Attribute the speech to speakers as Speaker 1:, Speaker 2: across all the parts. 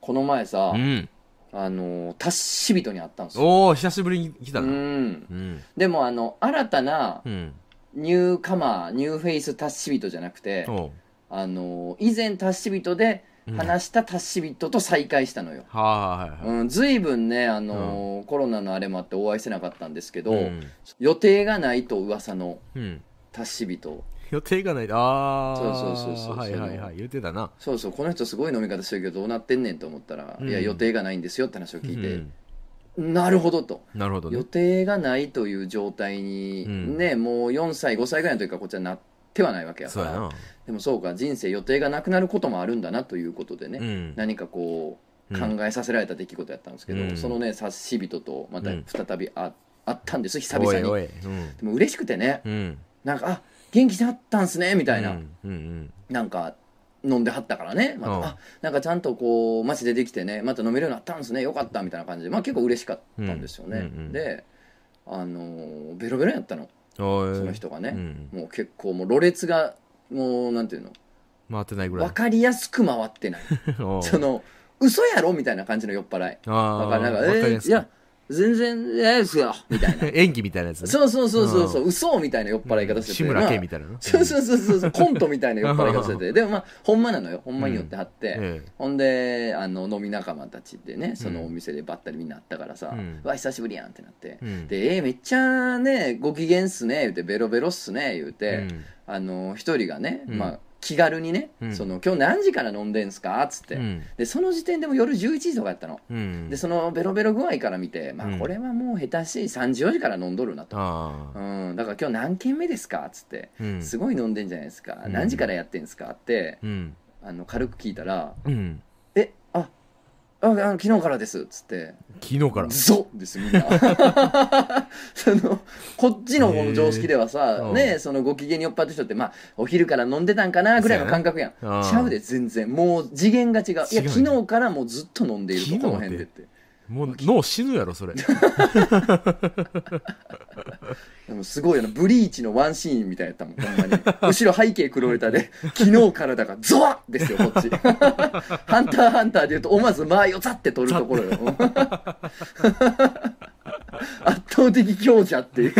Speaker 1: この前さ、
Speaker 2: うん。
Speaker 1: あのー、タッシビトに会ったんですよ。
Speaker 2: おー、久しぶりに来た
Speaker 1: う
Speaker 2: な。
Speaker 1: ん。
Speaker 2: うん。
Speaker 1: でも、あの、新たな
Speaker 2: うん。
Speaker 1: ニューカマー、ニューフェイスタッシビトじゃなくて、
Speaker 2: おう。
Speaker 1: あのー、以前タッシビトで
Speaker 2: うん
Speaker 1: 話したタッシビトと再会したのよ。
Speaker 2: はいはいはい。
Speaker 1: うん、ずいぶんね、あのーコロナのあれもあってお会いしてなかったんですけど、
Speaker 2: うん
Speaker 1: 予定がないと噂の
Speaker 2: うん。
Speaker 1: タッシビト。
Speaker 2: 予定がない。あー。
Speaker 1: そうそうそうそう
Speaker 2: はいはいはい。言ってたな。
Speaker 1: そうそう、この人すごい飲み方してるけどどうなってんねんと思ったら、
Speaker 2: うん
Speaker 1: いや、予定がないんですよって話を聞いて、
Speaker 2: うん
Speaker 1: なるほどと。
Speaker 2: なるほど
Speaker 1: 予
Speaker 2: ね。
Speaker 1: 定がないという状態に、
Speaker 2: うん
Speaker 1: ねもう4歳5歳ぐらいの時からこっちはなってはないわけやか
Speaker 2: そうや
Speaker 1: ら
Speaker 2: な。
Speaker 1: でもそうか人生予定がなくなることもあるんだなということでね、
Speaker 2: うん。
Speaker 1: 何かこう
Speaker 2: うん
Speaker 1: 考えさせられた出来事やったんですけど、
Speaker 2: うん
Speaker 1: そのね察し人とまた
Speaker 2: うん
Speaker 1: 再びあ,、あったんです久々に
Speaker 2: おいおい。うん。
Speaker 1: でも嬉しくてね
Speaker 2: うん。み
Speaker 1: なんかあ元気になったんすねみたいな、
Speaker 2: うんうん
Speaker 1: なんか飲んではったからね、また
Speaker 2: うん
Speaker 1: あなんかちゃんとこう街出てきてねまた飲めるようになったんですねよかったみたいな感じで、まあ、結構嬉しかったんですよね、
Speaker 2: うんうんうん
Speaker 1: であのーベロベロやったの
Speaker 2: うん。おい。
Speaker 1: その人が
Speaker 2: う
Speaker 1: ね、
Speaker 2: ん。
Speaker 1: もう結構もうろれつがもうなんていうの
Speaker 2: 回ってないぐら
Speaker 1: 分
Speaker 2: い。
Speaker 1: かりやすく回ってない
Speaker 2: おう
Speaker 1: その嘘やろみたいな感じの酔っ払い
Speaker 2: あー。
Speaker 1: わかるなんか
Speaker 2: わ
Speaker 1: え
Speaker 2: かりや
Speaker 1: ー、
Speaker 2: す
Speaker 1: いや全然ええっすよみたいな
Speaker 2: 演技みたいなやつね。
Speaker 1: そうそうそうそうそう、嘘みたいな酔っ払い方してて、
Speaker 2: 志村けんみたいなの。
Speaker 1: そうそうそうそうそうコントみたいな酔っ払い方しててでもまあほんまなのよほんまに酔ってはって、
Speaker 2: ええ
Speaker 1: ほんであの飲み仲間たちでねそのお店でばったりみんなあったからさ「
Speaker 2: うん
Speaker 1: うわ久しぶりやん」ってなって「
Speaker 2: うん
Speaker 1: でえーめっちゃねご機嫌っすね」言うて「ベロベロっすね」言うて、
Speaker 2: うん
Speaker 1: あの一人がね、
Speaker 2: うん
Speaker 1: まあ、気軽にね、
Speaker 2: うん
Speaker 1: その「今日何時から飲んでんすか?」っつって、
Speaker 2: うん
Speaker 1: でその時点でも夜11時とかやったの。
Speaker 2: うん。
Speaker 1: でそのベロベロ具合から見て、ま
Speaker 2: う
Speaker 1: あ、
Speaker 2: ん
Speaker 1: これはもう下手しい34時から飲んどるなと、
Speaker 2: あ
Speaker 1: う
Speaker 2: あ。
Speaker 1: んだから今日何軒目ですかっつって、
Speaker 2: うん。
Speaker 1: すごい飲んでんじゃないですか、
Speaker 2: うん
Speaker 1: 何時からやってんすかって
Speaker 2: うん。
Speaker 1: あの軽く聞いたら
Speaker 2: うん。
Speaker 1: 「えあああの昨日からです」っつって
Speaker 2: 昨日か
Speaker 1: 「
Speaker 2: ら。
Speaker 1: ゾッ!」ですみん なそのこっちのこの常識では
Speaker 2: へ
Speaker 1: さ
Speaker 2: ー、
Speaker 1: ねそのご機嫌に酔っ払った人ってまあお昼から飲んでたんかなぐらいの感覚やん
Speaker 2: そうやなあー
Speaker 1: ちゃうで全然もう次元が違うい
Speaker 2: 違う
Speaker 1: や
Speaker 2: ね
Speaker 1: 昨日からもうずっと飲んでいると
Speaker 2: 昨日
Speaker 1: この辺でって
Speaker 2: もう脳死ぬやろ、 それ。
Speaker 1: でもすごいあのブリーチのワンシーンみたいやったもんほんまに後ろ背景黒レタで「昨日からだからゾワッ!」ですよこっち ハンターハンターで言うと思わず間合いをザッて取るところ よ圧倒的強者っていう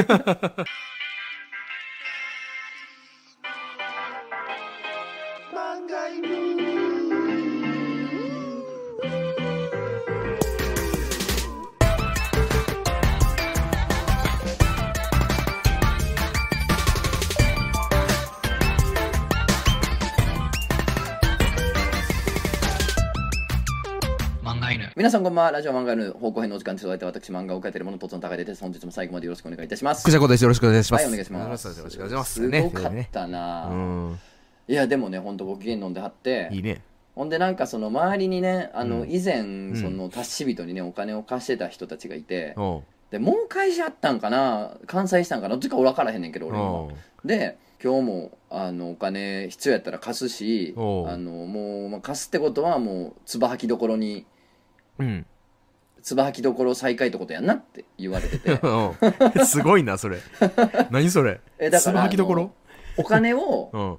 Speaker 3: 漫画犬
Speaker 1: 皆さんこんばんはラジオ漫画の方向編のお時間ですお相手は私漫画を描いているものとつの高いです本日も最後までよろしくお願いいたします
Speaker 2: クジャコです。よろしくお願いしま
Speaker 1: は
Speaker 2: す。
Speaker 1: いお願いします
Speaker 2: よろしくお願いします。
Speaker 1: す
Speaker 2: ね
Speaker 1: ごかっ
Speaker 2: ね
Speaker 1: たな、
Speaker 2: うん。
Speaker 1: いやでもねほんとご機嫌飲んではって
Speaker 2: いいね。
Speaker 1: ほんでなんかその周りにねあの
Speaker 2: うん
Speaker 1: 以前
Speaker 2: ん
Speaker 1: その達し人にねお金を貸してた人たちがいて、
Speaker 2: おう
Speaker 1: でもう会社あったんかな完済したんかなどっちか俺分からへんねんけど俺
Speaker 2: お
Speaker 1: も
Speaker 2: う
Speaker 1: で今日もあのお金必要やったら貸すしあ
Speaker 2: おう
Speaker 1: のもう、まあ、貸すってことはもうつば吐きどころに
Speaker 2: うん。
Speaker 1: つば吐きどころ最下位ってことやんなって言われ てて
Speaker 2: おうすごい な、それ。何それ。
Speaker 1: えだから
Speaker 2: つば吐きどころ
Speaker 1: お金を
Speaker 2: うん。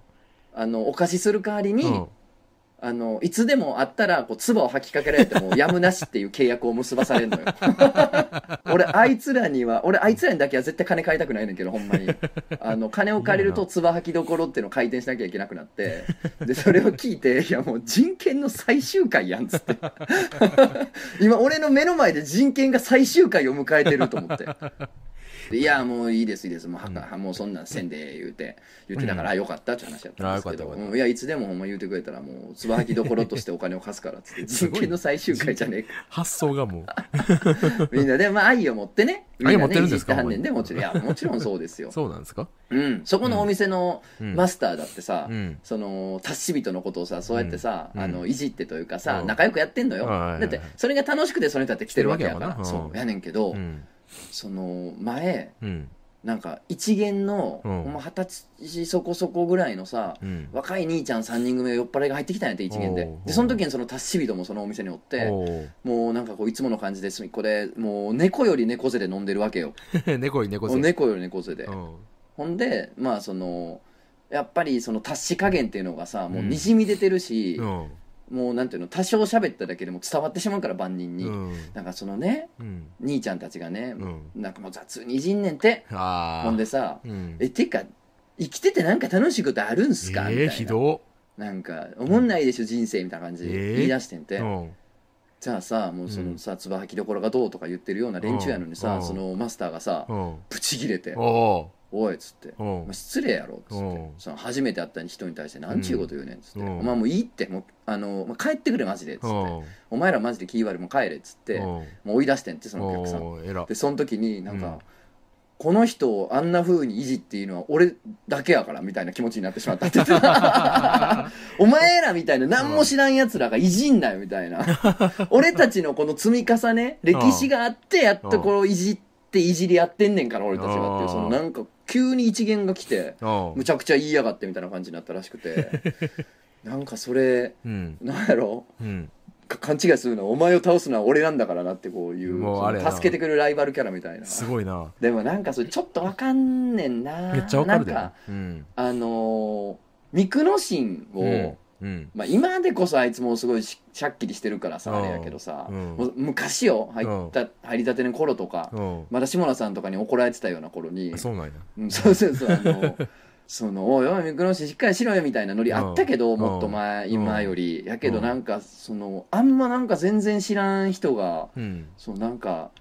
Speaker 1: あのお貸しする代わりに、
Speaker 2: うん
Speaker 1: あのいつでもあったらこう唾を吐きかけられてもやむなしっていう契約を結ばされる のよ俺あいつらには俺あいつらにだけは絶対金借りたくないねんけどほんまにあの金を借りると唾吐きどころっていうのを回転しなきゃいけなくなってでそれを聞いていやもう人権の最終回やんっつって 今俺の目の前で人権が最終回を迎えてると思ってでいやもういいですいいですもうはか、もうそんなんせんで言うて言ってたから、あよかったって話やったんですけ
Speaker 2: あ
Speaker 1: ど
Speaker 2: よかったよかっ
Speaker 1: うんいやいつでもほんま言うてくれたらもうつばはきどころとしてお金を貸すからっつって
Speaker 2: す
Speaker 1: 人
Speaker 2: ごい
Speaker 1: 権の最終回じゃねえか
Speaker 2: 発想がもう。
Speaker 1: みんなでまあ愛を持ってねみ
Speaker 2: 愛
Speaker 1: んな
Speaker 2: 持っ
Speaker 1: ね
Speaker 2: てるん
Speaker 1: いじ
Speaker 2: で
Speaker 1: っ
Speaker 2: すか
Speaker 1: てはんねんでもちろんいや もちろんそうですよ
Speaker 2: そうなんですか
Speaker 1: うん、そこのお店の
Speaker 2: うん
Speaker 1: マスターだってさ、
Speaker 2: うん
Speaker 1: その達し人のことをさそうやってさ、
Speaker 2: うん
Speaker 1: あのいじってというかさ、
Speaker 2: うん
Speaker 1: 仲良くやってんのよ、
Speaker 2: はいはいはい
Speaker 1: だってそれが楽しくてその人だって来てるわけやから
Speaker 2: 来てるわけやも
Speaker 1: そう
Speaker 2: んな
Speaker 1: うんやねんけど、
Speaker 2: うん。
Speaker 1: その前
Speaker 2: うん。
Speaker 1: なんか一元の
Speaker 2: うん
Speaker 1: ほんま二十、歳そこそこぐらいのさ、
Speaker 2: うん。
Speaker 1: 若い兄ちゃん3人組が酔っ払いが入ってきたんやって一元
Speaker 2: おう
Speaker 1: で
Speaker 2: おう
Speaker 1: でその時にその達し人もそのお店におって
Speaker 2: おう
Speaker 1: もうなんかこういつもの感じで隅っこでもう猫より猫背で飲んでるわけよ
Speaker 2: 猫い猫
Speaker 1: も
Speaker 2: 背。
Speaker 1: う猫より猫背で
Speaker 2: うん
Speaker 1: ほんでまあそのやっぱりその達し加減っていうのがさもうにじみ出てるし、
Speaker 2: うん。
Speaker 1: もうなんていうの多少喋っただけでも伝わってしまうから万人に、
Speaker 2: うん
Speaker 1: なんかそのね
Speaker 2: うん
Speaker 1: 兄ちゃんたちがね、
Speaker 2: うん
Speaker 1: なんかもう雑にいじんねんて
Speaker 2: ああ
Speaker 1: ほんでさ
Speaker 2: うん
Speaker 1: 「えてか生きててなんか楽しいことあるんすか?」み
Speaker 2: ええ
Speaker 1: たい
Speaker 2: ひ
Speaker 1: な
Speaker 2: ど
Speaker 1: なんか「おもんないでしょ人生」みたいな感じ
Speaker 2: え
Speaker 1: で
Speaker 2: ー
Speaker 1: 言い出してんて、
Speaker 2: うん
Speaker 1: じゃあさもうそのさつばはきどころがどうとか言ってるような連中やのにさ、
Speaker 2: うん
Speaker 1: そのマスターがさ、
Speaker 2: うん
Speaker 1: ブチギレて「
Speaker 2: お
Speaker 1: おい」っつって
Speaker 2: うお
Speaker 1: ま
Speaker 2: う
Speaker 1: あ失礼やろっつって、
Speaker 2: うん
Speaker 1: その初めて会った人に対して何ちゅうこと言うねんっつって、
Speaker 2: うん
Speaker 1: お前もういいってもうあの、まあ、帰ってくれマジでっつって、
Speaker 2: おう
Speaker 1: お前らマジで気悪いもう帰れっつって、も
Speaker 2: おう
Speaker 1: う追い出してんってそのお客さん
Speaker 2: おうえら
Speaker 1: でその時になんか、
Speaker 2: うん
Speaker 1: この人をあんな風にいじっていうのは俺だけやからみたいな気持ちになってしまったって言ってたお前らみたいな何も知らん奴らがいじんなよみたいな俺たちのこの積み重ね歴史があってやっとこういじっていじりやってんねんから俺たちはっていう
Speaker 2: あー
Speaker 1: そのなんか急に一元が来て
Speaker 2: おう
Speaker 1: むちゃくちゃ言いやがってみたいな感じになったらしく てなんかそれ
Speaker 2: うん
Speaker 1: なんやろ
Speaker 2: うん
Speaker 1: か勘違いするのはお前を倒すのは俺なんだからなってこういう
Speaker 2: もうあれやな
Speaker 1: その助けてくれるライバルキャラみたいな
Speaker 2: すごいな
Speaker 1: でもなんかそれちょっとわかんねんな
Speaker 2: めっちゃわかるで
Speaker 1: なんか
Speaker 2: うん
Speaker 1: あのー、ミクノシンを、
Speaker 2: うんうん
Speaker 1: まあ、今でこそあいつもうすごいししゃっきりしてるからさ
Speaker 2: うん
Speaker 1: あれやけどさ、
Speaker 2: うん
Speaker 1: もう昔よ入った、入りたての頃とか、
Speaker 2: おう
Speaker 1: まだ下野さんとかに怒られてたような頃に
Speaker 2: そうなんや
Speaker 1: うんそうそうそう、あの、 その、おいおい、ミクロシしっかりしろよみたいなノリあったけど、
Speaker 2: うん
Speaker 1: もっと前、
Speaker 2: うん
Speaker 1: 今より。やけど、
Speaker 2: うん
Speaker 1: なんか、その、あんまなんか全然知らん人が、
Speaker 2: うん
Speaker 1: そのなんか、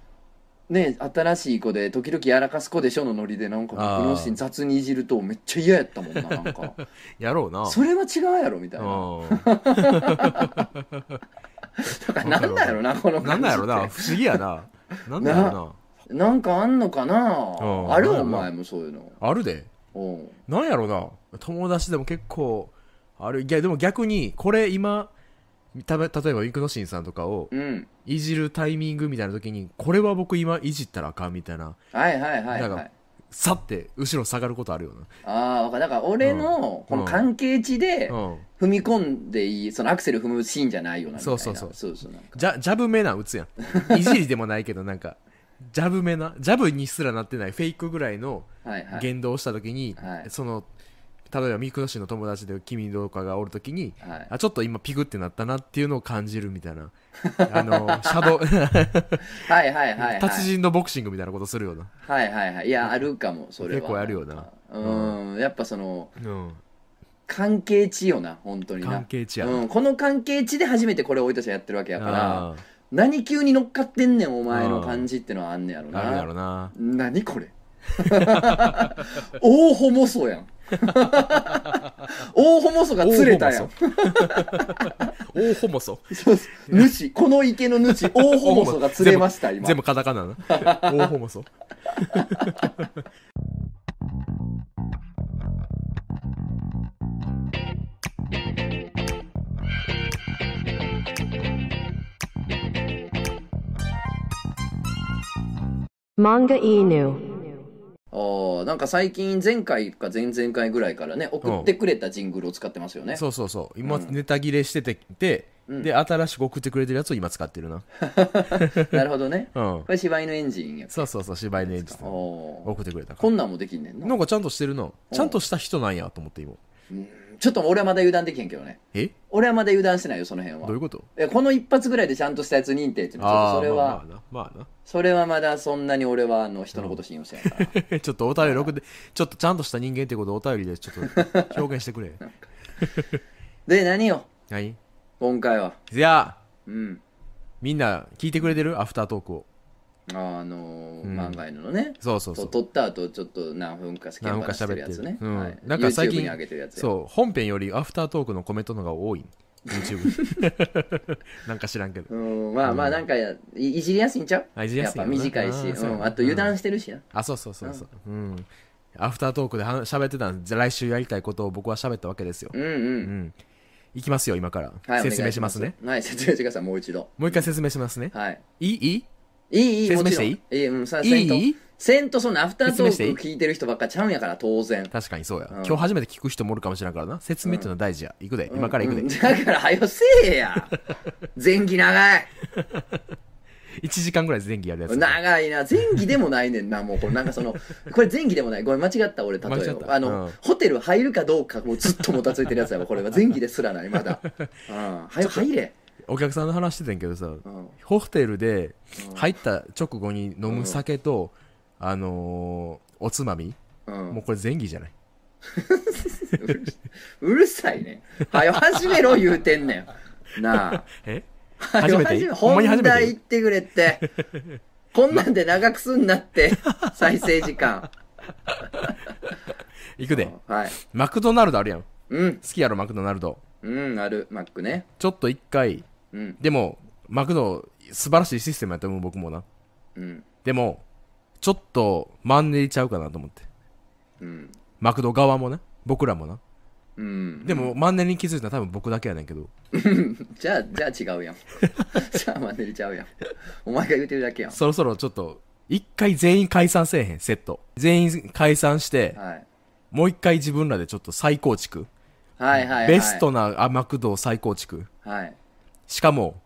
Speaker 1: ね、新しい子で、時々やらかす子でしょのノリで、なんか、
Speaker 2: あー
Speaker 1: ミクロシ雑にいじると、めっちゃ嫌やったもんな、なんか。
Speaker 2: や ろうな
Speaker 1: それは違うやろ、みたいな。
Speaker 2: う
Speaker 1: だから、 なんだろな、この
Speaker 2: んな
Speaker 1: 感じ
Speaker 2: ん
Speaker 1: っ
Speaker 2: なん
Speaker 1: て
Speaker 2: や ろな不思議やななんなんやろ
Speaker 1: なんかあんのか
Speaker 2: うん
Speaker 1: なある
Speaker 2: なんや
Speaker 1: お
Speaker 2: ろな
Speaker 1: 前もそういうの。
Speaker 2: なあるで
Speaker 1: うん。
Speaker 2: なんやろな友達でも結構あるいやでも逆にこれ今たべ例えばイクノシンさんとかを
Speaker 1: うん。
Speaker 2: いじるタイミングみたいな時にこれは僕今いじったらあかんみたいな
Speaker 1: はいはいはいは
Speaker 2: なん
Speaker 1: い
Speaker 2: か。さって後ろ下がることあるよな
Speaker 1: ああ、わかるだから俺のこの関係値で
Speaker 2: うん
Speaker 1: 踏み込んでいい、そのアクセル踏むシーンじゃないよなみたいな。
Speaker 2: そうそうそう
Speaker 1: そうそうなんか。
Speaker 2: ジャジャブめな打つや んいじりでもないけどなんかジャブめなジャブにすらなってないフェイクぐらいの
Speaker 1: はいはい。
Speaker 2: 言動をした時に、
Speaker 1: はい
Speaker 2: その例えばミクノシンの友達で君どうかがおる時に
Speaker 1: はい、
Speaker 2: あちょっと今ピクってなったなっていうのを感じるみた いなあのシャドウ
Speaker 1: はいはいはいはい。
Speaker 2: 達人のボクシングみたいなことするような
Speaker 1: はいはいはい。いや、あるかも、それは。
Speaker 2: 結構あるよなん
Speaker 1: かうん、やっぱその、
Speaker 2: うん、
Speaker 1: 関係値よな、本当にな。
Speaker 2: 関係値やな
Speaker 1: うん、この関係値で初めてこれを俺たちはやってるわけやから、
Speaker 2: あ
Speaker 1: 何急に乗っかってんねん、お前の感じってのはあんねやろ
Speaker 2: ーあるやろ
Speaker 1: な。
Speaker 2: な
Speaker 1: 何これ 大ホモソやん。大ホモソが釣れたやん。
Speaker 2: 大ホモソ
Speaker 1: そうそう主、この池の主、大ホモソが釣れました、今。
Speaker 2: 全部カタカナな 大ホモソ
Speaker 3: Manga Inu.
Speaker 1: ああ、なんか最近、前回か前々回ぐらいからね、送ってくれたジングルを使ってますよね。
Speaker 2: そうそうそう今
Speaker 1: うん
Speaker 2: ネタ切れしててで
Speaker 1: うん
Speaker 2: で新しく送ってくれてるやつを今使ってるな
Speaker 1: なるほどね。
Speaker 2: うん
Speaker 1: これ柴犬エンジンや。
Speaker 2: そうそうそう芝居の演出
Speaker 1: おお
Speaker 2: 送ってくれた
Speaker 1: こ
Speaker 2: から
Speaker 1: んなんもできんねんな。
Speaker 2: なんかちゃんとしてるなちゃんとした人なんやと思って今
Speaker 1: ちょっと俺はまだ油断できへんけどね。
Speaker 2: え
Speaker 1: 俺はまだ油断してないよ、その辺
Speaker 2: どういう
Speaker 1: は。
Speaker 2: こと
Speaker 1: えこの一発ぐらいでちゃんとしたやつ認定っていうのは、ちょっとそれは、
Speaker 2: あーまあまあなまあ な
Speaker 1: それはまだそんなに俺はあの人のこと信用してない から。
Speaker 2: ちょっとお便りろくで、ちょっとちゃんとした人間ってことをお便りでちょっと表現して くれ。
Speaker 1: で、何よ、
Speaker 2: はい。
Speaker 1: 今回は。
Speaker 2: じゃあ、
Speaker 1: うん。
Speaker 2: みんな聞いてくれてるアフタートークを。
Speaker 1: あのー
Speaker 2: うん
Speaker 1: 漫画犬のね。
Speaker 2: そうそうそ
Speaker 1: と撮
Speaker 2: う。
Speaker 1: った後ちょっと何分か
Speaker 2: なんか
Speaker 1: し
Speaker 2: 喋
Speaker 1: てる
Speaker 2: って
Speaker 1: や
Speaker 2: る。
Speaker 1: つね、
Speaker 2: うん。
Speaker 1: はい、
Speaker 2: なんか最
Speaker 1: YouTube に
Speaker 2: 近
Speaker 1: 上げてるやつ、や
Speaker 2: そう、本編よりアフタートークのコメントの方が多い。YouTube。なん か知らんけど。
Speaker 1: うんまあまあなんかやいいじりやすいんちゃう
Speaker 2: あいじりやすい
Speaker 1: やっ
Speaker 2: よな
Speaker 1: ぱ短いし
Speaker 2: あーそう
Speaker 1: うん、あと油断してるしな、
Speaker 2: あ、そうそうそうそう。うん。アフタートークでは喋ってたんで、じゃあ来週やりたいことを僕は喋ったわけですよ。
Speaker 1: うん、うん
Speaker 2: うん。いきますよ、今から。
Speaker 1: はいお願い
Speaker 2: 説明しますね。
Speaker 1: はい説明してくださいもう一度
Speaker 2: もう一回説明しますね。
Speaker 1: はい
Speaker 2: いいい
Speaker 1: いいいい
Speaker 2: 説明
Speaker 1: もち
Speaker 2: し
Speaker 1: ろ
Speaker 2: て
Speaker 1: ん
Speaker 2: い
Speaker 1: い
Speaker 2: い
Speaker 1: いうんさ
Speaker 2: い
Speaker 1: せんと
Speaker 2: いい
Speaker 1: せんとそのアフタート
Speaker 2: 説明してい
Speaker 1: ー
Speaker 2: い
Speaker 1: ク聞いてる人ばっかちゃうんやから当然
Speaker 2: 確かにそうや、
Speaker 1: うん
Speaker 2: 今日初めて聞く人もおるかもしれんからな説明っていうのは大事や、行くで今から行くで、
Speaker 1: うんだからはよせえや前期長い
Speaker 2: 1時間ぐらい前期やるやつ。
Speaker 1: 長いな前期でもないねんなもうこれなんかそのこれ前期でもないごめん間違った俺例
Speaker 2: 間
Speaker 1: え
Speaker 2: 違っ
Speaker 1: を
Speaker 2: た
Speaker 1: あの、
Speaker 2: うん
Speaker 1: ホテル入るかどうかもうずっともたついてるやつやわこれは前期ですらないま だ、うん、早く入れ、
Speaker 2: お客さんの話してたんやけどさ、
Speaker 1: うん
Speaker 2: ホテルで
Speaker 1: うん
Speaker 2: 入った直後に飲む酒と、あのーおつまみ、
Speaker 1: うん
Speaker 2: もうこれ前儀じゃない。
Speaker 1: うるうるさいねはよ始めろ言うてんねんなあ
Speaker 2: え
Speaker 1: は
Speaker 2: 初
Speaker 1: よ
Speaker 2: めて
Speaker 1: 始め
Speaker 2: ほんま
Speaker 1: 本
Speaker 2: に初めて
Speaker 1: 題言ってくれってこんなんで長くすんなって再生時間
Speaker 2: 行くで。
Speaker 1: はい
Speaker 2: マクドナルドあるやん。好
Speaker 1: うん
Speaker 2: きやろ、マクドナルド。
Speaker 1: うんあるマックね
Speaker 2: ちょっと一回、
Speaker 1: うん
Speaker 2: でも、マクド、素晴らしいシステムやと思う、僕もな。
Speaker 1: うん
Speaker 2: でも、ちょっとマンネリちゃうかなと思って。
Speaker 1: うん
Speaker 2: マクド側もな。僕らもな。
Speaker 1: うん
Speaker 2: でも、マンネリに気づいたのは多分僕だけやねんけど。
Speaker 1: じゃあ、じゃあ違うやん。 じゃあマンネリちゃうやん。お前が言うてるだけやん。
Speaker 2: そろそろちょっと、一回全員解散せえへん、セット。全員解散して、
Speaker 1: はい。
Speaker 2: もう一回自分らでちょっと再構築。
Speaker 1: はいはい、はい。
Speaker 2: ベストなあマクドを再構築。
Speaker 1: はい。
Speaker 2: しかも、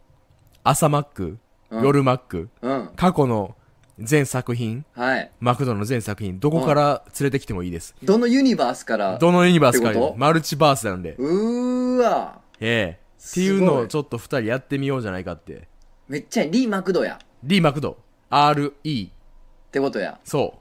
Speaker 2: 朝マック、
Speaker 1: うん
Speaker 2: 夜マック、
Speaker 1: うん。
Speaker 2: 過去の全作品、
Speaker 1: はい。
Speaker 2: マクドの全作品、どこから連れてきてもいいです。
Speaker 1: どのユニバースから。
Speaker 2: どのユニバースか
Speaker 1: ってこ
Speaker 2: ら
Speaker 1: と
Speaker 2: マルチバースなんで。
Speaker 1: うーわ。
Speaker 2: ええ。っ
Speaker 1: す
Speaker 2: て
Speaker 1: ごい
Speaker 2: いうのをちょっと二人やってみようじゃないかって。
Speaker 1: めっちゃリー・マクドや。
Speaker 2: リー・マクド。RE。
Speaker 1: ってことや。
Speaker 2: そう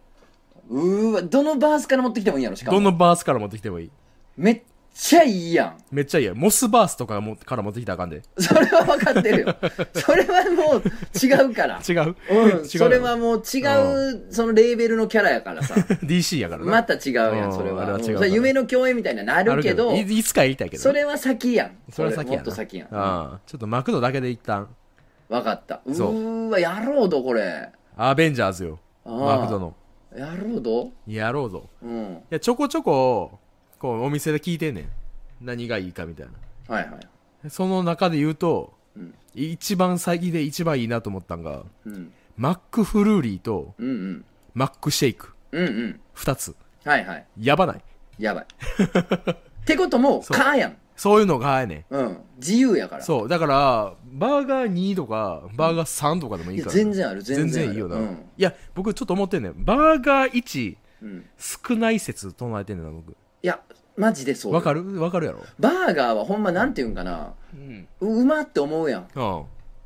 Speaker 1: ーわ。どのバースから持ってきてもいいんやろ、し
Speaker 2: う。
Speaker 1: かも。
Speaker 2: どのバースから持ってきてもいい。
Speaker 1: めっちゃいいやん。
Speaker 2: めっちゃいいやん。モスバースとかもから持ってきたらあかんで。
Speaker 1: それは分かって るよ。それはもう違うから。
Speaker 2: 違う
Speaker 1: うん。
Speaker 2: 違う
Speaker 1: それはもう違う、そのレーベルのキャラや からさ。
Speaker 2: DC やからな。
Speaker 1: また違うやん、それ
Speaker 2: うんあれ
Speaker 1: は。
Speaker 2: は
Speaker 1: うんそ
Speaker 2: 違うから
Speaker 1: れ夢の共演みたいになるけど
Speaker 2: い。いつか言いたいけど。
Speaker 1: それは先やん。
Speaker 2: それは先やな。
Speaker 1: もっと先やん。
Speaker 2: うん。ちょっとマクドだけで一旦。
Speaker 1: わかった。う
Speaker 2: そう
Speaker 1: ーわ、やろうど、これ。
Speaker 2: アベンジャーズよ。
Speaker 1: あー
Speaker 2: マクドの。
Speaker 1: やろうど
Speaker 2: やろうぞ。
Speaker 1: うん。
Speaker 2: いや、ちょこちょこ、こう、お店で聞いてんねん。何がいいかみたい
Speaker 1: はいはい。
Speaker 2: な。その中で言うと、
Speaker 1: うん。
Speaker 2: 一番最近で一番いいなと思ったんが、
Speaker 1: うん。
Speaker 2: マックフルーリーと
Speaker 1: うんうん。
Speaker 2: マックシェイク。
Speaker 1: うんうん。
Speaker 2: 二つ。
Speaker 1: はいはい。
Speaker 2: やばない。
Speaker 1: や ばい。ってことも、
Speaker 2: そう
Speaker 1: かやん。
Speaker 2: そういうのがやねん。
Speaker 1: うん。自由やから。
Speaker 2: そう。だから、バーガー2とか、バーガー3とかでもいいから。
Speaker 1: いや全然ある全然ある
Speaker 2: いいよな。
Speaker 1: うん
Speaker 2: いや、僕ちょっと思ってんねん。バーガー1、
Speaker 1: うん。
Speaker 2: 少ない説唱えてんねんな、僕。
Speaker 1: いや、マジでそうよ。
Speaker 2: わかるわかるやろ
Speaker 1: バーガーはほんまなんていうんかな。
Speaker 2: うん。
Speaker 1: ううまって思うやん。
Speaker 2: うん。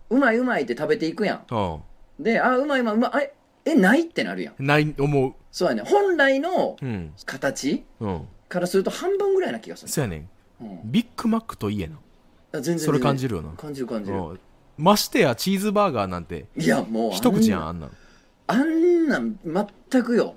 Speaker 1: うまいうまいって食べていくやん。で、あ、うまいうまいうまい。あれえ、ないってなるやん。
Speaker 2: ない、思
Speaker 1: そうやね。本来の
Speaker 2: う。うん。
Speaker 1: 形
Speaker 2: うん。
Speaker 1: からすると半分ぐらいな気がする。
Speaker 2: そやねん。
Speaker 1: うん。
Speaker 2: ビッグマックといいやな。
Speaker 1: あ全然
Speaker 2: それ感じるよな
Speaker 1: 全然感じる感じる。
Speaker 2: うん。ましてや、チーズバーガーなんて、
Speaker 1: いや、もう。
Speaker 2: 一口やん、
Speaker 1: あ
Speaker 2: あ
Speaker 1: ん。
Speaker 2: んなん。
Speaker 1: あんなん、全くよ。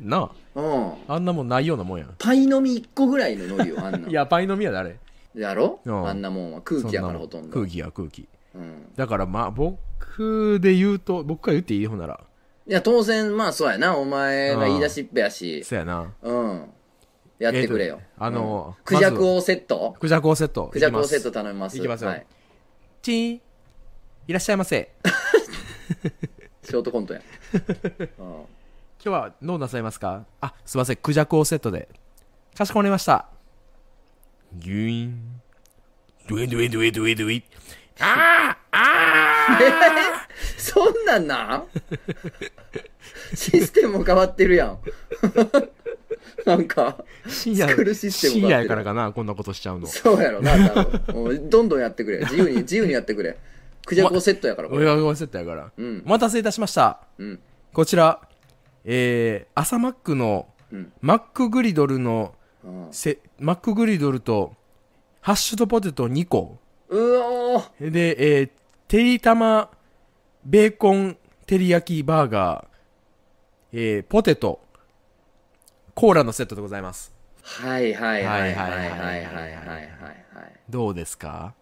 Speaker 2: な
Speaker 1: うん。
Speaker 2: あ。あんなもんないようなもんやん。
Speaker 1: パイのみ1個ぐらいの海苔よ、あんなん。
Speaker 2: いや、パイの実やで、あれ。
Speaker 1: やろ
Speaker 2: うん
Speaker 1: あんなもんは空気やから
Speaker 2: そんなも
Speaker 1: ほとんど。
Speaker 2: 空気や、空気。
Speaker 1: うん。
Speaker 2: だから、まあ、僕で言うと、僕が言っていい方なら、
Speaker 1: いや、当然、まあ、そうやな。お前が言い出しっぺやし。
Speaker 2: そやな。
Speaker 1: うん。やってくれよ。
Speaker 2: えーとあの
Speaker 1: うんクジャクをセット
Speaker 2: クジャコセット。
Speaker 1: クジャクを
Speaker 2: いきま
Speaker 1: セ
Speaker 2: す
Speaker 1: ット頼みます。
Speaker 2: いきますよ
Speaker 1: はい。
Speaker 2: チーン。いらっしゃいませ。
Speaker 1: ショートコント や。うん
Speaker 2: 今日はどうなさいますかあ、すいません。クジャクをセットで。かしこまりました。ギュイン。ドゥイドゥイドゥイドゥイドゥイ。あーあ ー
Speaker 1: そんなんなん システムも変わってるやん。 なんか。
Speaker 2: 深夜
Speaker 1: 作るシステム
Speaker 2: 深
Speaker 1: が
Speaker 2: 夜やからかな、こんなことしちゃうの。
Speaker 1: そうやろな、多分。もうどんどんやってくれ。自由に、自由にやってくれ。クジャクをセットやから、こ
Speaker 2: 俺
Speaker 1: れ。
Speaker 2: が合わせたやから、
Speaker 1: ん
Speaker 2: お待たせいたしました。
Speaker 1: うん。
Speaker 2: こちら、えー、朝マックの、
Speaker 1: うん。
Speaker 2: マックグリドルの、
Speaker 1: うん
Speaker 2: せマックグリドルと、ハッシュドポテト2個。
Speaker 1: うおー
Speaker 2: で、えー、てりたま、ベーコン、てり焼きバーガー、えー、ポテト、コーラのセットでございます。
Speaker 1: はいはいはいはいはいはいはいはいは
Speaker 2: どうですか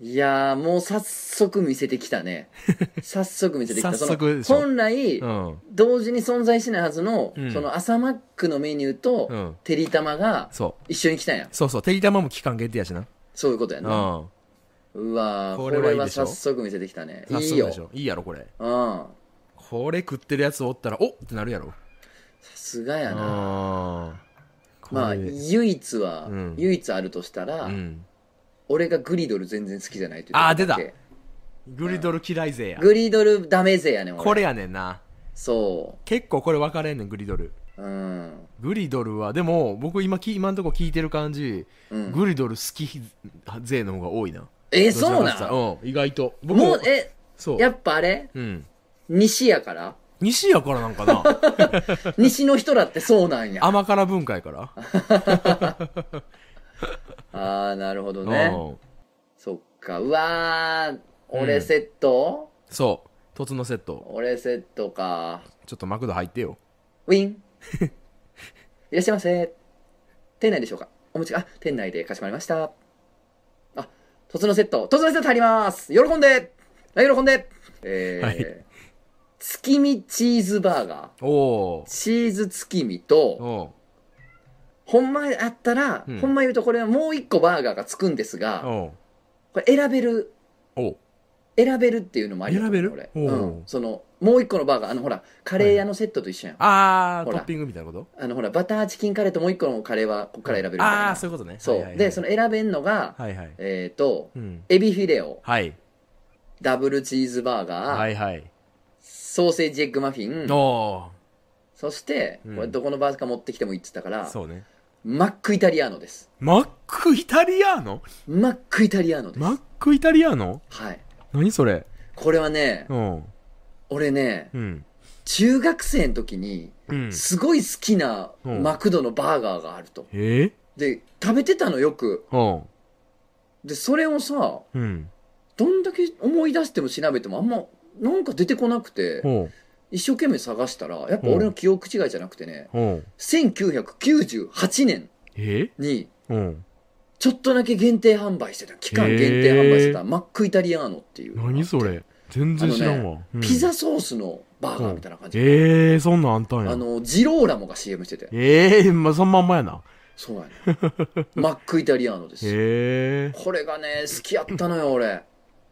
Speaker 1: い。いやー、もう早速見せてきたね。 早速見せてきた。
Speaker 2: 早速でし
Speaker 1: そ
Speaker 2: ょ
Speaker 1: の本来
Speaker 2: う、ん。
Speaker 1: 同時に存在しないはずの
Speaker 2: うん、
Speaker 1: その朝マックのメニュー
Speaker 2: う
Speaker 1: と
Speaker 2: ん、
Speaker 1: てりたまが
Speaker 2: そう。
Speaker 1: 一緒に来たんや。
Speaker 2: そうそう。てりたまも期間限定やしな。
Speaker 1: そういうことや
Speaker 2: う
Speaker 1: な。
Speaker 2: ん。
Speaker 1: うわー、こ
Speaker 2: こ
Speaker 1: れ
Speaker 2: れはいい
Speaker 1: は
Speaker 2: でしょ
Speaker 1: 早速見せてきたね。
Speaker 2: 早
Speaker 1: いい
Speaker 2: 速
Speaker 1: よ
Speaker 2: でし。ょ。いいやろ、これ。
Speaker 1: うん。
Speaker 2: これ食ってるやつおったら、おっってなるやろ。
Speaker 1: さすがやな。
Speaker 2: ああ。
Speaker 1: まあ、唯一は、
Speaker 2: うん
Speaker 1: 唯一あるとしたら、
Speaker 2: うん。
Speaker 1: 俺がグリドル全然好きじゃないというところだけ
Speaker 2: あー出グリドル嫌い勢や。
Speaker 1: グリドルダメ勢やねん俺
Speaker 2: これやねんな。
Speaker 1: そ
Speaker 2: 結構これ分かれんねん、グリドル。
Speaker 1: ううん
Speaker 2: グリドルは、でも、僕今き、今んとこ聞いてる感じ、
Speaker 1: うん
Speaker 2: グリドル好き勢の方が多いな。
Speaker 1: えそうな
Speaker 2: どちらか
Speaker 1: ん
Speaker 2: というとうん、意外と。僕
Speaker 1: もうえ
Speaker 2: そう。
Speaker 1: やっぱあれ
Speaker 2: うん。
Speaker 1: 西や から
Speaker 2: 西やからなんか な
Speaker 1: 西の人だってそうなんやあ
Speaker 2: 甘辛文化やから。
Speaker 1: あーなるほどね
Speaker 2: うん。
Speaker 1: そっかうわー
Speaker 2: う
Speaker 1: 俺
Speaker 2: ん
Speaker 1: セット、
Speaker 2: そう。凸のセット。
Speaker 1: 俺セットか
Speaker 2: ちょっとマクド入ってよ。
Speaker 1: ウ ィンいらっしゃいませ店内でしょうかお持ちがあ店内でかしこまりましたあ突のセット突のセット入ります喜んではい喜んでえー
Speaker 2: はい
Speaker 1: 月見チーズバーガー
Speaker 2: おー。
Speaker 1: チーズ月見と
Speaker 2: おう
Speaker 1: ほんまやったら、
Speaker 2: うん
Speaker 1: ほんま言うとこれはもう一個バーガーがつくんですが、
Speaker 2: おう
Speaker 1: これ選べる
Speaker 2: おう
Speaker 1: 選べるっていうのもありだと思う
Speaker 2: 選べる
Speaker 1: 俺
Speaker 2: おう
Speaker 1: うん、そのもう一個のバーガーあのほらカレー屋のセットと一緒やん、
Speaker 2: あー、
Speaker 1: ほ
Speaker 2: ト
Speaker 1: ら
Speaker 2: ッピングみたいなこと
Speaker 1: あのほらバターチキンカレーともう一個のカレーはここから選べるみたい
Speaker 2: あ
Speaker 1: な
Speaker 2: ー、そういうことね。
Speaker 1: そう、
Speaker 2: はいはいはい
Speaker 1: でその選べんのが、
Speaker 2: はいはい。
Speaker 1: えっ、と
Speaker 2: うん。
Speaker 1: エビフィレオ
Speaker 2: はい。
Speaker 1: ダブルチーズバーガー、
Speaker 2: はいはい。
Speaker 1: ソーセージエッグマフィン
Speaker 2: お
Speaker 1: そして、
Speaker 2: うん
Speaker 1: これどこのバーガー持ってきてもいいっつったから
Speaker 2: ー。そうね。
Speaker 1: マックイタリアーノです
Speaker 2: マックイタリアーノ
Speaker 1: マックイタリアーノです、
Speaker 2: マックイタリアーノ
Speaker 1: はい
Speaker 2: 何それ
Speaker 1: これはね、
Speaker 2: うん。
Speaker 1: 俺ね
Speaker 2: うん。
Speaker 1: 中学生の時に
Speaker 2: うん。
Speaker 1: すごい好きな
Speaker 2: うん
Speaker 1: マクドのバーガーがあると
Speaker 2: え
Speaker 1: で食べてたのよく
Speaker 2: ー
Speaker 1: でそれをさ
Speaker 2: うん。うん。
Speaker 1: どんだけ思い出しても調べてもあんまなんか出てこなくて
Speaker 2: おう
Speaker 1: 一生懸命探したらやっぱ俺の記憶違いじゃなくてね
Speaker 2: おう
Speaker 1: 1998年
Speaker 2: え
Speaker 1: に
Speaker 2: うん。
Speaker 1: ちょっとだけ限定販売してた期間限定販売して
Speaker 2: へ
Speaker 1: たマックイタリアーノっていう
Speaker 2: 何それ全然知らんわ。うん
Speaker 1: ピザソースのバーガーみたいな感じ
Speaker 2: ええー、そんなんあんたんや。
Speaker 1: あのジローラモが CM してて
Speaker 2: ええー、まあ、そのまんまやな。
Speaker 1: そうやね マックイタリアーノです
Speaker 2: ええ
Speaker 1: これがね好きやったのよ俺
Speaker 2: ー、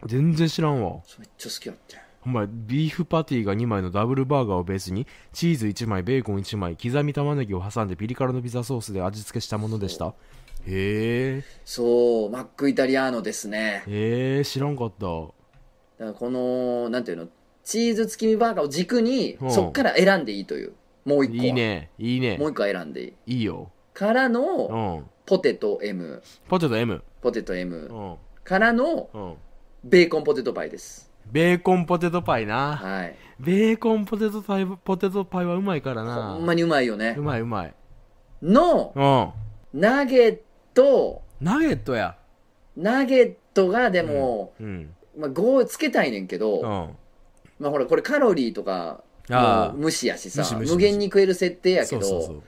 Speaker 2: 全然知らんわ。
Speaker 1: めっちゃ好きやって
Speaker 2: ほんまやビーフパティが2枚のダブルバーガーをベースに、チーズ1枚、ベーコン1枚、刻み玉ねぎを挟んでピリ辛のピザソースで味付けしたものでした。へえ
Speaker 1: そうマックイタリアーノですね
Speaker 2: ー、えー、知らんかった。
Speaker 1: だからこのなんていうのチーズ月見バーガーを軸に
Speaker 2: うん
Speaker 1: そっから選んでいいというもう一個はい
Speaker 2: いね、いいね
Speaker 1: もう、一個は選んでいい
Speaker 2: いいよ。
Speaker 1: から
Speaker 2: う
Speaker 1: の
Speaker 2: ん。
Speaker 1: ポテト M
Speaker 2: ポテト M。
Speaker 1: ポテト
Speaker 2: う
Speaker 1: M
Speaker 2: ん。
Speaker 1: からの
Speaker 2: うん。
Speaker 1: ベーコンポテトパイです
Speaker 2: ベーコンポテトパイな。
Speaker 1: はい
Speaker 2: ベーコンポテトパイ、ポテトパイはうまいからな。
Speaker 1: ほんまにうまいよね
Speaker 2: うまいうまい。
Speaker 1: の
Speaker 2: うん。
Speaker 1: ナゲット
Speaker 2: ナゲットや。
Speaker 1: ナゲットがでも、
Speaker 2: うん。
Speaker 1: まあ、5つけたいねんけど、
Speaker 2: うん。
Speaker 1: まあほらこれカロリーとか
Speaker 2: ああ
Speaker 1: もう無視やしさ
Speaker 2: 無視無視
Speaker 1: 無限に食える設定やけど
Speaker 2: そうそうそう。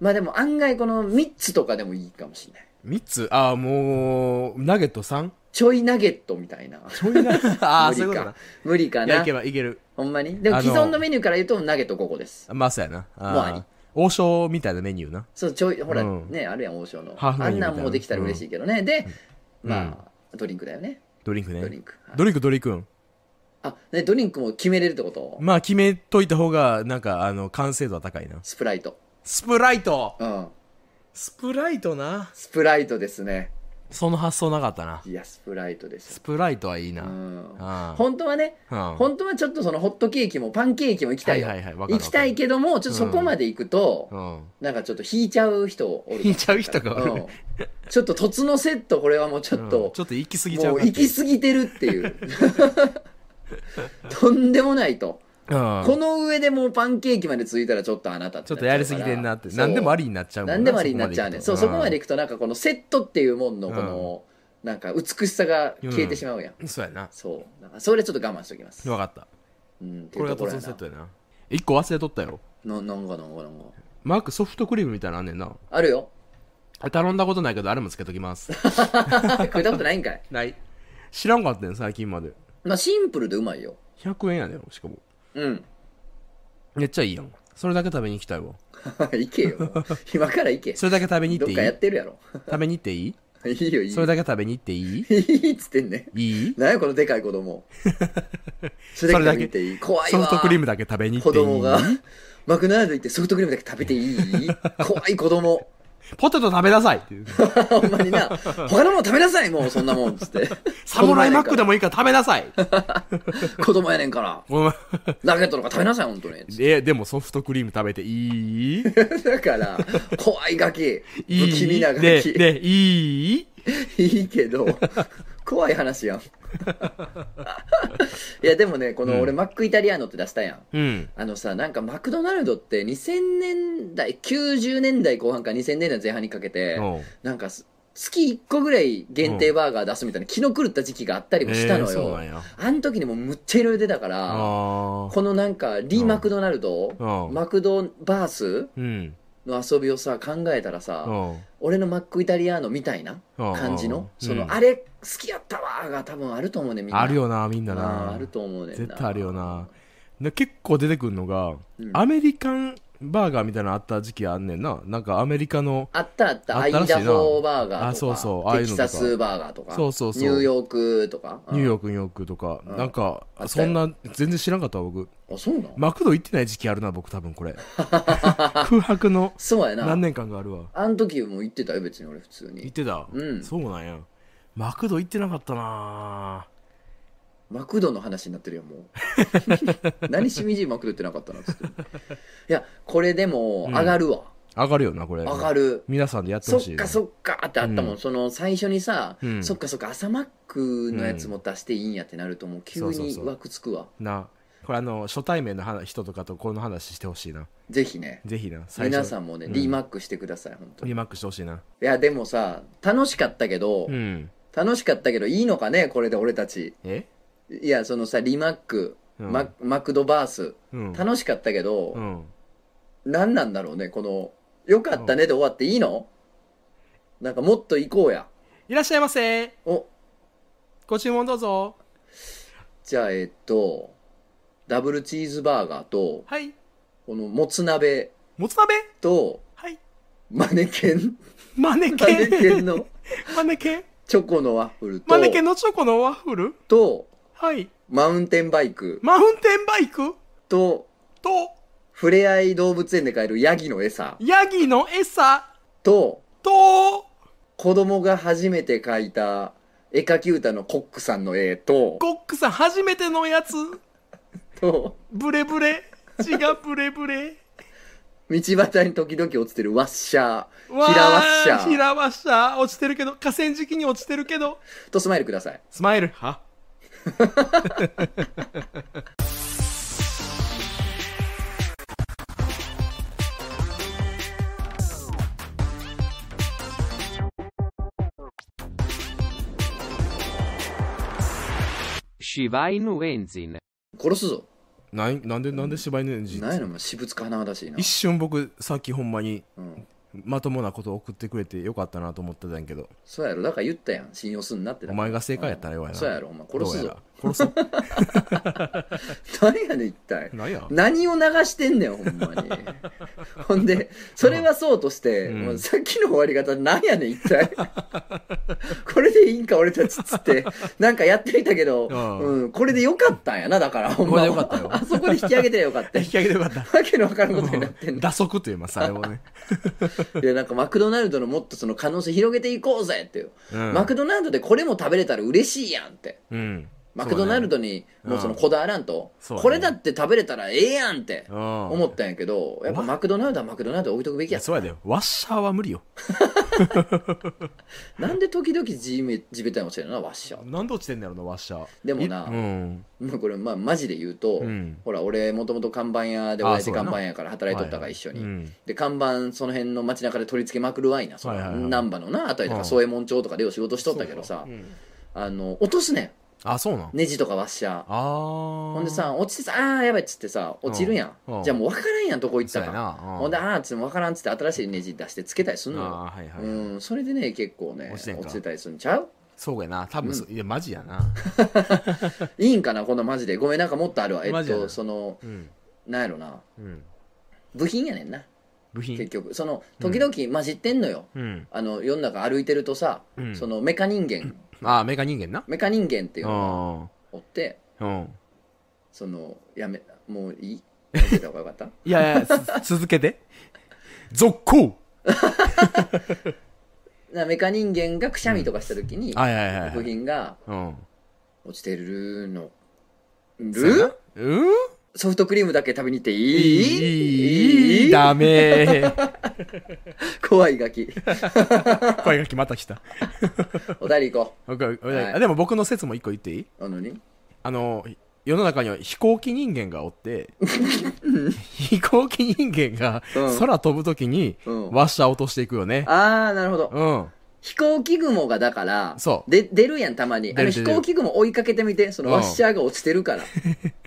Speaker 1: まあでも案外この3つとかでもいいかもしれない
Speaker 2: 三つああ、もう、ナゲット 3?
Speaker 1: ちょいナゲットみたいな
Speaker 2: ちょ いな。 ああ、
Speaker 1: 無
Speaker 2: そ
Speaker 1: 理
Speaker 2: ういうこと
Speaker 1: か
Speaker 2: な。
Speaker 1: 無理か
Speaker 2: いや、
Speaker 1: ない
Speaker 2: けばいける。
Speaker 1: ほんまにでも
Speaker 2: あの
Speaker 1: 既存のメニューから言うとナゲット5個です
Speaker 2: まあ、そうやな。あ
Speaker 1: もう
Speaker 2: あ
Speaker 1: あり
Speaker 2: 王将みたいなメニューな。
Speaker 1: そうちょいほら、
Speaker 2: うん
Speaker 1: ねあるやん王将の
Speaker 2: ハーフメ
Speaker 1: あん
Speaker 2: ニューみたいな
Speaker 1: なんもうできたら嬉しいけどね、で
Speaker 2: うん
Speaker 1: まあドリンクだよね
Speaker 2: ドリンクね。
Speaker 1: ドリンク、はい
Speaker 2: ドリンク、ドリンク。
Speaker 1: あねドリンクも決めれるってこと
Speaker 2: まあ、決めといた方が、なんか、あの、完成度は高いな。
Speaker 1: スプライト
Speaker 2: スプライト
Speaker 1: うん
Speaker 2: スプライトな。
Speaker 1: スプライトですね
Speaker 2: その発想なかったな。
Speaker 1: いやスプライトです
Speaker 2: スプライトはいいうな。
Speaker 1: ん
Speaker 2: あ
Speaker 1: 本当はね
Speaker 2: あ。うん。
Speaker 1: 本当はちょっとそのホットケーキもパンケーキも行きたいよ、
Speaker 2: はいはいはいわかる
Speaker 1: 行
Speaker 2: わかる
Speaker 1: きたいけどもちょっとそこまで行くと、
Speaker 2: うん。
Speaker 1: なんかちょっと引いちゃう人おるか
Speaker 2: 引
Speaker 1: も
Speaker 2: いちゃう人がおる
Speaker 1: うんちょっと凸のセットこれはもうちょっ
Speaker 2: うん
Speaker 1: と
Speaker 2: ち、ょっと行き過ぎちゃう
Speaker 1: もう
Speaker 2: かって
Speaker 1: 行き過ぎてるっていう とんでもないと、
Speaker 2: うん。
Speaker 1: この上でもうパンケーキまでついたらちょっとあなた
Speaker 2: ちょっとやりすぎてんなって。何でもありになっちゃうもんな
Speaker 1: 何でもありになっちゃうねそうそこまで
Speaker 2: 行
Speaker 1: 行くとなんかこのセットっていうもんのこの、なんか美しさが消えてしまうやん、
Speaker 2: くと。そうやな。
Speaker 1: そうだからそれちょっと我慢しておきます
Speaker 2: わかった。
Speaker 1: うん、ってい
Speaker 2: こ
Speaker 1: う
Speaker 2: れが
Speaker 1: とこ
Speaker 2: 突
Speaker 1: ろや
Speaker 2: 然
Speaker 1: な
Speaker 2: セットやな。一個忘れとったよ。
Speaker 1: ななんかなんかなんか
Speaker 2: マークソフトクリームみたいなのあんねんな。
Speaker 1: あるよ
Speaker 2: あ頼んだことないけど、あれもつけときます。
Speaker 1: 食ったことないんかい
Speaker 2: ない。知らんかったん最近まで。
Speaker 1: まあシンプルでうまいよ
Speaker 2: 100円やねん、しかも。
Speaker 1: うん
Speaker 2: めっちゃいいやん。それだけ食べに行きたいわ。
Speaker 1: 行けよ今から行け
Speaker 2: それだけ食べに
Speaker 1: ど
Speaker 2: 行
Speaker 1: っ
Speaker 2: っ
Speaker 1: て
Speaker 2: い
Speaker 1: かやっ
Speaker 2: い
Speaker 1: てるやろ
Speaker 2: 食べに行っていい
Speaker 1: いいよいい
Speaker 2: そ
Speaker 1: よ
Speaker 2: れだけ食べに行っていい
Speaker 1: いいっつってんね
Speaker 2: いい
Speaker 1: なんやこのでかい子 供それだけ食べていい怖い
Speaker 2: ソ
Speaker 1: わ
Speaker 2: フトクリームだけ食べに行
Speaker 1: 子
Speaker 2: っていい
Speaker 1: 供がマクドナルド行ってソフトクリームだけ食べていい 怖い子供
Speaker 2: ポテト食べなさい っていう。
Speaker 1: ほんまにな。他のもの食べなさいもうそんなもんっつって。
Speaker 2: サムライマックでもいいから食べなさい。
Speaker 1: 子供やねんから。
Speaker 2: お前
Speaker 1: ラケットとか食べなさい、本当に。
Speaker 2: え、でもソフトクリーム食べていい
Speaker 1: だから、怖いガキ。
Speaker 2: い
Speaker 1: 不気味
Speaker 2: い
Speaker 1: な
Speaker 2: ね
Speaker 1: ガ
Speaker 2: ね
Speaker 1: キ。
Speaker 2: いい
Speaker 1: いいけど、怖い話 やん。いや、でもね、この俺、マックイタリアーノって出したやん。
Speaker 2: うん。
Speaker 1: あのさ、なんかマクドナルドって2000年代、90年代後半から2000年代前半にかけて、
Speaker 2: うん
Speaker 1: なんかす月1個ぐらい限定バーガー出すみたいな気の狂った時期があったりもした
Speaker 2: えー
Speaker 1: の
Speaker 2: そう
Speaker 1: よ。
Speaker 2: なんや。
Speaker 1: あの時にもうむっちゃいろいろ出たから、
Speaker 2: あ
Speaker 1: こ
Speaker 2: ー
Speaker 1: のなんかリ・マクドナルド、
Speaker 2: うん
Speaker 1: マクドバース
Speaker 2: うん。
Speaker 1: の遊びをさ、考えたらさ、
Speaker 2: うん
Speaker 1: 俺のマックイタリアーノみたいな
Speaker 2: うん
Speaker 1: 感じ
Speaker 2: うん
Speaker 1: の、その、
Speaker 2: うん
Speaker 1: あれ好きやったわーが多分あると思うね、みんな。
Speaker 2: あるよな、みんな
Speaker 1: あー
Speaker 2: な
Speaker 1: あ。ると思うねんな。
Speaker 2: 絶対あるよな。で結構出てくるのが、
Speaker 1: うん
Speaker 2: アメリカンバーガーみたいなのあった時期あんねんな。なんかアメリカの、
Speaker 1: あったあった、
Speaker 2: あ
Speaker 1: ア
Speaker 2: っ
Speaker 1: イ
Speaker 2: た
Speaker 1: ダ
Speaker 2: らしいな
Speaker 1: ホーバーガーとか、
Speaker 2: あそうそうああいう
Speaker 1: テキ
Speaker 2: のとか
Speaker 1: サスバーガーとか、
Speaker 2: そうそうそう
Speaker 1: ニューヨークとか。
Speaker 2: ニュー
Speaker 1: ー
Speaker 2: ヨーク、ニューヨークとか、
Speaker 1: うん
Speaker 2: なんか
Speaker 1: あ、った
Speaker 2: そ
Speaker 1: よ
Speaker 2: んな、全然知らんかったわ僕。
Speaker 1: ク。あ、そうなの、
Speaker 2: マクド行ってない時期あるな、僕多分これ。 空白の
Speaker 1: そうやな
Speaker 2: 何。年間があるわ。
Speaker 1: あの時も言ってたよ、別に俺普通
Speaker 2: 行っ
Speaker 1: に。
Speaker 2: てた
Speaker 1: うん
Speaker 2: そうなんや。マクド行ってなかったな
Speaker 1: マクドの話になってるよ、も う。何しみじいマクドってなかったな、つって。いや、これでも、
Speaker 2: うん
Speaker 1: 上がるわ。
Speaker 2: 上がるよな、これ。
Speaker 1: 上がる。
Speaker 2: 皆さんでやって
Speaker 1: そ
Speaker 2: ほし
Speaker 1: っ
Speaker 2: いね。
Speaker 1: かそっかってあったもん、
Speaker 2: うん
Speaker 1: その最初にさ、
Speaker 2: うん
Speaker 1: そっかそっか朝マックのやつも出していいんやってなるともう急
Speaker 2: そうそう
Speaker 1: に
Speaker 2: そう
Speaker 1: 枠つくわ
Speaker 2: な。これあの、初対面の話人とかとこの話してほしいな。
Speaker 1: ぜひね
Speaker 2: ぜひな。最初
Speaker 1: 皆さんもね、
Speaker 2: うん
Speaker 1: リマックしてください本当に
Speaker 2: リマックしてほしいな。
Speaker 1: いやでもさ楽しかったけど、
Speaker 2: うん。
Speaker 1: 楽しかったけどいいのかねこれで俺たち
Speaker 2: え
Speaker 1: いやそのさリマック、
Speaker 2: うん
Speaker 1: ママクドバース
Speaker 2: うん。
Speaker 1: 楽しかったけど、
Speaker 2: うん。
Speaker 1: 何なんだろうねこの「よかったね」で終わっていいの、なんかもっと行こうや
Speaker 2: いらっしゃいませ。
Speaker 1: お
Speaker 2: ご注文どうぞ。
Speaker 1: じゃあえっとダブルチーズバーガーと
Speaker 2: はい。
Speaker 1: このもつ鍋
Speaker 2: もつ鍋
Speaker 1: と
Speaker 2: はい。
Speaker 1: マネケン
Speaker 2: マネ
Speaker 1: マネケ
Speaker 2: ケ
Speaker 1: ン
Speaker 2: ン。
Speaker 1: の
Speaker 2: マネケン。
Speaker 1: チョコのワッフルと
Speaker 2: マネケンのチョコのワッフル
Speaker 1: と
Speaker 2: はい。
Speaker 1: マウンテンバイク
Speaker 2: マウンテンバイク
Speaker 1: と
Speaker 2: と、
Speaker 1: ふれあい動物園で買えるヤギの餌
Speaker 2: ヤギの餌
Speaker 1: と
Speaker 2: と、
Speaker 1: 子供が初めて描いた絵描き歌のコックさんの絵と
Speaker 2: コックさん初めてのやつ。
Speaker 1: と
Speaker 2: ブレブレ。血がブレブレ。
Speaker 1: 道端に時々落ちてるワッシャー
Speaker 2: わー
Speaker 1: ヒラワッシャ
Speaker 2: ひ
Speaker 1: ー
Speaker 2: らわっしゃ。落ちてるけど、河川敷に落ちてるけど。
Speaker 1: とスマイルください
Speaker 2: スマイル。は
Speaker 4: 柴犬エンジン。
Speaker 1: 殺すぞ
Speaker 2: なんなんで、なんで柴犬エンジン
Speaker 1: 何やねんお前私物かなだしいな
Speaker 2: 一、瞬僕、さっきほんまに
Speaker 1: うん、
Speaker 2: まともなこと送ってくれてよかったなと思ってたんやけど、
Speaker 1: そうやろだから言ったやん信用すんなって
Speaker 2: お前が正解やったらよやな。
Speaker 1: そうやろお前殺す
Speaker 2: どう
Speaker 1: ぞ
Speaker 2: やら。殺そう。
Speaker 1: 何やねん一体
Speaker 2: なんや
Speaker 1: 何を流してんねんほん まにほんでそれはそうとして、
Speaker 2: うん
Speaker 1: もうさっきの終わり方なんやねん一体 これでいいんか俺たちっつってなんかやってみたけど、
Speaker 2: うん
Speaker 1: うん、これでよかったんやなだからほん
Speaker 2: こ
Speaker 1: ま
Speaker 2: れでよかったよ
Speaker 1: あそこで引き上げてよかった
Speaker 2: 引き上げてよかった。
Speaker 1: わけのわからんことになってんだ
Speaker 2: 打足と言います、あれを ね。
Speaker 1: いやなんかマクドナルドのもっとその可能性広げていこうぜっていう、
Speaker 2: うん
Speaker 1: マクドナルドでこれも食べれたら嬉しいやんって
Speaker 2: うん。
Speaker 1: マクドナルドにもうそのこだわらんと、
Speaker 2: そうだね
Speaker 1: これだって食べれたらええやんって
Speaker 2: 思
Speaker 1: 思ったんやけどやっぱマクドナルドはマクドナルド置いとくべき
Speaker 2: いや、
Speaker 1: や
Speaker 2: そうやだよ。ワッシャーは無理よ。
Speaker 1: なんで時々地べ地べたに落ちてるのなワッシャー
Speaker 2: 何度落ちてんだろうな、ワッシャー。
Speaker 1: でもな
Speaker 2: うん。
Speaker 1: まあこれまあマジで言うと、
Speaker 2: うん
Speaker 1: ほら俺もともと看板屋で親父
Speaker 2: あそうや
Speaker 1: 看
Speaker 2: な
Speaker 1: 板屋から働いとったから一緒に、
Speaker 2: うん。
Speaker 1: で看板その辺の街中で取り付けまくるわいなその
Speaker 2: はいはいはい
Speaker 1: 難波のなあたりと
Speaker 2: うん
Speaker 1: か添右衛門町とかでよう仕事しとったけどさ、
Speaker 2: うん
Speaker 1: あの落とすね
Speaker 2: あ、そうなん
Speaker 1: ん。ネジとかワッシャー
Speaker 2: あー。
Speaker 1: ほんでさ落ちてさあーやばいっつってさ落ちるやん、
Speaker 2: うんうん
Speaker 1: じゃあもう分からんやんどこ行っ
Speaker 2: そ
Speaker 1: た
Speaker 2: うや
Speaker 1: か
Speaker 2: な。
Speaker 1: ほんで
Speaker 2: あ
Speaker 1: あーっつっても分からんっつって新しいネジ出してつけたりすんのよ
Speaker 2: あー、はいはい。
Speaker 1: うん、それでね結構ね
Speaker 2: 落
Speaker 1: 落
Speaker 2: ちてん
Speaker 1: ち
Speaker 2: か
Speaker 1: てたりするんちゃう
Speaker 2: そうやな。多分そう、いや、マジやな。
Speaker 1: いいんかなこんなマジでごめんなんかもっとあるわえ
Speaker 2: マ
Speaker 1: っ
Speaker 2: ジやな
Speaker 1: とその
Speaker 2: うん。
Speaker 1: なんやろな
Speaker 2: うん。
Speaker 1: 部品やねんな
Speaker 2: 部
Speaker 1: 結
Speaker 2: 品。
Speaker 1: 局その時々混じってんのよ、
Speaker 2: うん。
Speaker 1: あの世の中歩いてるとさ、
Speaker 2: うん
Speaker 1: そのメカ人間
Speaker 2: あー、メカ人間な。
Speaker 1: メカ人間っていうの
Speaker 2: あ
Speaker 1: がおって
Speaker 2: あ。うん。
Speaker 1: そのやめもういいやめてた方がよかった
Speaker 2: いやいや、つ続けて。続行
Speaker 1: なメカ人間がくしゃみとかした時に、
Speaker 2: はいはいはいは
Speaker 1: 部
Speaker 2: い。
Speaker 1: 品が
Speaker 2: うん。
Speaker 1: 落ちてるの。
Speaker 2: そうやな
Speaker 1: る
Speaker 2: うん
Speaker 1: ソフトクリームだけ食べに行ってい
Speaker 2: い
Speaker 1: い
Speaker 2: いいいダメ。
Speaker 1: 怖いガキ。
Speaker 2: 声が決まった来た。
Speaker 1: お便り行こ
Speaker 2: わかる
Speaker 1: はい。
Speaker 2: あでも僕の説も一個言っていいう
Speaker 1: なのに
Speaker 2: あの、世の中には飛行機人間が おって、飛行機人間が
Speaker 1: うん
Speaker 2: 空飛ぶときに、
Speaker 1: うん
Speaker 2: ワッシャー落としていくよね。
Speaker 1: あー、なるほど。
Speaker 2: うん。
Speaker 1: 飛行機雲がだから、
Speaker 2: そう
Speaker 1: で、出るやん、たまに。あ
Speaker 2: 出
Speaker 1: の
Speaker 2: る
Speaker 1: 飛
Speaker 2: 出る
Speaker 1: 行機雲追いかけてみて、その
Speaker 2: うん
Speaker 1: ワッシャーが落ちてるから。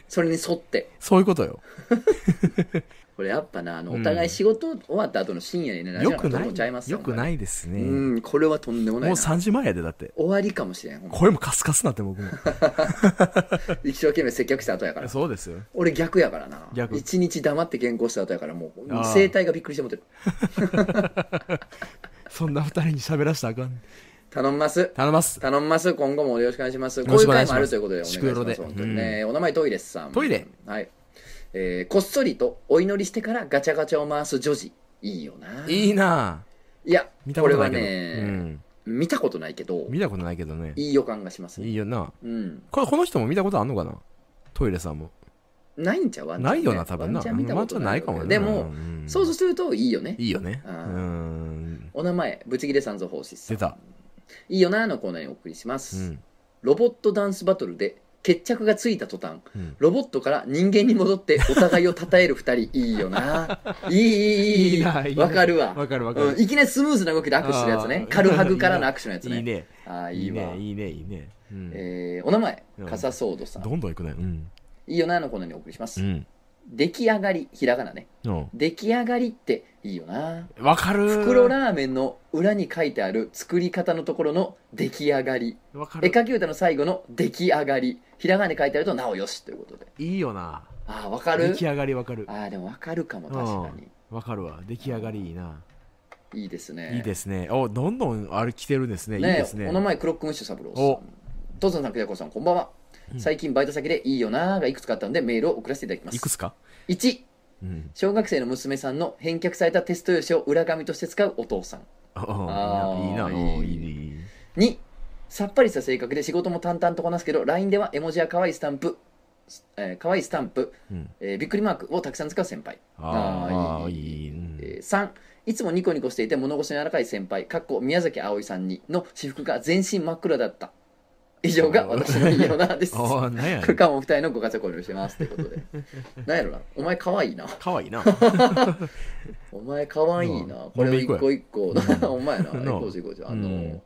Speaker 1: それに沿って。
Speaker 2: そういうことよ。
Speaker 1: これやっぱな、あの、
Speaker 2: う
Speaker 1: お
Speaker 2: ん
Speaker 1: 互い仕事終わった後の深夜にね、ラジオの
Speaker 2: よく
Speaker 1: こと
Speaker 2: ない
Speaker 1: もちゃいま。す
Speaker 2: よく
Speaker 1: い。
Speaker 2: ないです
Speaker 1: う
Speaker 2: ね。も
Speaker 1: ん、これはとんでも
Speaker 2: う
Speaker 1: ないな。終
Speaker 2: 3時前やで、だって。
Speaker 1: わりかもしれん。ほんま
Speaker 2: 声もカスカスなって 僕も。
Speaker 1: 一生懸命接客した後やから。
Speaker 2: そうですよ。
Speaker 1: 俺逆やからな。
Speaker 2: 逆
Speaker 1: 一日黙って健康した後やから、もう
Speaker 2: あー、
Speaker 1: 生態がびっくりしてもってる。
Speaker 2: そんな二人に喋らしたらあかん。
Speaker 1: 頼みます。
Speaker 2: 頼ます。
Speaker 1: 頼みます。今後もよろしくお願いします。
Speaker 2: よ
Speaker 1: こうい
Speaker 2: ろし
Speaker 1: う
Speaker 2: くお願
Speaker 1: 回
Speaker 2: いしま
Speaker 1: も
Speaker 2: す
Speaker 1: あるということでお願いし
Speaker 2: 宿
Speaker 1: ま。
Speaker 2: 黒です
Speaker 1: 本当にね、お名前トイレスさん。
Speaker 2: トイレ
Speaker 1: はい。えーこっそりとお祈りしてからガチャガチャを回す女児。いいよな。い
Speaker 2: いいなぁ
Speaker 1: や、
Speaker 2: 見た
Speaker 1: こ
Speaker 2: こ
Speaker 1: れ
Speaker 2: とな
Speaker 1: はい
Speaker 2: けど。う
Speaker 1: ね、
Speaker 2: ん。
Speaker 1: 見たことないけど、
Speaker 2: 見たことないけどね。
Speaker 1: いい予感がしますね。
Speaker 2: いいよな
Speaker 1: うん。
Speaker 2: これ、この人も見たことあんのかなトイレさんも。
Speaker 1: ないんちゃうワンちゃん
Speaker 2: な
Speaker 1: ね
Speaker 2: いよな、多分な。
Speaker 1: ワンちゃん見たことない
Speaker 2: ワンチャンないかもな
Speaker 1: で
Speaker 2: う
Speaker 1: も、
Speaker 2: ん
Speaker 1: 想像するといいよね。
Speaker 2: いいよね。う
Speaker 1: あー
Speaker 2: ん。
Speaker 1: お名前、ブチギレさんぞ法師さ
Speaker 2: 出
Speaker 1: ん。
Speaker 2: た。
Speaker 1: いいよなのコーナーにお送りしま
Speaker 2: う
Speaker 1: す。
Speaker 2: ん。
Speaker 1: ロボットダンスバトルで決着がついた途端、
Speaker 2: うん
Speaker 1: ロボットから人間に戻ってお互いを称える二人いいよ ないいいいいいい
Speaker 2: なな
Speaker 1: わかるわ
Speaker 2: わかるわか
Speaker 1: うん、
Speaker 2: る。
Speaker 1: いきなりスムーズな動きで握手するやつ
Speaker 2: あ
Speaker 1: ね
Speaker 2: ー
Speaker 1: 軽ハグからの握手のやつね
Speaker 2: いいね。
Speaker 1: ああい
Speaker 2: い
Speaker 1: い
Speaker 2: い
Speaker 1: わ
Speaker 2: ね、いいね、いいね。うん
Speaker 1: えーお名前
Speaker 2: うん
Speaker 1: 笠ソードさん
Speaker 2: どんどんいくね。うん。
Speaker 1: いいよなのコーナーにお送りしま
Speaker 2: う
Speaker 1: す、
Speaker 2: ん
Speaker 1: 出来上がりひらがなね
Speaker 2: うん。
Speaker 1: 出来上がりっていいよな
Speaker 2: わかる。
Speaker 1: 袋ラーメンの裏に書いてある作り方のところの出来上がり
Speaker 2: わか
Speaker 1: 絵
Speaker 2: る。
Speaker 1: 描き歌の最後の出来上がりひらがなに書いてあるとなおよしということで
Speaker 2: いいよな。
Speaker 1: ああわか
Speaker 2: 出
Speaker 1: る
Speaker 2: 来上がりわかる
Speaker 1: あ。あでもわかるかも確かに、
Speaker 2: わかるわ。出来上がりいいな。
Speaker 1: いいですね
Speaker 2: いいですね。お、どんどんあれ来てるんですね。いい
Speaker 1: ね
Speaker 2: ですね。
Speaker 1: お名前クロックムッシュ三郎さ
Speaker 2: お
Speaker 1: ん父さんさん久子さんこんばんは、最近バイト先で「いいよな」がいくつかあったのでメールを送らせていただきます
Speaker 2: いくつか
Speaker 1: 1
Speaker 2: うん。
Speaker 1: 小学生の娘さんの返却されたテスト用紙を裏紙として使うお父さん
Speaker 2: あいいな、
Speaker 1: あー
Speaker 2: いいなおいいねいいね。
Speaker 1: 2さっぱりした性格で仕事も淡々とこなすけど LINE では絵文字や可愛いスタンプ、えー、可愛いスタンプ、
Speaker 2: うん
Speaker 1: えーびっくりマークをたくさん使う先輩
Speaker 2: あ
Speaker 1: あ
Speaker 2: あ、
Speaker 1: ー
Speaker 2: い
Speaker 1: いい
Speaker 2: い。うん
Speaker 1: えー3いつもニコニコしていて物腰の柔らかい先輩かっこ宮崎あおいさんにの私服が全身真っ黒だった以上が私のいいよな です
Speaker 2: ああ、なんやね
Speaker 1: 区
Speaker 2: ん。
Speaker 1: 間お二人のご活躍をお願いしますという ことでなんやろなお前かわいいな
Speaker 2: かわいいな。
Speaker 1: お前かわいいな
Speaker 2: うん
Speaker 1: これを一
Speaker 2: 飲ん
Speaker 1: 個一個 お前やな
Speaker 2: なあ
Speaker 1: 行こうぜ行こうぜあの、
Speaker 2: うん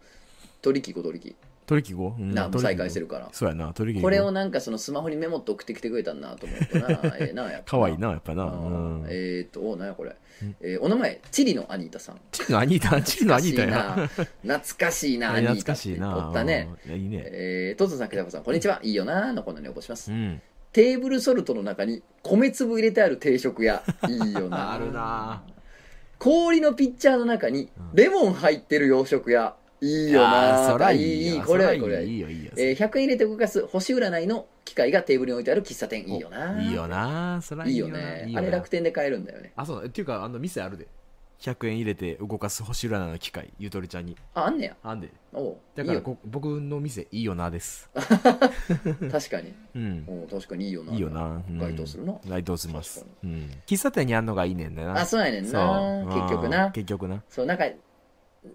Speaker 1: 取り聞こう取り
Speaker 2: 取引後
Speaker 1: 聞何も再開してるから
Speaker 2: そうやな、取引後。
Speaker 1: これをなんかそのスマホにメモって送ってきてくれたんなと思うと なええなやっぱ
Speaker 2: かわいいな、やっぱな。
Speaker 1: あ
Speaker 2: う
Speaker 1: ー
Speaker 2: ん。
Speaker 1: えーっとおなんやこれ、えーお名前チリのアニータさん
Speaker 2: チリのアニータ、チリのアニータやな。
Speaker 1: 懐かしいな。懐
Speaker 2: 懐
Speaker 1: か
Speaker 2: か
Speaker 1: し
Speaker 2: し
Speaker 1: い
Speaker 2: い
Speaker 1: な。
Speaker 2: な。
Speaker 1: おったね。
Speaker 2: うん。いいね。
Speaker 1: えー、トツさん、北子さん、こんにちは。いいよなーのコーナーに応募します
Speaker 2: う。ん。
Speaker 1: テーブルソルトの中に米粒入れてある定食屋。いいよな。
Speaker 2: ある。な。
Speaker 1: 氷のピッチャーの中にレモン入ってる洋食屋。いいよな
Speaker 2: あ
Speaker 1: ー。
Speaker 2: ーそらい
Speaker 1: い
Speaker 2: い
Speaker 1: い
Speaker 2: よ
Speaker 1: いい。これ
Speaker 2: そ
Speaker 1: は
Speaker 2: らいい
Speaker 1: これはい
Speaker 2: い
Speaker 1: い。
Speaker 2: よ、いいよ。
Speaker 1: えー、100円入れて動かす星占いの機械がテーブルに置いてある喫茶店。いいよなー。
Speaker 2: いいよな。そら
Speaker 1: い
Speaker 2: い
Speaker 1: い
Speaker 2: い
Speaker 1: よ
Speaker 2: よ
Speaker 1: ね
Speaker 2: ね。
Speaker 1: あれ楽天で買えるんだよね。
Speaker 2: あ、そうだ。っていうか、あの、店あるで。100円入れて動かす星占いの機械、ゆとりちゃんに。
Speaker 1: あ、あんねや。
Speaker 2: あんで。
Speaker 1: おうい
Speaker 2: だ
Speaker 1: い
Speaker 2: から
Speaker 1: よ。
Speaker 2: こ、僕の店、いいよなです。
Speaker 1: 確かに。
Speaker 2: うん。
Speaker 1: おう確かにいいよな。
Speaker 2: いいよな。うん
Speaker 1: 該当するな。
Speaker 2: 該当します。うん。喫茶店にあんのがいいねんだな。
Speaker 1: あ、そうやねんな。
Speaker 2: そう
Speaker 1: 結局
Speaker 2: う。
Speaker 1: なん
Speaker 2: 結局な。
Speaker 1: そう、なんか、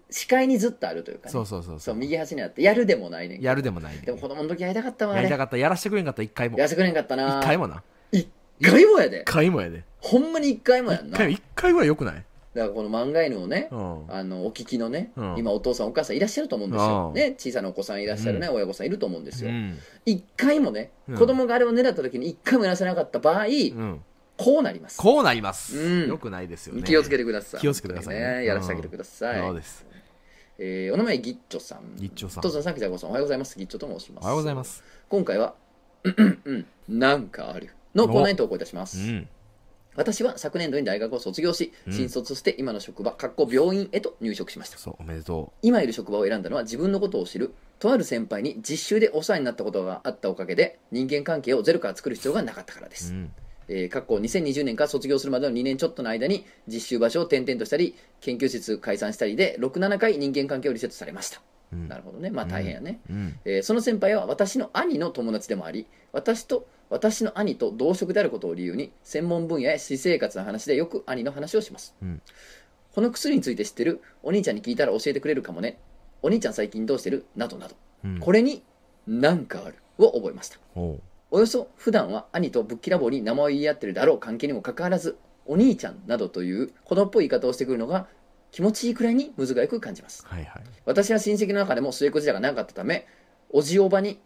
Speaker 1: 視界にずっとあるというかね、
Speaker 2: そうそうそう。
Speaker 1: そ
Speaker 2: そうう
Speaker 1: 右端にあって、やるでもないねんけど
Speaker 2: やるでもないね
Speaker 1: でも子供の時やりたかったわ、あ
Speaker 2: や
Speaker 1: れ。
Speaker 2: りた
Speaker 1: や
Speaker 2: かった。やらしてくれんかった、一回も。
Speaker 1: ら
Speaker 2: 一
Speaker 1: せてくれんかったな。
Speaker 2: 回もな。
Speaker 1: 一回もやで
Speaker 2: 一。回もやで。
Speaker 1: ほんまに一回もやん
Speaker 2: 一
Speaker 1: な。だ
Speaker 2: 回
Speaker 1: か
Speaker 2: も、一回ぐらい良くない
Speaker 1: らこの漫画犬をね、
Speaker 2: うん。
Speaker 1: あの、お聞きのね、
Speaker 2: うん
Speaker 1: 今お父さんお母さんいらっしゃると思うんですよ。
Speaker 2: うん
Speaker 1: ね、小さなお子さんいらっしゃるね、親御さんいると思うんです
Speaker 2: う
Speaker 1: よ。
Speaker 2: ん。
Speaker 1: 一回もね
Speaker 2: う、ん
Speaker 1: 子供があれを狙った時に一回もやらせなかった場合、
Speaker 2: うん。
Speaker 1: こうなります。
Speaker 2: こうなります。
Speaker 1: うん
Speaker 2: 良くないですよね。
Speaker 1: 気をつけ
Speaker 2: て。
Speaker 1: てください。
Speaker 2: 気をつけてくださいね
Speaker 1: 本当にねやらせてあげてください。
Speaker 2: そうです。
Speaker 1: えーお名前ギッチョさん。
Speaker 2: ギッチョさん
Speaker 1: 父さん、さきちゃんこさん、おはようございます。ギッチョと申しま
Speaker 2: お
Speaker 1: す。
Speaker 2: はようございま。す。
Speaker 1: 今回は、うんうんなんかある。のコーナーに投稿いたします
Speaker 2: う。ん。
Speaker 1: 私は昨年度に大学を卒業し、
Speaker 2: うん
Speaker 1: 新卒して今の職場、かっこ病院へと入職しました。
Speaker 2: そう、おめでと
Speaker 1: 今いる職場を選んだのは自分のことを知る、とある先輩に実習でお世話になったことがあったおかげで、人間関係をゼロから作る必要がなかったからで
Speaker 2: う。う
Speaker 1: す。
Speaker 2: ん。
Speaker 1: えー、過去2020年から卒業するまでの2年ちょっとの間に実習場所を転々としたり研究室解散したりで67回人間関係をリセットされました、
Speaker 2: うん
Speaker 1: なるほどねまあ大変やね、
Speaker 2: うん。
Speaker 1: えーその先輩は私の兄の友達でもあり私と私の兄と同職であることを理由に専門分野や私生活の話でよく兄の話をします、
Speaker 2: うん
Speaker 1: この薬について知ってるお兄ちゃんに聞いたら教えてくれるかもねお兄ちゃん最近どうしてるなどなど
Speaker 2: うん、
Speaker 1: これに「なんかある」を覚えました
Speaker 2: おう
Speaker 1: およそ普段は兄とぶっきらぼうに名前を言い合ってるだろう関係にもかかわらずお兄ちゃんなどという子供っぽい言い方をしてくるのが気持ちいいくらいにむずがゆく感じます
Speaker 2: はいはい。
Speaker 1: 私は親戚の中でも末っ子時代がなかったためおじおばに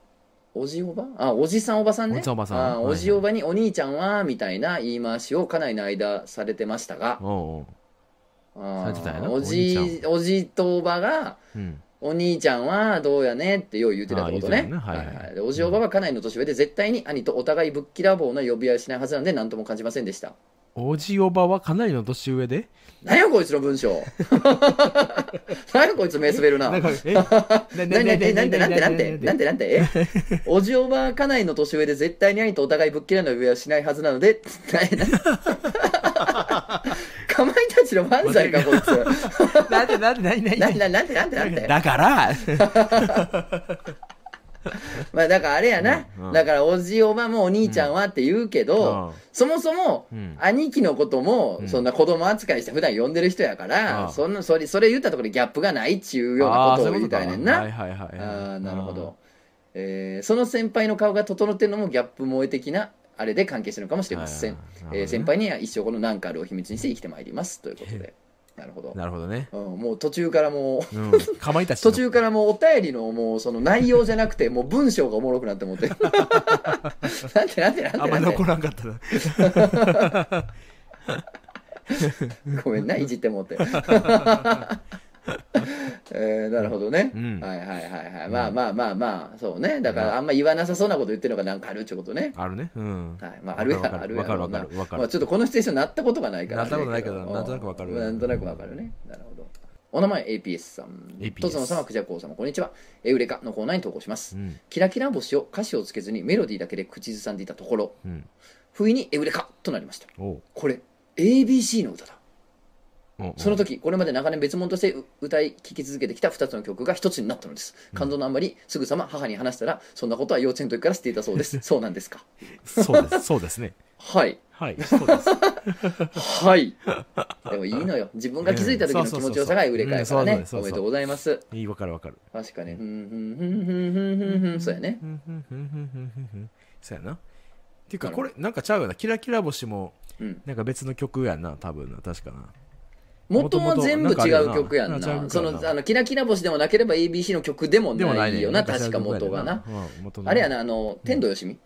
Speaker 1: おじおばあおじさんおばさんね
Speaker 2: おじさんおばさん
Speaker 1: あ
Speaker 2: はいはい
Speaker 1: おじおばにお兄ちゃんはみたいな言い回しを家内の間されてましたが
Speaker 2: おうおう。
Speaker 1: あ
Speaker 2: されてたんやな
Speaker 1: お
Speaker 2: お
Speaker 1: じ
Speaker 2: 兄ち
Speaker 1: おじとおばが
Speaker 2: うん。
Speaker 1: お兄ちゃんはどうやねってよう言うてたってこと
Speaker 2: ああ
Speaker 1: ね
Speaker 2: 言うてたよねはいはい
Speaker 1: でおじおばは家内の年上で絶対に兄とお互いぶっきらぼうな呼び合いをしないはずなんで何とも感じませんでした
Speaker 2: おじおばはかなりの年上で。
Speaker 1: 何よこいつの文章何よこいつ目滑るな
Speaker 2: なんか、えな
Speaker 1: なになになんてなんてなんてなんてなんてえおじおば家内の年上で絶対に兄とお互いぶっきらの上はしないはずなので、なになにかまいたちの漫才か、こいつ。
Speaker 2: なんてなんてなんて
Speaker 1: な
Speaker 2: なん
Speaker 1: に
Speaker 2: て
Speaker 1: なになんてなんてなんて。
Speaker 2: だから、
Speaker 1: まあだからあれやな、
Speaker 2: うんうん
Speaker 1: だからおじおばもお兄ちゃんはって言うけど、
Speaker 2: うん
Speaker 1: そもそも、
Speaker 2: うん
Speaker 1: 兄貴のことも
Speaker 2: うん
Speaker 1: そんな子供扱いして普段呼んでる人やから、
Speaker 2: うん
Speaker 1: そんなそれそれ言ったところでギャップがないっちゅうような
Speaker 2: あー
Speaker 1: こ
Speaker 2: そ
Speaker 1: とを
Speaker 2: う
Speaker 1: 言い
Speaker 2: か
Speaker 1: たいねんな
Speaker 2: はいはいはいはい。
Speaker 1: ああなるほど、えーその先輩の顔が整ってるのもギャップ萌え的なあれで関係してるのかもしれません、
Speaker 2: はいはいはい
Speaker 1: えー先輩には一生この何かあるを秘密にして生きてまいりますということでなるほど
Speaker 2: うん。なるほどね。
Speaker 1: うん、もう途中からもう
Speaker 2: うん。かまいたちの。
Speaker 1: 途中からもうお便りのもうその内容じゃなくてもう文章がおもろくなって思って なんてなんてなんて
Speaker 2: あん
Speaker 1: な
Speaker 2: ま
Speaker 1: ん
Speaker 2: 残
Speaker 1: て
Speaker 2: らんかったな。
Speaker 1: ごめんないじって もってえーなるほどね、
Speaker 2: うん
Speaker 1: はいはいはいはいまあまあまあまあそうねだからあんま言わなさそうなこと言ってるのがなんかあるってことね
Speaker 2: あるね。うん。
Speaker 1: はい、まあ、あるや
Speaker 2: わかる
Speaker 1: あるや
Speaker 2: わかる
Speaker 1: ろうな
Speaker 2: わかるわかる
Speaker 1: まあ、ちょっとこのシチュエーションなったことがないから、
Speaker 2: なったことないけど
Speaker 1: うん
Speaker 2: なんとなくわかる
Speaker 1: なんとなくわかるね。なるほど。お名前 APS さん。
Speaker 2: APS
Speaker 1: とつの様、クジャコウ様、こんにちは。エウレカのコーナーに投稿します。
Speaker 2: うん。
Speaker 1: キラキラ星を歌詞をつけずにメロディーだけで口ずさんでいたところ、
Speaker 2: うん。
Speaker 1: 不意にエウレカとなりました。
Speaker 2: おう
Speaker 1: これ、ABC の歌だ。
Speaker 2: おう
Speaker 1: その時、これまで長年別物として歌い聴き続けてきた2つの曲が1つになったのです。感動のあんまり、すぐさま母に話したら、そんなことは幼稚園の時からしていたそうです。そうなんですか。
Speaker 2: そうです。そうですね。
Speaker 1: はい。
Speaker 2: はい。そうです。
Speaker 1: はい。でもいいのよ。自分が気づいた時の気持ちよさがエウレカやから
Speaker 2: うん
Speaker 1: ね。お
Speaker 2: そうそうそうそう
Speaker 1: めでとうございます。
Speaker 2: いい、わかるわかる。
Speaker 1: 確かに。ふんふんふんふんふんふんふんそうやね。
Speaker 2: ふんふんふんふんふんふんふんそうやな。っていうか、
Speaker 1: なる
Speaker 2: こ
Speaker 1: ほど
Speaker 2: れ、なんかちゃうよな。キラキラ星も、
Speaker 1: うん。
Speaker 2: なんか別の曲やんな。多分な。確かな。
Speaker 1: 元も全部違う曲やん
Speaker 2: なんかあるよ
Speaker 1: な。
Speaker 2: な
Speaker 1: その、あの、キラキラ星でもなければ ABC の曲でも
Speaker 2: でもな
Speaker 1: ないい
Speaker 2: ね。
Speaker 1: よな。
Speaker 2: ん違
Speaker 1: 確
Speaker 2: う
Speaker 1: か
Speaker 2: 曲やね
Speaker 1: 元がな。。
Speaker 2: うん元の
Speaker 1: あれや。な、あの、天童よしみ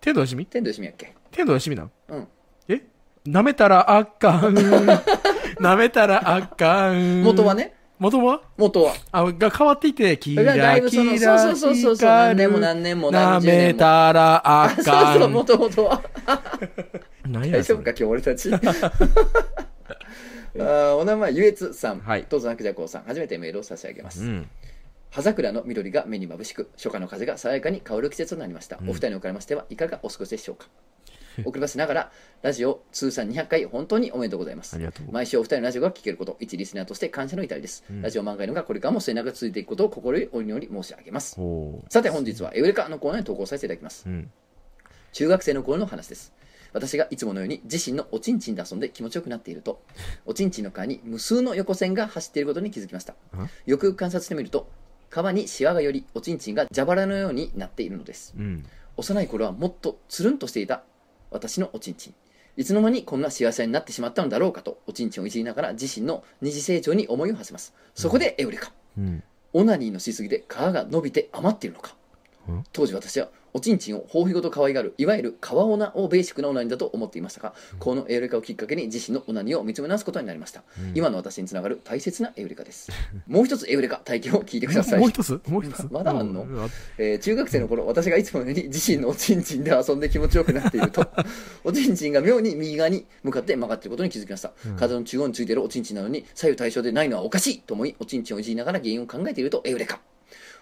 Speaker 2: 天童よしみ
Speaker 1: 天童よしみやっけ
Speaker 2: 天童よしみなん
Speaker 1: うん。
Speaker 2: え舐めたらあかん。舐めたらあかん。
Speaker 1: 元は。ね、
Speaker 2: 元は
Speaker 1: 元は。
Speaker 2: あ、が変わっていて、キ
Speaker 1: だ
Speaker 2: ラ
Speaker 1: か
Speaker 2: キ
Speaker 1: らだい
Speaker 2: ラ
Speaker 1: ぶその、
Speaker 2: 光
Speaker 1: そうそう
Speaker 2: る。
Speaker 1: そうそうそう、何年も何年も何
Speaker 2: 舐
Speaker 1: 十
Speaker 2: め
Speaker 1: 年も。
Speaker 2: たらあ
Speaker 1: あ、
Speaker 2: か
Speaker 1: そう
Speaker 2: ん。
Speaker 1: そう、元々は。
Speaker 2: 何や
Speaker 1: 大丈
Speaker 2: そ
Speaker 1: 夫
Speaker 2: れ
Speaker 1: か今日俺 たちあーお名前ゆえつさん、
Speaker 2: はい
Speaker 1: とぞなくじゃこうさん初めてメールを差し上げます、
Speaker 2: うん。
Speaker 1: 葉桜の緑が目にまぶしく初夏の風が爽やかに香る季節となりました、
Speaker 2: うん
Speaker 1: お二人におかれましてはいかがお過ごしでしょう か送りますながらラジオ通算200回本当におめでとうございま
Speaker 2: あ
Speaker 1: す
Speaker 2: りがとう。
Speaker 1: 毎週お二人のラジオが聴けること一リスナーとして感謝の至りです、
Speaker 2: うん
Speaker 1: ラジオ漫画のがこれからも末永く続いていくことを心よりお祈り申し上げます
Speaker 2: ほ
Speaker 1: さて本日はエウレカのコーナーに投稿させていただきます
Speaker 2: う。うん。
Speaker 1: 中学生の頃の話です私がいつものように自身のおちんちんで遊んで気持ちよくなっているとおちんちんの皮に無数の横線が走っていることに気づきましたよくよく観察してみると皮にシワがよりおちんちんが蛇腹のようになっているのです
Speaker 2: うん。
Speaker 1: 幼い頃はもっとつるんとしていた私のおちんちんいつの間にこんな幸せになってしまったのだろうかとおちんちんをいじりながら自身の二次成長に思いを馳せますそこでエウレカ、
Speaker 2: うん。
Speaker 1: オナニーのしすぎで皮が伸びて余っているのか
Speaker 2: ん
Speaker 1: 当時私はおちんちんを包皮ごと可愛がるいわゆる皮オナをベーシックなオナニーだと思っていましたがこのエウレカをきっかけに自身のオナニーを見つめ直すことになりました、
Speaker 2: うん
Speaker 1: 今の私につながる大切なエウレカですもう一つエウレカ体験を聞いてください
Speaker 2: もう一つもう一つ
Speaker 1: まだあんの
Speaker 2: う
Speaker 1: えー中学生の頃私がいつものように自身のおちんちんで遊んで気持ちよくなっているとおちんちんが妙に右側に向かって曲がっていることに気づきました、
Speaker 2: うん
Speaker 1: 体の中央についているおちんちんなのに左右対称でないのはおかしいと思いおちんちんをいじりながら原因を考えているとエウレカ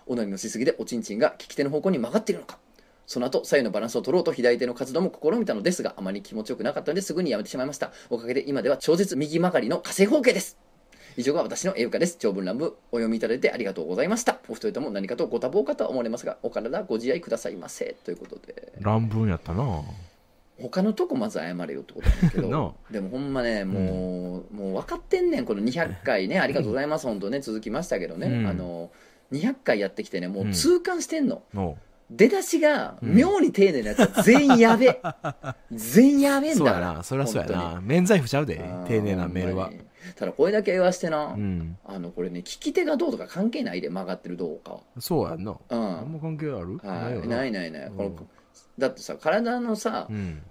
Speaker 1: オナニーのしすぎでおちんちんが利き手の方向に曲がっているのかその後左右のバランスを取ろうと左手の活動も試みたのですがあまり気持ちよくなかったのですぐにやめてしまいましたおかげで今では超絶右曲がりの火星方形です以上が私の絵歌です長文乱文お読みいただいてありがとうございましたお二人とも何かとご多忙かとは思われますがお体ご自愛くださいませということで
Speaker 2: 乱文やったな
Speaker 1: 他のとこまず謝れよってことなんだけ ど、
Speaker 2: な
Speaker 1: でもほんまねもう,、もう分かってんねんこの200回ねありがとうございます本当ね続きましたけどね、
Speaker 2: うん
Speaker 1: あの200回やってきてねも
Speaker 2: う
Speaker 1: うん痛感してんの、
Speaker 2: の
Speaker 1: 出だしが妙に丁寧なやつは全員や べ、全員やべえん
Speaker 2: そう
Speaker 1: だ
Speaker 2: や
Speaker 1: から
Speaker 2: なそりゃそうや
Speaker 1: 本
Speaker 2: な免罪符ちゃうで
Speaker 1: 当に
Speaker 2: 丁寧なメール
Speaker 1: あ
Speaker 2: は
Speaker 1: ほんまにただこれだけ言わしてな、
Speaker 2: うん
Speaker 1: あのこれね聞き手がどうとか関係ないで曲がってるどうかは
Speaker 2: そうやんな
Speaker 1: うん
Speaker 2: あんま関係あるない
Speaker 1: は
Speaker 2: よ
Speaker 1: い、ない
Speaker 2: な
Speaker 1: ないない、
Speaker 2: うん
Speaker 1: このだってさ体のさ
Speaker 2: うん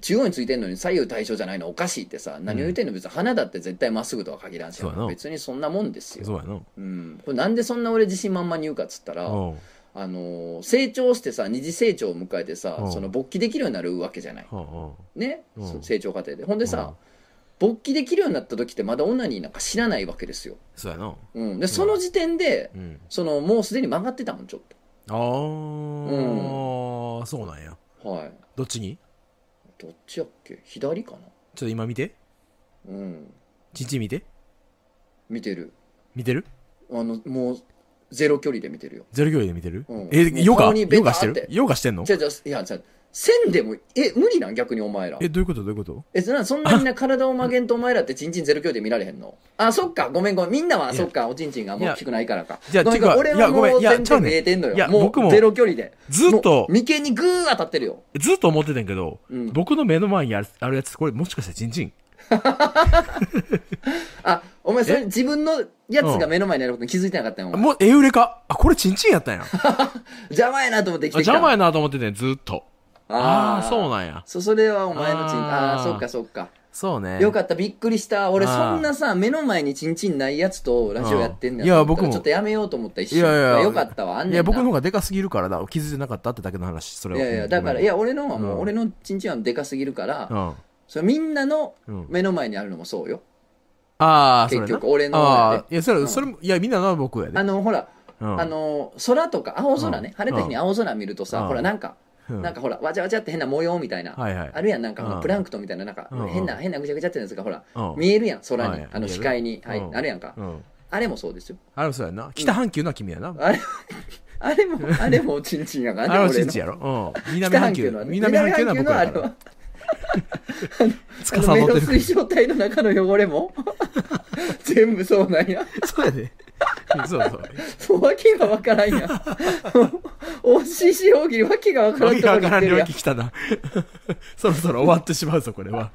Speaker 1: 中央についてんのに左右対称じゃないのおかしいってさ何を言ってんの別に花だって絶対まっすぐとは限らんし
Speaker 2: そうやな
Speaker 1: 別にそんなもんですよ、
Speaker 2: そうやな
Speaker 1: うん、これなんでそんな俺自信満々に言うかっつったら、
Speaker 2: うん
Speaker 1: あのー成長してさ二次成長を迎えてさ、
Speaker 2: うん
Speaker 1: その勃起できるようになるわけじゃない、
Speaker 2: うんうん
Speaker 1: ね、
Speaker 2: うん
Speaker 1: そ成長過程でほんでさ、勃起できるようになった時ってまだオナニーなんか知らないわけですよ、
Speaker 2: そうやな
Speaker 1: うん、でその時点で、
Speaker 2: うん
Speaker 1: そのもうすでに曲がってたもんちょっ
Speaker 2: ああそうなんや
Speaker 1: とはい
Speaker 2: どっちに
Speaker 1: どっちやっけ左かな
Speaker 2: ちょっと今見て
Speaker 1: うん
Speaker 2: ちんちん見て
Speaker 1: 見てる
Speaker 2: 見てる
Speaker 1: あのもうゼロ距離で見てるよ
Speaker 2: ゼロ距離で見てる
Speaker 1: うん
Speaker 2: え
Speaker 1: もう
Speaker 2: ヨガ
Speaker 1: 顔にベ
Speaker 2: ヨ
Speaker 1: タ
Speaker 2: ガ
Speaker 1: ー
Speaker 2: して
Speaker 1: って
Speaker 2: るヨガしてんの
Speaker 1: じゃじゃいやじゃせんでもえ無理なん逆にお前ら
Speaker 2: えどういうことどういうこと
Speaker 1: えなそんなみんな体を曲げんとお前らってチンチンゼロ距離で見られへんのあそっかごめんごめんみんなはい
Speaker 2: や
Speaker 1: そっかおちんちんがあんま大きくないからか
Speaker 2: いや
Speaker 1: ごめん
Speaker 2: てか
Speaker 1: 俺
Speaker 2: いや
Speaker 1: は
Speaker 2: ごめん
Speaker 1: もう
Speaker 2: いや
Speaker 1: 全
Speaker 2: ちゃう
Speaker 1: 然
Speaker 2: ねん
Speaker 1: 見えてんの
Speaker 2: いや
Speaker 1: よも
Speaker 2: 僕も
Speaker 1: うゼロ距離で
Speaker 2: ずっと
Speaker 1: もう眉間にグー当たってるよ
Speaker 2: ずっと思ってたんやけど、
Speaker 1: うん
Speaker 2: 僕の目の前にあるあるやつこれもしかしてチンチン
Speaker 1: あお前それ自分のやつが目の前にあることに気づいてなかったよお前
Speaker 2: もうエウレカあこれチンチンや ったんやあ
Speaker 1: 邪魔やなと思って来てきた
Speaker 2: 邪魔やなと思っててずっとああーそう
Speaker 1: なん
Speaker 2: なんや
Speaker 1: そそれはお前のチンあ
Speaker 2: あー
Speaker 1: あそっかそっか
Speaker 2: そうね
Speaker 1: よかった、びっくりした。俺、
Speaker 2: あー
Speaker 1: そんなさ、目の前にチンチンないやつとラジオやってんねん
Speaker 2: うんいや僕も
Speaker 1: ちょっとやめようと思った、一
Speaker 2: い
Speaker 1: 瞬。
Speaker 2: やいや
Speaker 1: よかったわ、あんねん
Speaker 2: い
Speaker 1: な。
Speaker 2: や僕の方がでかすぎるからだ気づいてなかったってだけの話それ
Speaker 1: い
Speaker 2: は
Speaker 1: やいやだから、い
Speaker 2: や
Speaker 1: や、俺のはも
Speaker 2: う
Speaker 1: う、
Speaker 2: ん
Speaker 1: 俺のチンチンはでかすぎるから、
Speaker 2: うん
Speaker 1: それみんなの
Speaker 2: うん
Speaker 1: 目の前にあるのもそうよ。
Speaker 2: ああそれな
Speaker 1: 結局、俺のはね
Speaker 2: ああいやそれ,、
Speaker 1: うん
Speaker 2: それもいやみんなのは僕やで
Speaker 1: あの、ほら、
Speaker 2: うん
Speaker 1: あの、空とか、青空ね、晴れた日に青空見ると
Speaker 2: う
Speaker 1: さ、
Speaker 2: ん
Speaker 1: ほら、なんか、
Speaker 2: うん
Speaker 1: なんかほら、わちゃわちゃって変な模様みたいな。
Speaker 2: はいはい
Speaker 1: あるやん、なんかほ
Speaker 2: う
Speaker 1: ら、
Speaker 2: ん
Speaker 1: プランクトンみたいな、なんか
Speaker 2: うん、
Speaker 1: 変な、変なぐちゃぐちゃってやつが、ほら、
Speaker 2: うん
Speaker 1: 見えるやん、空
Speaker 2: はい
Speaker 1: に、あの、
Speaker 2: 見える
Speaker 1: 視界に、はい
Speaker 2: うん、
Speaker 1: あるやんか
Speaker 2: う。ん
Speaker 1: あれもそうですよ。
Speaker 2: あれもそうやな北半球のは君やな、
Speaker 1: あれ、 あれも、あれもチンチンやから
Speaker 2: あれは
Speaker 1: 俺
Speaker 2: ち
Speaker 1: の
Speaker 2: んちんやろ、うん、南
Speaker 1: 北
Speaker 2: 半
Speaker 1: 半
Speaker 2: 球
Speaker 1: 球のはね
Speaker 2: 南半球のは僕
Speaker 1: 南
Speaker 2: や
Speaker 1: 半球
Speaker 2: か
Speaker 1: の
Speaker 2: らつ
Speaker 1: あ
Speaker 2: か
Speaker 1: の、
Speaker 2: さ
Speaker 1: あの
Speaker 2: ど
Speaker 1: 目
Speaker 2: って
Speaker 1: の
Speaker 2: る
Speaker 1: 水晶体の中の汚れも 全部そうなんや。
Speaker 2: そうやで。 そうそう。
Speaker 1: もう訳がわからん やん。OCC 大喜利訳がわから
Speaker 2: わ
Speaker 1: ん
Speaker 2: け
Speaker 1: とこ
Speaker 2: わ
Speaker 1: に行
Speaker 2: か
Speaker 1: っ
Speaker 2: らん
Speaker 1: てる
Speaker 2: 領
Speaker 1: やん
Speaker 2: 域。来たな。 そろそろ終わってしまうぞ、これは。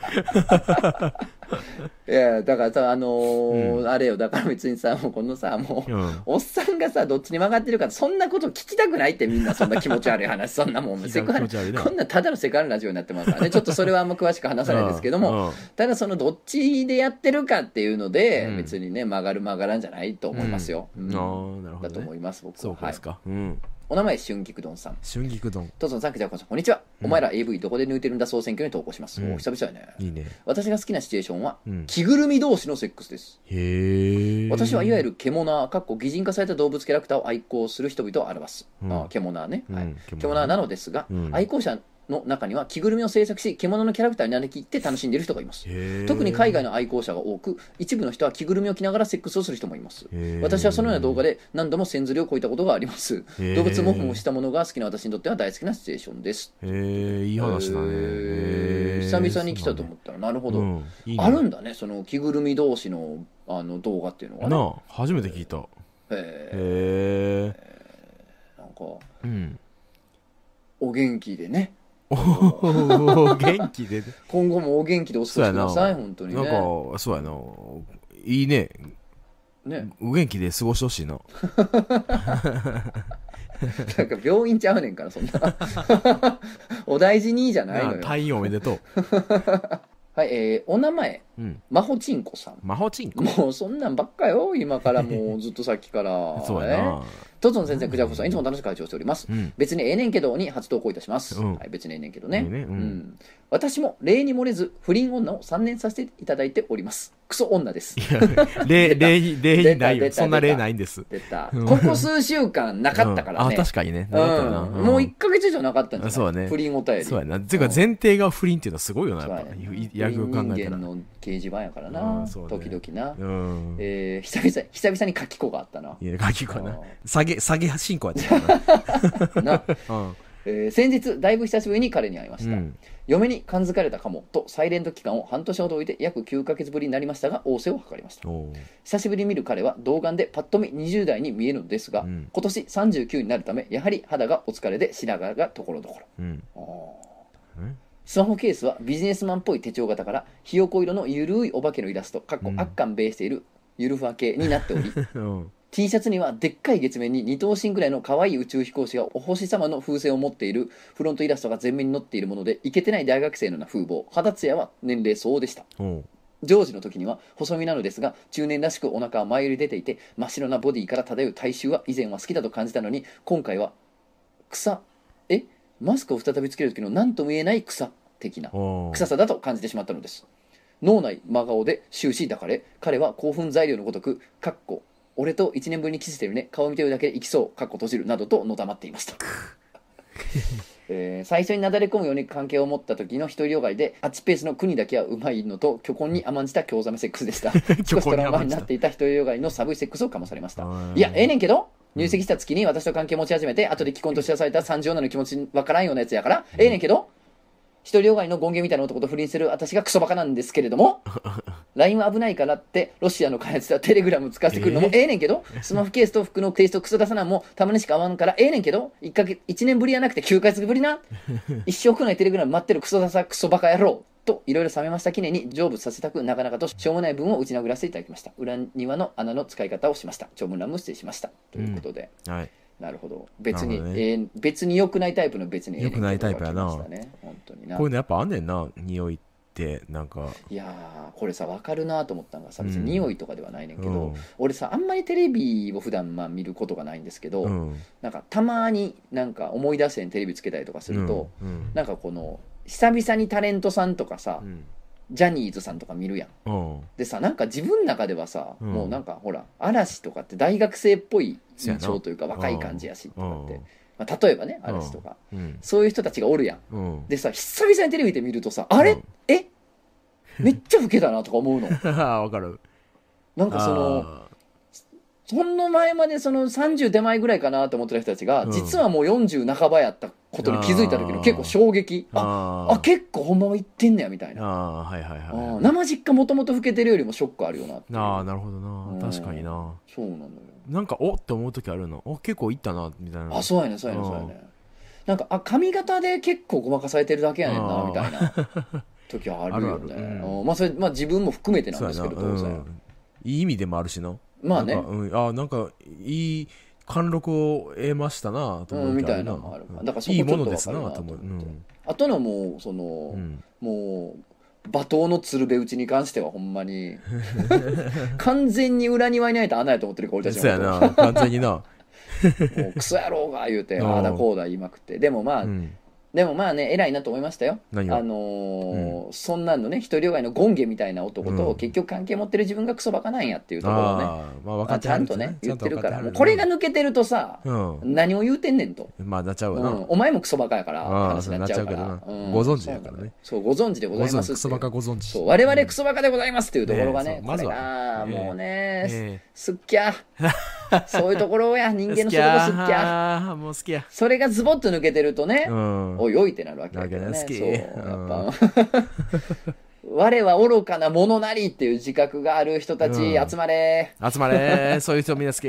Speaker 1: いや、だからさ、あのーあれよ、だから別にさ、もうこのさ、もう、
Speaker 2: うん
Speaker 1: おっさんがさ、どっちに曲がってるか、そんなこと聞きたくないってみんな、そんな気持ち悪い 話、そんなもん、
Speaker 2: 聞き
Speaker 1: セ
Speaker 2: たく
Speaker 1: クハラ、
Speaker 2: 気持ち悪いな
Speaker 1: こんなただのセクハララジオになってます からね、ちょっとそれはあんま詳しく話さないですけども、
Speaker 2: うん。
Speaker 1: ただそのどっちでやってるかっていうので、
Speaker 2: うん
Speaker 1: 別にね曲がる曲がらんじゃないと思いますよ、
Speaker 2: うん
Speaker 1: うん
Speaker 2: ああ、なるほ
Speaker 1: だと
Speaker 2: ど
Speaker 1: 思
Speaker 2: ね。
Speaker 1: います僕
Speaker 2: そう
Speaker 1: は、は
Speaker 2: で
Speaker 1: い
Speaker 2: す、か。うん。
Speaker 1: お名前春菊丼さん
Speaker 2: 春菊丼。
Speaker 1: とつのさんくじゃこさんこんにちは、お前ら AV どこで抜いてるんだ総選挙に投稿します、
Speaker 2: うん
Speaker 1: お久々やね
Speaker 2: いいね。
Speaker 1: 私が好きなシチュエーションは、
Speaker 2: うん
Speaker 1: 着ぐるみ同士のセックスです
Speaker 2: へえ。
Speaker 1: 私はいわゆ
Speaker 2: る。
Speaker 1: る獣かっこ擬人化された動物キャラクターを愛好する人々を表す、
Speaker 2: うん
Speaker 1: あ獣ね、は
Speaker 2: う
Speaker 1: い
Speaker 2: ん、獣
Speaker 1: 獣なのですが、
Speaker 2: うん
Speaker 1: 愛好者の中には着ぐるみを制作し獣のキャラクターになりきって楽しんでいる人がいます
Speaker 2: へえ。
Speaker 1: 特に海外の愛好者が多く一部の人は着ぐるみを着ながらセックスをする人もいます
Speaker 2: へー
Speaker 1: 私はそのような動画で何度も線ずりを超えたことがあります
Speaker 2: へー
Speaker 1: 動物モフモフしたものが好きな私にとっては大好きなシチュエーションです
Speaker 2: へえ、いい話だね。
Speaker 1: へ
Speaker 2: へ
Speaker 1: ー
Speaker 2: ー
Speaker 1: 久々に来たと思ったらなるほど、
Speaker 2: そうなんだうんいいね
Speaker 1: あるんだねその着ぐるみ同士のあの動画っていうのが
Speaker 2: な
Speaker 1: ね
Speaker 2: あ、初めて聞いた。へ
Speaker 1: へ
Speaker 2: え。
Speaker 1: ーなんか
Speaker 2: うん。
Speaker 1: お元気でね
Speaker 2: おー元気で。
Speaker 1: 今後もお元気でお過
Speaker 2: そう
Speaker 1: ご
Speaker 2: や
Speaker 1: しく
Speaker 2: な。
Speaker 1: ださい本当に
Speaker 2: なんか
Speaker 1: ね、
Speaker 2: そうやな。いいね。
Speaker 1: ね
Speaker 2: お元気で過ごしてほしいな。
Speaker 1: なんか病院ちゃうねんからそんな お大事にじゃないのよ
Speaker 2: 退院おめでと
Speaker 1: はいえーお名前
Speaker 2: う。うん。
Speaker 1: まほちんこさん
Speaker 2: マホチンコ。
Speaker 1: もうそんなんばっかよ今からもうずっとさっきから
Speaker 2: そうやな。
Speaker 1: トツの先生、クジャコさん、いつも楽しく会長しております。
Speaker 2: うん
Speaker 1: 別にええねんけどに初投稿いたします。
Speaker 2: うん
Speaker 1: はい、別にええねんけどね
Speaker 2: いいねうん
Speaker 1: うん私も例に漏れず、不倫女を3年させていただいております。クソ女です。
Speaker 2: 例、例、例ない
Speaker 1: 出
Speaker 2: よ。
Speaker 1: た
Speaker 2: そんな
Speaker 1: 出
Speaker 2: 例
Speaker 1: た
Speaker 2: ないんです。
Speaker 1: 出た。
Speaker 2: うん
Speaker 1: ここ数週間なかったからね。
Speaker 2: うんあ、確かにね。
Speaker 1: う、
Speaker 2: なかったなん
Speaker 1: もう1ヶ月以上なかったんじゃない
Speaker 2: そうだね
Speaker 1: 不倫お便り。
Speaker 2: そうやな。ていうか
Speaker 1: うん
Speaker 2: 前提が不倫っていうのはすごいよな、
Speaker 1: そう
Speaker 2: や
Speaker 1: や
Speaker 2: っぱ。
Speaker 1: ね
Speaker 2: い役を考えた
Speaker 1: 人間
Speaker 2: ら。
Speaker 1: の掲示板やから
Speaker 2: う
Speaker 1: な、
Speaker 2: んそうね
Speaker 1: 時々な、
Speaker 2: うん。
Speaker 1: えー久々久々に書き子があったない
Speaker 2: や、ガキか
Speaker 1: あ
Speaker 2: な
Speaker 1: ー。
Speaker 2: 下げ、下げ進行やってたな。
Speaker 1: な、
Speaker 2: うん
Speaker 1: えー先日だいぶ久しぶりに彼に会いまし
Speaker 2: う
Speaker 1: た、
Speaker 2: ん。
Speaker 1: 嫁に感づかれたかもとサイレント期間を半年ほど置いて約9ヶ月ぶりになりましたが仰せを図りました
Speaker 2: おー
Speaker 1: 久しぶりに見る彼は童顔でパッと見20代に見えるのですが、
Speaker 2: うん
Speaker 1: 今年39になるためやはり肌がお疲れで白髪がところどころ
Speaker 2: うん。え
Speaker 1: スマホケースはビジネスマンっぽい手帳型からひよこ色のゆるいお化けのイラストかっこ
Speaker 2: うん
Speaker 1: 悪感ベーしているゆるふわ系になっており、
Speaker 2: うん。
Speaker 1: T シャツにはでっかい月面に二等身ぐらいの可愛い宇宙飛行士がお星様の風船を持っているフロントイラストが前面に載っているものでイケてない大学生のような風貌肌ツヤは年齢相応でした
Speaker 2: おう
Speaker 1: ジョージの時には細身なのですが中年らしくお腹は前より出ていて真っ白なボディから漂う体臭は以前は好きだと感じたのに今回は草えマスクを再びつける時の何とも言えない草的な
Speaker 2: おう
Speaker 1: 臭さだと感じてしまったのです脳内真顔で終始抱かれ彼は興奮材料のごとく「かっこ俺と1年ぶりにキスしてるね顔見てるだけで生きそう」かっこ閉じるなどとのたまっていま したえー最初になだれ込むように関係を持った時の独りよがりでアッチペースの国だけはうまいのと虚婚に甘んじた興ざめセックスでした 少しトラウマになっていた独りよがりの寒いセックスをかまされました
Speaker 2: あー
Speaker 1: いやええねんけど入籍した月に私と関係持ち始めて後で既婚と知らされた30女の気持ちわからんようなやつやから、ええねんけど一人よがりの権限みたいな男と不倫する私がクソバカなんですけれど も LINE は危ないからってロシアの開発ではテレグラム使ってくるのも
Speaker 2: え
Speaker 1: ええねんけど、スマホケースと服のテイストクソ出さなんもたまにしか合わんからええねんけど 1, か月1年ぶりやなくて9ヶ月ぶりな一生来ないテレグラム待ってるクソダサクソバカ野郎といろいろ冷めました記念に成仏させたくなかなかとしょうもない分を打ち殴らせていただきました裏庭の穴の使い方をしました長文乱文失礼しましたということで、
Speaker 2: はい。
Speaker 1: なるほど別に、
Speaker 2: なるほどね
Speaker 1: ええ別に良くないタイプの別にええねんけど
Speaker 2: 良くないタイプやな
Speaker 1: が来ましたね本当にな
Speaker 2: こういうのやっぱあんねんな、匂いって、なんか。
Speaker 1: いやーこれさ分かるなと思ったのがさ別
Speaker 2: うん
Speaker 1: に匂いとかではないねんけど、
Speaker 2: うん
Speaker 1: 俺さあんまりテレビを普段まあ見ることがないんですけど、
Speaker 2: うん。
Speaker 1: なんかたまになんか思い出してテレビつけたりとかすると、
Speaker 2: うん、
Speaker 1: なんかこの久々にタレントさんとかさ、
Speaker 2: うん。
Speaker 1: ジャニーズさんとか見るやん
Speaker 2: うん。
Speaker 1: でさなんか自分の中ではさ、
Speaker 2: うん
Speaker 1: もうなんかほら嵐とかって大学生っぽい
Speaker 2: そうや
Speaker 1: 印
Speaker 2: な
Speaker 1: 象というか若い感じやしとかって、まあ、例えばね嵐とか、
Speaker 2: うん。
Speaker 1: そういう人たちがおるやん
Speaker 2: うん。
Speaker 1: でさ久々にテレビで見るとさあれ、
Speaker 2: うん
Speaker 1: えめっちゃ老けたなとか思うの
Speaker 2: わかる。
Speaker 1: なんかそのほんの前までその30手前ぐらいかなと思ってた人たちが、
Speaker 2: うん
Speaker 1: 実はもう40半ばやったことに気づいた時の結構衝撃あ
Speaker 2: あ
Speaker 1: あ結構ほんまは言ってんねやみたいな
Speaker 2: あーはいはい
Speaker 1: あー
Speaker 2: は
Speaker 1: 生実家もともと老けてるよりもショックあるよなってい
Speaker 2: い。
Speaker 1: う
Speaker 2: ああ、なるほど
Speaker 1: うん
Speaker 2: な。確かにな。
Speaker 1: そうなのよ
Speaker 2: なんか、おって思う時あるの。お結構いったな、みたいな。
Speaker 1: あそうやねそうやねそうやねなんかあ髪型で結構ごまかされてるだけやねんな
Speaker 2: あー
Speaker 1: みたいな時はあるよね
Speaker 2: あるあるうん
Speaker 1: うんまあそれまあ自分も含めてなん
Speaker 2: そう
Speaker 1: で
Speaker 2: や
Speaker 1: す
Speaker 2: な。
Speaker 1: けど当
Speaker 2: う
Speaker 1: 然
Speaker 2: ん。いい意味でもあるしな。
Speaker 1: まあね
Speaker 2: なんかうん、あーなんか、いい貫禄を得ましたな、と思う時ある
Speaker 1: うんみたいなのもあるから
Speaker 2: うん
Speaker 1: だからそこ
Speaker 2: い
Speaker 1: ち
Speaker 2: い
Speaker 1: ょっと
Speaker 2: ものですな、
Speaker 1: わか
Speaker 2: と
Speaker 1: るな
Speaker 2: 思う。
Speaker 1: と
Speaker 2: う
Speaker 1: 思って
Speaker 2: ん。
Speaker 1: あとのもうその
Speaker 2: うん
Speaker 1: もう罵倒の鶴瓶打ちに関してはほんま に完全に裏庭にないと穴やと思ってるから俺たち
Speaker 2: そう
Speaker 1: の
Speaker 2: や
Speaker 1: こと
Speaker 2: な、完全にな。
Speaker 1: もうクソ野郎が言うて
Speaker 2: うん
Speaker 1: ああだこうだ言いまくってでも まあ、
Speaker 2: うん。
Speaker 1: でもまあね偉いなと思いましたよあ
Speaker 2: 何を
Speaker 1: のーそんなんのね一人よがりの権下みたいな男と、
Speaker 2: うん
Speaker 1: 結局関係持ってる自分がクソバカなんやっていうところをね
Speaker 2: ああ、まあ分か
Speaker 1: まあ
Speaker 2: っ
Speaker 1: ち
Speaker 2: ては
Speaker 1: ゃ
Speaker 2: る
Speaker 1: んとね言ってるからもう
Speaker 2: ち
Speaker 1: これ
Speaker 2: ゃ
Speaker 1: が
Speaker 2: んと
Speaker 1: 抜けてるとさ、
Speaker 2: 分かってはるうん。
Speaker 1: 何を言うてんねんと。
Speaker 2: まあ、なっちゃう
Speaker 1: う
Speaker 2: わ
Speaker 1: ん
Speaker 2: な。
Speaker 1: お前もクソバカやから
Speaker 2: ああ
Speaker 1: 話になっちゃうか
Speaker 2: そうな
Speaker 1: ら
Speaker 2: っちゃうけどな
Speaker 1: うん
Speaker 2: ご存知やからね
Speaker 1: そうご存知でございます
Speaker 2: ご存知クソバカご存知
Speaker 1: そう我々クソバカでございますっていうところがね
Speaker 2: ねえそう
Speaker 1: こ
Speaker 2: まず
Speaker 1: れ
Speaker 2: は
Speaker 1: が
Speaker 2: ええ
Speaker 1: もうね
Speaker 2: ええ
Speaker 1: すっき ゃそういうところや人間
Speaker 2: 人
Speaker 1: のそういうとこすっきゃ
Speaker 2: あーもう好きや。
Speaker 1: それがズボッと抜けてるとね
Speaker 2: うん。
Speaker 1: おいおいってなるわけだけど
Speaker 2: な
Speaker 1: ね
Speaker 2: わけ
Speaker 1: そう
Speaker 2: ね
Speaker 1: やっ
Speaker 2: 好き
Speaker 1: ぱ 我は愚かなものなりっていう自覚がある人たち
Speaker 2: うん
Speaker 1: 集まれ
Speaker 2: 集まれ、そういう人みんな好き。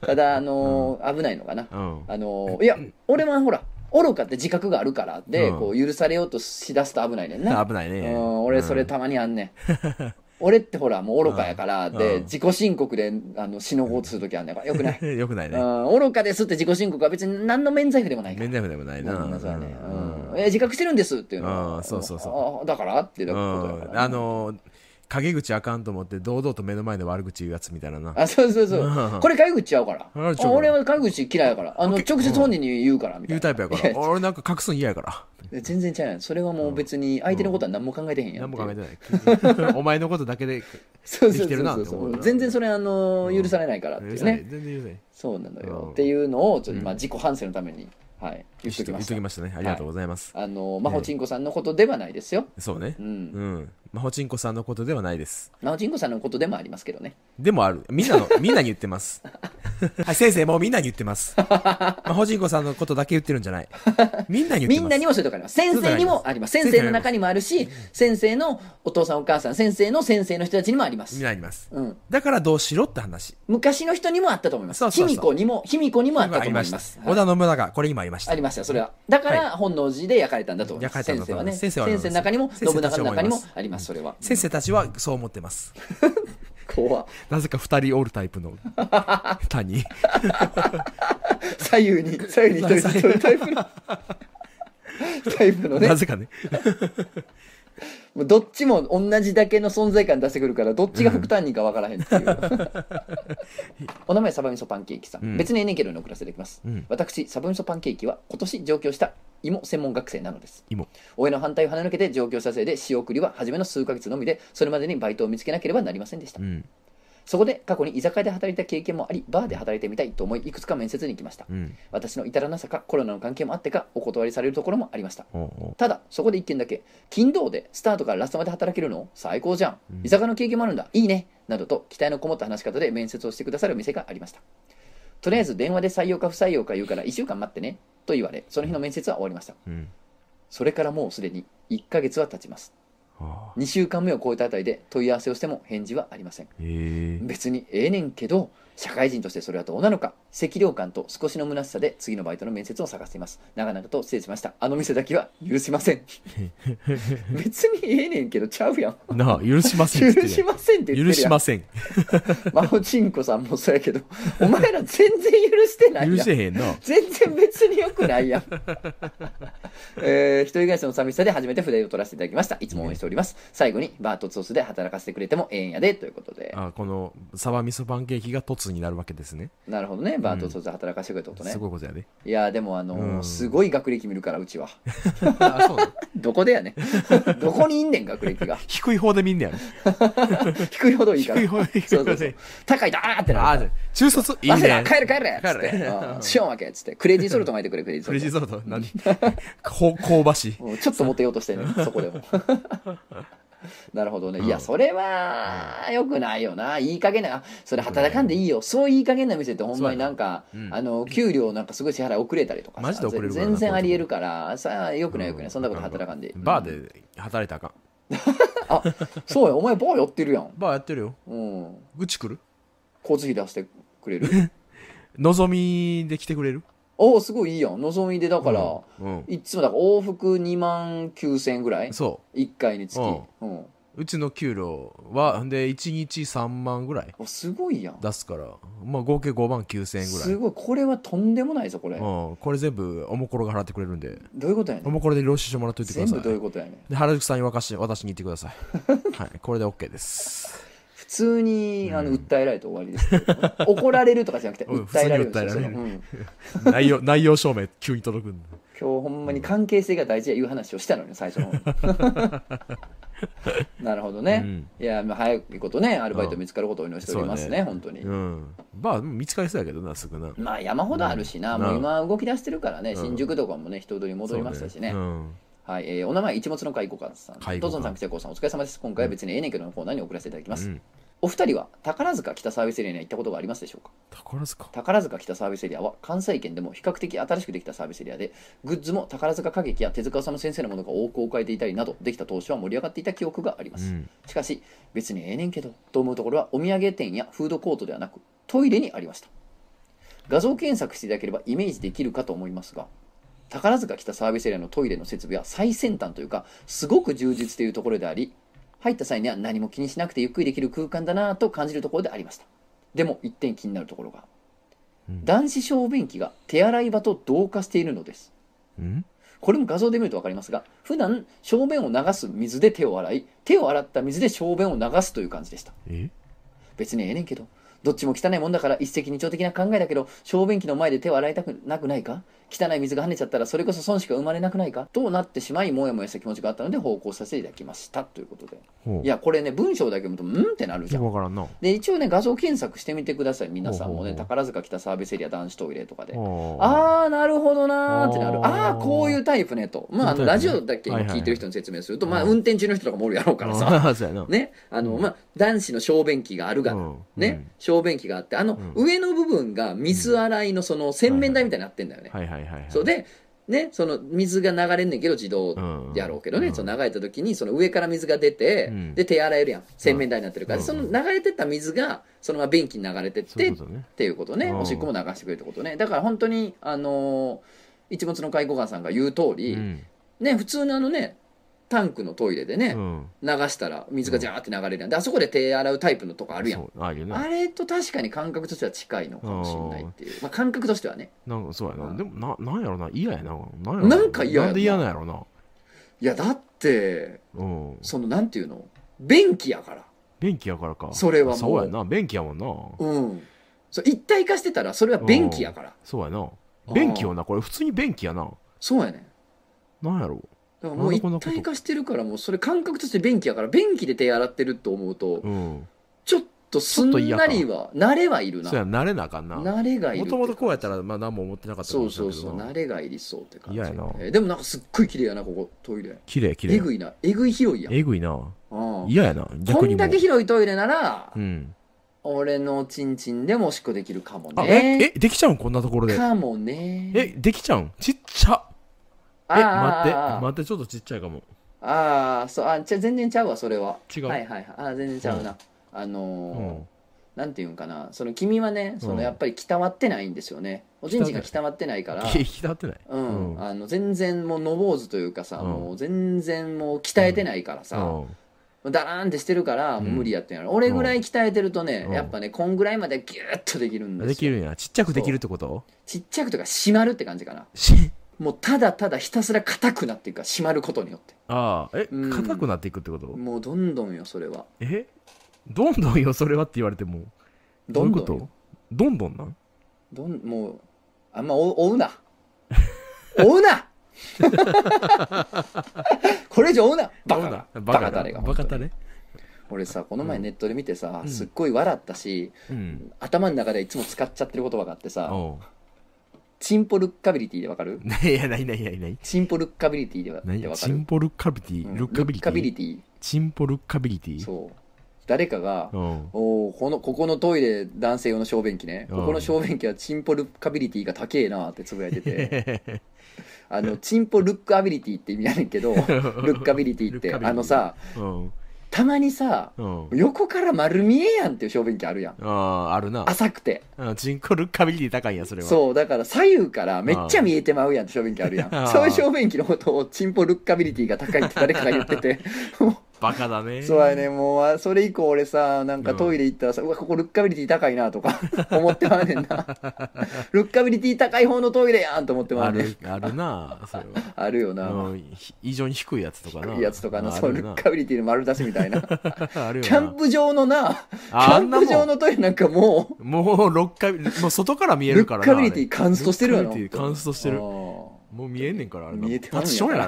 Speaker 1: ただあのー危ないのかな
Speaker 2: うん。
Speaker 1: あのいや俺はほら愚かって自覚があるからで、
Speaker 2: うん
Speaker 1: こう許されようとしだすと危ないねんな
Speaker 2: 危ないね。
Speaker 1: うん、俺それたまにあんねん、 俺ってほらもう愚かやから、
Speaker 2: うん
Speaker 1: で
Speaker 2: うん
Speaker 1: 自己申告であの死のうとするときあんねんからよくない、
Speaker 2: よくないう ね。
Speaker 1: ん、愚かですって自己申告は別に何の免罪符でもないから
Speaker 2: 面倒でもないな。
Speaker 1: うんそうやね
Speaker 2: うん
Speaker 1: うんえ自覚してるんですっていうのは
Speaker 2: うんそうそうそう
Speaker 1: あだからっていうことやから
Speaker 2: うんあの、陰口あかんと思って堂々と目の前で悪口言うやつみたいなな
Speaker 1: あ、そうそうそうう。
Speaker 2: ん
Speaker 1: これ陰口ちゃうから。
Speaker 2: 陰口ちゃうから
Speaker 1: 俺は陰口嫌いやから。あの、
Speaker 2: OK
Speaker 1: 直接本人に言うから、みたい
Speaker 2: 言う
Speaker 1: な。
Speaker 2: タイプやから
Speaker 1: い
Speaker 2: 俺なんか隠すん嫌やから
Speaker 1: や全然ちゃうやん。それはもう別に相手のことは何も考えてへんやん
Speaker 2: 何
Speaker 1: って
Speaker 2: も
Speaker 1: いう。
Speaker 2: 考えてない お前のことだけで
Speaker 1: そう
Speaker 2: で
Speaker 1: そう
Speaker 2: きてるな
Speaker 1: そ
Speaker 2: っ
Speaker 1: う
Speaker 2: て
Speaker 1: そ
Speaker 2: 思う
Speaker 1: う
Speaker 2: な
Speaker 1: 全然それあの
Speaker 2: うん
Speaker 1: 許されないからって
Speaker 2: 許
Speaker 1: いう
Speaker 2: さない
Speaker 1: ね
Speaker 2: 全然許さない
Speaker 1: そうなの
Speaker 2: う
Speaker 1: よ
Speaker 2: ん
Speaker 1: っていうのをちょっと
Speaker 2: うん
Speaker 1: 今自己反省のためにはい言
Speaker 2: 言
Speaker 1: っときま
Speaker 2: っ
Speaker 1: し
Speaker 2: と
Speaker 1: た
Speaker 2: きましたねありがとうございます、
Speaker 1: あのまほちんこさんのことではないですよ
Speaker 2: そうね
Speaker 1: うん
Speaker 2: うんまほちんこさんのことではないです
Speaker 1: まほちんこさんのことでもありますけどね
Speaker 2: でもあるみ んなのみんなに言ってますはい先生もうみんなに言ってます まほちんこさんのことだけ言ってるんじゃないみんなに言ってます
Speaker 1: みんなにもそういうとこあります先生にもあります先生の中にもあるし先生のお父さんお母さん先生の先生の人たちにもありま
Speaker 2: みん
Speaker 1: す
Speaker 2: なに言います
Speaker 1: うん
Speaker 2: だからどうしろって話
Speaker 1: 昔の人にもあったと思います
Speaker 2: そうそう
Speaker 1: 卑
Speaker 2: そ
Speaker 1: 弥呼
Speaker 2: う
Speaker 1: にも卑弥呼にもあったと思いますはい
Speaker 2: 織田信長これ今ありました
Speaker 1: ありましたそれはだから本能寺で焼かれたんだと思います、
Speaker 2: 焼かれたんだ
Speaker 1: 先
Speaker 2: と
Speaker 1: 生
Speaker 2: 思
Speaker 1: はい
Speaker 2: ま
Speaker 1: ね先生
Speaker 2: す先生は
Speaker 1: の中にも
Speaker 2: 先生
Speaker 1: 信
Speaker 2: たち
Speaker 1: 長の
Speaker 2: は思
Speaker 1: 中
Speaker 2: い
Speaker 1: に
Speaker 2: ま
Speaker 1: も
Speaker 2: す
Speaker 1: ありますそれは
Speaker 2: 先生たちはそう思ってます
Speaker 1: 怖っ
Speaker 2: なぜか二人おるタイ プの谷
Speaker 1: 左右に左右に 一人ずつおるタイプのタイプのね
Speaker 2: なぜかね
Speaker 1: もうどっちも同じだけの存在感出してくるからどっちが副担任か分からへんっていう、 お名前サバ味噌パンケーキさん、
Speaker 2: うん
Speaker 1: 別に NK の送らせていきます、
Speaker 2: うん
Speaker 1: 私サバ味噌パンケーキは今年上京した芋専門学生なのです
Speaker 2: 芋
Speaker 1: 親の反対を跳ね抜けて上京したせいで仕送りは初めの数ヶ月のみでそれまでにバイトを見つけなければなりませんでした、
Speaker 2: うん
Speaker 1: そこで過去に居酒屋で働いた経験もありバーで働いてみたいと思いいくつか面接に行きました、
Speaker 2: うん
Speaker 1: 私の至らなさかコロナの関係もあってかお断りされるところもありました
Speaker 2: おうおう
Speaker 1: ただそこで一件だけ金土でスタートからラストまで働けるの最高じゃん
Speaker 2: うん
Speaker 1: 居酒屋の経験もあるんだいいねなどと期待のこもった話し方で面接をしてくださる店がありましたとりあえず電話で採用か不採用か言うから1週間待ってねと言われその日の面接は終わりました
Speaker 2: うん
Speaker 1: それからもうすでに1ヶ月は経ちます
Speaker 2: はあ
Speaker 1: 2週間目を超えたあたりで問い合わせをしても返事はありません
Speaker 2: へえ
Speaker 1: 別にええねんけど社会人としてそれはどうなのか赤涼感と少しの虚しさで次のバイトの面接を探しています長々と失礼しましたあの店だけは許しま せん別にええねんけどちゃうやん
Speaker 2: なあ許しませんって言
Speaker 1: 許
Speaker 2: っ
Speaker 1: して
Speaker 2: る
Speaker 1: ませんって
Speaker 2: や
Speaker 1: 言って
Speaker 2: ん許
Speaker 1: る
Speaker 2: し
Speaker 1: やん
Speaker 2: ません
Speaker 1: マホチンコさんもそうやけどお前ら全然許してないやん
Speaker 2: 許せへんな
Speaker 1: 全然別によくないやん、えー、一人暮らしの寂しさで初めて筆を取らせていただきましたいつも応援しております最後にバートツオスで働かせてくれてもええんやでということで
Speaker 2: あこのサバ味噌パンケーキが凸になるわけですね
Speaker 1: なるほどねバートツオスで働かせてくれってことね、
Speaker 2: すごいことやで
Speaker 1: いやーでもあのー
Speaker 2: うん
Speaker 1: すごい学歴見るからうちは
Speaker 2: あそうなの
Speaker 1: どこでやねどこにいん ねん学歴が
Speaker 2: 低い方で見んねやろ
Speaker 1: 低いほどいいから
Speaker 2: 低い方低い
Speaker 1: そうそ
Speaker 2: 方
Speaker 1: うそう
Speaker 2: で
Speaker 1: 高いとあーってな
Speaker 2: あ
Speaker 1: る
Speaker 2: じゃあ中卒いい
Speaker 1: 早稲
Speaker 2: ね
Speaker 1: 田帰れ帰れっつっ
Speaker 2: 帰
Speaker 1: て
Speaker 2: れ
Speaker 1: あーしようわけっつってクレイジーソルト巻いてくれクレイジ
Speaker 2: クレイジ
Speaker 1: ー
Speaker 2: ー
Speaker 1: ソル
Speaker 2: ソルト何 こ香ばしい
Speaker 1: トもうちょっとモテようとしてね そこでも なるほどねいやそれはよくないよないい加減なそれ働かんでいいよそういういい加減な店ってほんまになんか、
Speaker 2: そうやな
Speaker 1: あの給料なんかすごい支払い遅れたりとかさ
Speaker 2: マジで遅れるからな
Speaker 1: 全然ありえるからさあよくないよくないそんなこと働かんで
Speaker 2: バーで働いたらあかん
Speaker 1: あそうやお前バーやってるやん、
Speaker 2: バーやってるよ
Speaker 1: うん、
Speaker 2: うち来る
Speaker 1: 交通費出してく れる
Speaker 2: のぞみで来てくれる
Speaker 1: おおすごいいいやんのぞみでだから、
Speaker 2: うんうん
Speaker 1: いっつもだから往復2万9000円ぐらい
Speaker 2: そ
Speaker 1: 1回につき、う
Speaker 2: うんううちの給料はで1日3万ぐらい
Speaker 1: おすごいやん
Speaker 2: 出すからまあ合計5万9000円ぐらい
Speaker 1: すごいこれはとんでもないぞこれ、
Speaker 2: うん、これ全部おもころが払ってくれるんで
Speaker 1: どういうことやね
Speaker 2: お
Speaker 1: ん
Speaker 2: もころで領収書もらっといてくだ
Speaker 1: 全
Speaker 2: さい
Speaker 1: 部どういうことやねん
Speaker 2: で原宿さんに渡し渡しに行ってくださいはいこれで OK です
Speaker 1: 普通にあの訴えられて終わりですけど、怒られるとかじゃなくて
Speaker 2: うん
Speaker 1: 訴えられるんですよ、
Speaker 2: 普通に訴えられる
Speaker 1: そのうん
Speaker 2: 内容内容証明急に届くんで
Speaker 1: 今日ほんまに関係性が大事やいう話をしたのに最初の方 になるほどね、
Speaker 2: うん
Speaker 1: いやまあ早いことねアルバイト見つかることをお祈りしておりますね、
Speaker 2: うん
Speaker 1: 本当に、
Speaker 2: うんまあ見つかりそうやけどなすぐな
Speaker 1: まあ山ほどあるしな、
Speaker 2: うん
Speaker 1: もう今動き出してるからね、
Speaker 2: うん
Speaker 1: 新宿とかもね人通り戻りましたしね
Speaker 2: そううん
Speaker 1: はい、えーお名前一物の介護官さ
Speaker 2: 介
Speaker 1: んド
Speaker 2: 護官
Speaker 1: ゾンさん吉田さんお疲れ様です今回は別にええねんけどのコーナーに送らせていただきます、
Speaker 2: うん
Speaker 1: お二人は宝塚北サービスエリアには行ったことがありますでしょうか
Speaker 2: 宝塚
Speaker 1: 宝塚北サービスエリアは関西圏でも比較的新しくできたサービスエリアでグッズも宝塚歌劇や手塚治虫先生のものが多く置かれていたりなどできた当初は盛り上がっていた記憶がありま
Speaker 2: う
Speaker 1: す、
Speaker 2: ん
Speaker 1: しかし別にええねんけどと思うところはお土産店やフードコートではなくトイレにありました画像検索していただければイメージできるかと思いますが宝塚北サービスエリアのトイレの設備は最先端というかすごく充実というところであり入った際には何も気にしなくてゆっくりできる空間だなぁと感じるところでありましたでも一点気になるところが
Speaker 2: うん
Speaker 1: 男子小便器が手洗い場と同化しているのです
Speaker 2: うん
Speaker 1: これも画像で見ると分かりますが普段小便を流す水で手を洗い手を洗った水で小便を流すという感じでした
Speaker 2: え
Speaker 1: 別にええねんけどどっちも汚いもんだから一石二鳥的な考えだけど小便器の前で手を洗いたくなくないか汚い水が跳ねちゃったらそれこそ損しか生まれなくないかとなってしまいもやもやした気持ちがあったので報告させていただきましたということで
Speaker 2: ほう
Speaker 1: いやこれね文章だけ見るとうんってなるじゃん
Speaker 2: 分からんな
Speaker 1: で一応ね画像検索してみてください皆さんも
Speaker 2: ほうほう
Speaker 1: ね
Speaker 2: ほう
Speaker 1: 宝塚北サービスエリア男子トイレとかで
Speaker 2: あ
Speaker 1: あーなるほどなーってなる
Speaker 2: あー
Speaker 1: ああーこういうタイプねとまああ
Speaker 2: こうい
Speaker 1: のラ
Speaker 2: うタイプ
Speaker 1: ジ
Speaker 2: ね
Speaker 1: オだけ今聞いてる人に説明すると、
Speaker 2: はいはい
Speaker 1: まあ運転中の人とかもおるやろうからさ
Speaker 2: そうやな
Speaker 1: ねあの、
Speaker 2: うん
Speaker 1: まあ男子の小便器があるが、
Speaker 2: うん
Speaker 1: ね、小便器があってあの
Speaker 2: うん
Speaker 1: 上の部分が水洗いのその洗面台みたいになってんだよね、
Speaker 2: うんはいはいはいはい
Speaker 1: そうでねその水が流れんねんけど自動
Speaker 2: うん
Speaker 1: やろうけどね、
Speaker 2: うん
Speaker 1: その流れた時にその上から水が出て、
Speaker 2: うん
Speaker 1: で手洗えるやん洗面台になってるから、
Speaker 2: うん
Speaker 1: その流れてった水がそのまま便器に流れてっ
Speaker 2: そうい
Speaker 1: て
Speaker 2: うことね
Speaker 1: っていうことね、
Speaker 2: うん
Speaker 1: おしっこも流してくれるってことねだから本当にあのー一物の介護官さんが言う通り、
Speaker 2: うん
Speaker 1: ね普通のあのねタンクのトイレでね、
Speaker 2: うん
Speaker 1: 流したら水がジャーって流れるやんであそこで手洗うタイプのとこあるやん
Speaker 2: そうあるよ
Speaker 1: あ
Speaker 2: な
Speaker 1: れと確かに感覚としては近いのかもしれないっていう、まあ、感覚としてはね
Speaker 2: なんかそうや
Speaker 1: う
Speaker 2: なんでもななんやろな嫌やななんやろ
Speaker 1: なんか嫌やな
Speaker 2: なんで嫌なんやろない
Speaker 1: やだって
Speaker 2: うん
Speaker 1: そのなんていうの便器やから
Speaker 2: 便器やからか
Speaker 1: それはもう
Speaker 2: そうやな便器やもんな
Speaker 1: うんそう一体化してたらそれは便器やから
Speaker 2: そうや
Speaker 1: う
Speaker 2: なん便器よなこれ普通に便器やな
Speaker 1: そうやねん
Speaker 2: なんやろ
Speaker 1: だからもう
Speaker 2: なんでこんな
Speaker 1: 一
Speaker 2: こと
Speaker 1: 体化してるからもうそれ感覚として便器やから便器で手洗ってると思うと
Speaker 2: うん
Speaker 1: ちょっとすんなり
Speaker 2: ち
Speaker 1: は慣れはいるな
Speaker 2: そうや慣れなあかんなも
Speaker 1: 慣れがいるって
Speaker 2: ともとこうやったらまあ何も思ってなかったか
Speaker 1: そ
Speaker 2: も
Speaker 1: う
Speaker 2: し
Speaker 1: そ
Speaker 2: れん
Speaker 1: う
Speaker 2: けど
Speaker 1: そう
Speaker 2: な
Speaker 1: 慣れがいりそうって感じ
Speaker 2: 嫌やな
Speaker 1: えーでもなんかすっごい綺麗やなここトイレ
Speaker 2: 綺麗綺
Speaker 1: え
Speaker 2: 麗
Speaker 1: ぐいなえぐい広いやん
Speaker 2: えぐいな
Speaker 1: うん
Speaker 2: 嫌やな
Speaker 1: こ
Speaker 2: 逆に
Speaker 1: ん
Speaker 2: も
Speaker 1: だ
Speaker 2: う
Speaker 1: け広いトイレなら、
Speaker 2: うん
Speaker 1: 俺のチンチンでもおしっこできるかも
Speaker 2: あえ
Speaker 1: ね。
Speaker 2: えできちゃうんこんなところで
Speaker 1: かもね。
Speaker 2: えできちゃうんちっちゃ
Speaker 1: あ
Speaker 2: え
Speaker 1: ー、
Speaker 2: 待って
Speaker 1: あー
Speaker 2: 待ってちょっとちっちゃいかも
Speaker 1: あーそう、あ、じゃあ全然ちゃうわ、それは。
Speaker 2: 違う
Speaker 1: はいはいはい。あー全然ちゃうな。あ
Speaker 2: う
Speaker 1: のー
Speaker 2: ん
Speaker 1: なんていうんかな、その君はね、そうの
Speaker 2: ん
Speaker 1: やっぱりきたわってないんですよね。おちんちんがきたわってないから。
Speaker 2: 引き立ってない
Speaker 1: うん、
Speaker 2: うん
Speaker 1: あの全然もうのぼうずというかさ、
Speaker 2: うん
Speaker 1: もう全然もう鍛えてないからさ、
Speaker 2: うん
Speaker 1: だらーんってしてるから
Speaker 2: うん
Speaker 1: 無理やってんやろ、俺ぐらい鍛えてるとね、
Speaker 2: うん
Speaker 1: やっぱねこんぐらいまでギューッとできるんですよ
Speaker 2: できるんやちっちゃくできるってこと
Speaker 1: ちっちゃくとか締まるって感じかな
Speaker 2: し
Speaker 1: もうただただひたすら硬くなっていくから締まることによって
Speaker 2: ああえ
Speaker 1: うん
Speaker 2: 硬くなっていくってこと
Speaker 1: もうどんどんよそれは
Speaker 2: えどんどんよそれはって言われても
Speaker 1: どんどんよ
Speaker 2: どういうことどんどんなん
Speaker 1: どんもうあんま追追うな追う なこれ以上追うなバカだ
Speaker 2: バカ
Speaker 1: バカ
Speaker 2: だ
Speaker 1: 誰が
Speaker 2: バカだね
Speaker 1: 俺さこの前ネットで見てさ、
Speaker 2: うん
Speaker 1: すっごい笑ったし
Speaker 2: うん
Speaker 1: 頭の中でいつも使っちゃってる言葉があってさ
Speaker 2: おう
Speaker 1: チンポルッカビリティでわかる
Speaker 2: い やないないないない
Speaker 1: チンポルッカビリティでわ
Speaker 2: 何
Speaker 1: でわか
Speaker 2: チ
Speaker 1: る
Speaker 2: ンポルッカビテ
Speaker 1: うん
Speaker 2: ィルッカビリティ
Speaker 1: ティ
Speaker 2: チンポルッカビリティ
Speaker 1: そう誰かが
Speaker 2: うん
Speaker 1: おーこのここのトイレ男性用の小便器ね
Speaker 2: うん
Speaker 1: ここの小便器はチンポルッカビリティが高えなってつぶやいて てあのチンポルックアビリティって意味やねんけ どルッカビリティって
Speaker 2: ルッカビリティ
Speaker 1: あのさ
Speaker 2: うん
Speaker 1: たまにさ
Speaker 2: うん
Speaker 1: 横から丸見えやんっていう小便器あるやん
Speaker 2: あああるな
Speaker 1: 浅くて
Speaker 2: うんチンコルッカビリティ高いんやそれは
Speaker 1: そうだから左右からめっちゃ見えてまうやんって小便器あるや
Speaker 2: あ
Speaker 1: ん
Speaker 2: ー
Speaker 1: そういう小便器のことをチンポルッカビリティが高いって誰かが言って て も
Speaker 2: バカだね
Speaker 1: うそうやねもうあそれ以降俺さなんかトイレ行ったらさ、うわここルッカビリティ高いなとか 思ってまうねんな ルッカビリティ高い方のトイレやんと思ってま
Speaker 2: あ
Speaker 1: うねん
Speaker 2: るあるなそれは
Speaker 1: あるよな、
Speaker 2: うんひ異常に低いやつとかない
Speaker 1: いやつとかな、
Speaker 2: あ
Speaker 1: そう
Speaker 2: る
Speaker 1: ル
Speaker 2: な
Speaker 1: ッカビリティの丸出しみたいな。キ
Speaker 2: あるよ
Speaker 1: ャ
Speaker 2: な
Speaker 1: ンプ場のな、キ
Speaker 2: あ
Speaker 1: ャ
Speaker 2: あ
Speaker 1: ン
Speaker 2: んな
Speaker 1: プ場
Speaker 2: もん
Speaker 1: のトイレなんかも
Speaker 2: もう六回もう外から見
Speaker 1: う、
Speaker 2: える
Speaker 1: ル
Speaker 2: から
Speaker 1: ッ
Speaker 2: な
Speaker 1: カビリティカンス
Speaker 2: スト
Speaker 1: トしてるや
Speaker 2: ルッ
Speaker 1: ろ。
Speaker 2: カビリティカンストしてる
Speaker 1: あー
Speaker 2: もう見えんねんからあれ
Speaker 1: 見えてまう
Speaker 2: タ
Speaker 1: んや
Speaker 2: ッチションやか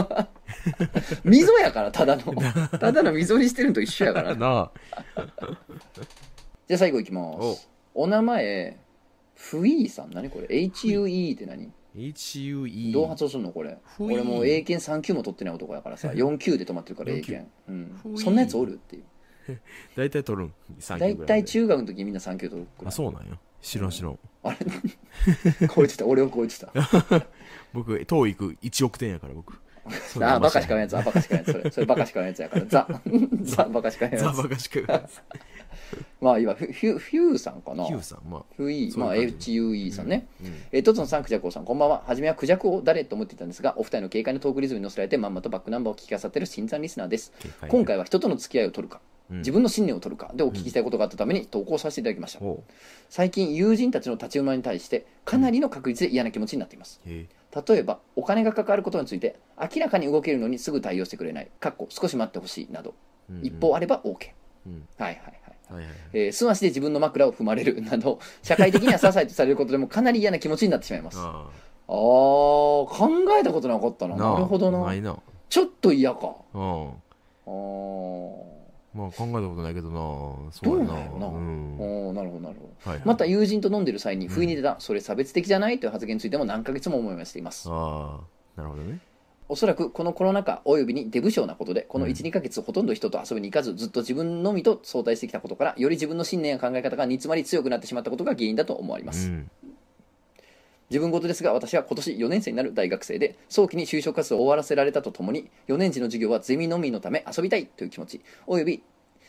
Speaker 2: らあれ
Speaker 1: 溝やから、ただの。 ただの溝にしてるのと一緒やから。じゃ
Speaker 2: なあ
Speaker 1: あ最後いきます。お名前、フイーさん、何これ ?HUE って何
Speaker 2: HUE
Speaker 1: どう発音するのこれ。
Speaker 2: フイー
Speaker 1: 俺もう英検3級も取ってない男やからさ、4級で止まってるから英検。うん
Speaker 2: フイー
Speaker 1: そんなやつおるっていう。
Speaker 2: 大体取るん3
Speaker 1: 大
Speaker 2: 級ぐら
Speaker 1: 体
Speaker 2: いで
Speaker 1: 中学の時みんな3級取るくら
Speaker 2: あ
Speaker 1: い。
Speaker 2: そうなんや知らん知らん
Speaker 1: 超えてた、俺を超えてた。
Speaker 2: 僕 TOEIC 1億点やから僕
Speaker 1: あバカしかないやつ、あバカしかないやつ、それ、それバカしかないやつやから、 ザ、ザ、バカしかない
Speaker 2: ザ
Speaker 1: やつ。
Speaker 2: バカ しかないやつ
Speaker 1: まあ、いわゆるフュ、フューさんかな。
Speaker 2: ヒュ
Speaker 1: フ
Speaker 2: ーさんまあ
Speaker 1: ュー、まあ、
Speaker 2: そういう感じ
Speaker 1: HUE さんね。
Speaker 2: うん
Speaker 1: えー、トツノさん、クジャコウさん、こんばんは。はじめはクジャコウを誰と思っていたんですが、お二人の軽快なトークリズムに乗せられて、まんまとバックナンバーを聞きかさってる新参リスナーです。今回は人との付き合いを取るか、
Speaker 2: うん
Speaker 1: 自分の信念を取るかでお聞きしたいことがあったために投稿させていただきました。
Speaker 2: おう
Speaker 1: 最近、友人たちの立ち馬に対して、かなりの確率で嫌な気持ちになっています。
Speaker 2: へえ
Speaker 1: 例えばお金がかかることについて明らかに動けるのにすぐ対応してくれないかっこ少し待ってほしいなど
Speaker 2: うんうん
Speaker 1: 一方あれば OK、
Speaker 2: うん
Speaker 1: はいはいはい
Speaker 2: はいはいはい
Speaker 1: えー素足で自分の枕を踏まれるなど社会的には些細とされることでもかなり嫌な気持ちになってしまいますあ
Speaker 2: あ
Speaker 1: あー考えたことなかった
Speaker 2: あ
Speaker 1: ななるほど
Speaker 2: な
Speaker 1: ない
Speaker 2: なうん
Speaker 1: ちょっと嫌かあー
Speaker 2: まあ考えたことないけどなそ
Speaker 1: ど
Speaker 2: う
Speaker 1: う
Speaker 2: や
Speaker 1: な
Speaker 2: なん
Speaker 1: やろな、
Speaker 2: うんはい
Speaker 1: おーなるほどなるほど
Speaker 2: はい
Speaker 1: また友人と飲んでる際に不意に出た、それ差別的じゃないという発言についても何ヶ月も思いましています
Speaker 2: ああなるほどね
Speaker 1: おそらくこのコロナ禍およびに出不症なことでこの12ヶ月ほとんど人と遊びに行かずずっと自分のみと相対してきたことからより自分の信念や考え方が煮詰まり強くなってしまったことが原因だと思われま
Speaker 2: う
Speaker 1: す、
Speaker 2: ん
Speaker 1: 自分事ですが私は今年4年生になる大学生で早期に就職活動を終わらせられたとともに4年次の授業はゼミのみのため遊びたいという気持ちおよび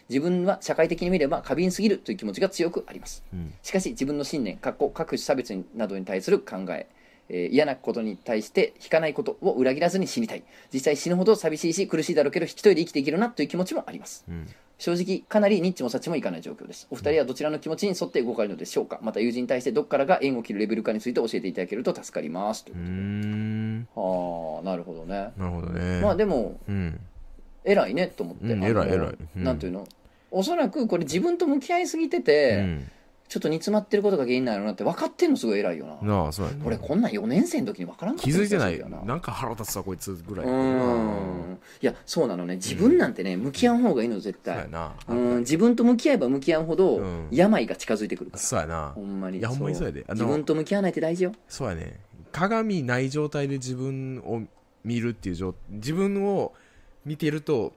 Speaker 1: 自分は社会的に見れば過敏すぎるという気持ちが強くあります
Speaker 2: うん
Speaker 1: しかし自分の信念かっこ各種差別になどに対する考ええー嫌なことに対して引かないことを裏切らずに死にたい実際死ぬほど寂しいし苦しいだろうけど一人で生きていけるなという気持ちもあります
Speaker 2: うん
Speaker 1: 正直かなりニッチもサッチもいかない状況ですお二人はどちらの気持ちに沿って動かれるのでしょうかまた友人に対してどこからが縁を切るレベルかについて教えていただけると助かりますという
Speaker 2: ー
Speaker 1: う、
Speaker 2: ん
Speaker 1: ああなるほどね
Speaker 2: なるほどね
Speaker 1: まあでも
Speaker 2: うん
Speaker 1: 偉いねと思って、
Speaker 2: うん
Speaker 1: あの
Speaker 2: 偉い偉いうん
Speaker 1: なんていうのおそらくこれ自分と向き合いすぎてて、
Speaker 2: うん
Speaker 1: ちょっと煮詰まってることが原因なのなって分かってんのすごい偉いよな
Speaker 2: なあそうやな
Speaker 1: 俺こんなん4年生の時に分からんかった
Speaker 2: 気づいてな
Speaker 1: よ
Speaker 2: い
Speaker 1: な
Speaker 2: なんか腹立つわこいつぐらいううん
Speaker 1: ーんいやそうなのね自分なんてね、向き合う方がいいの絶
Speaker 2: そうや
Speaker 1: 対
Speaker 2: な
Speaker 1: うん自分と向き合えば向き合うほど、
Speaker 2: うん
Speaker 1: 病が近づいてくるから
Speaker 2: そうやな
Speaker 1: ほんまに
Speaker 2: いやほんまにそうやであの
Speaker 1: 自分と向き合わないって大事よ
Speaker 2: そうやね鏡ない状態で自分を見るっていう状自分を見てると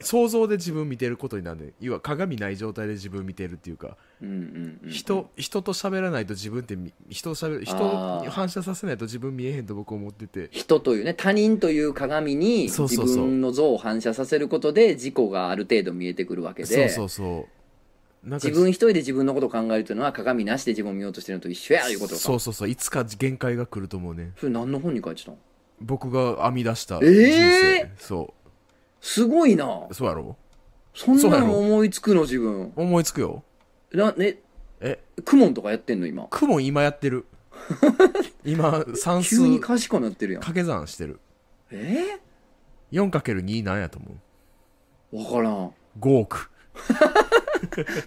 Speaker 2: 想像で自分見てることになるね要は鏡ない状態で自分見てるっていうか
Speaker 1: うんうんうん
Speaker 2: 人人と喋らないと自分ってみ人と喋る人
Speaker 1: あー
Speaker 2: に反射させないと自分見えへんと僕思ってて
Speaker 1: 人というね他人という鏡に
Speaker 2: そう
Speaker 1: 自
Speaker 2: そうそう
Speaker 1: 分の像を反射させることで自己がある程度見えてくるわけで
Speaker 2: そうそうそうなんか
Speaker 1: 自分一人で自分のことを考えるというのは鏡なしで自分を見ようとしてるのと一緒やいうことか
Speaker 2: そうそうそういつか限界が来ると思うね
Speaker 1: それ何の本に書いてたの
Speaker 2: 僕が編み出した
Speaker 1: え
Speaker 2: 人
Speaker 1: ー
Speaker 2: 生、そ
Speaker 1: すごいな
Speaker 2: うそうやろ
Speaker 1: そん
Speaker 2: そう
Speaker 1: な
Speaker 2: やろ
Speaker 1: の思いつくの自分
Speaker 2: 思いつくよ
Speaker 1: なね
Speaker 2: え
Speaker 1: クモンとかやってんの今
Speaker 2: クモン今やっ てる今算数
Speaker 1: 急に賢くなってるやん
Speaker 2: 掛け算してる
Speaker 1: え
Speaker 2: 4×2 なんやと思う
Speaker 1: ー、分からん
Speaker 2: 5億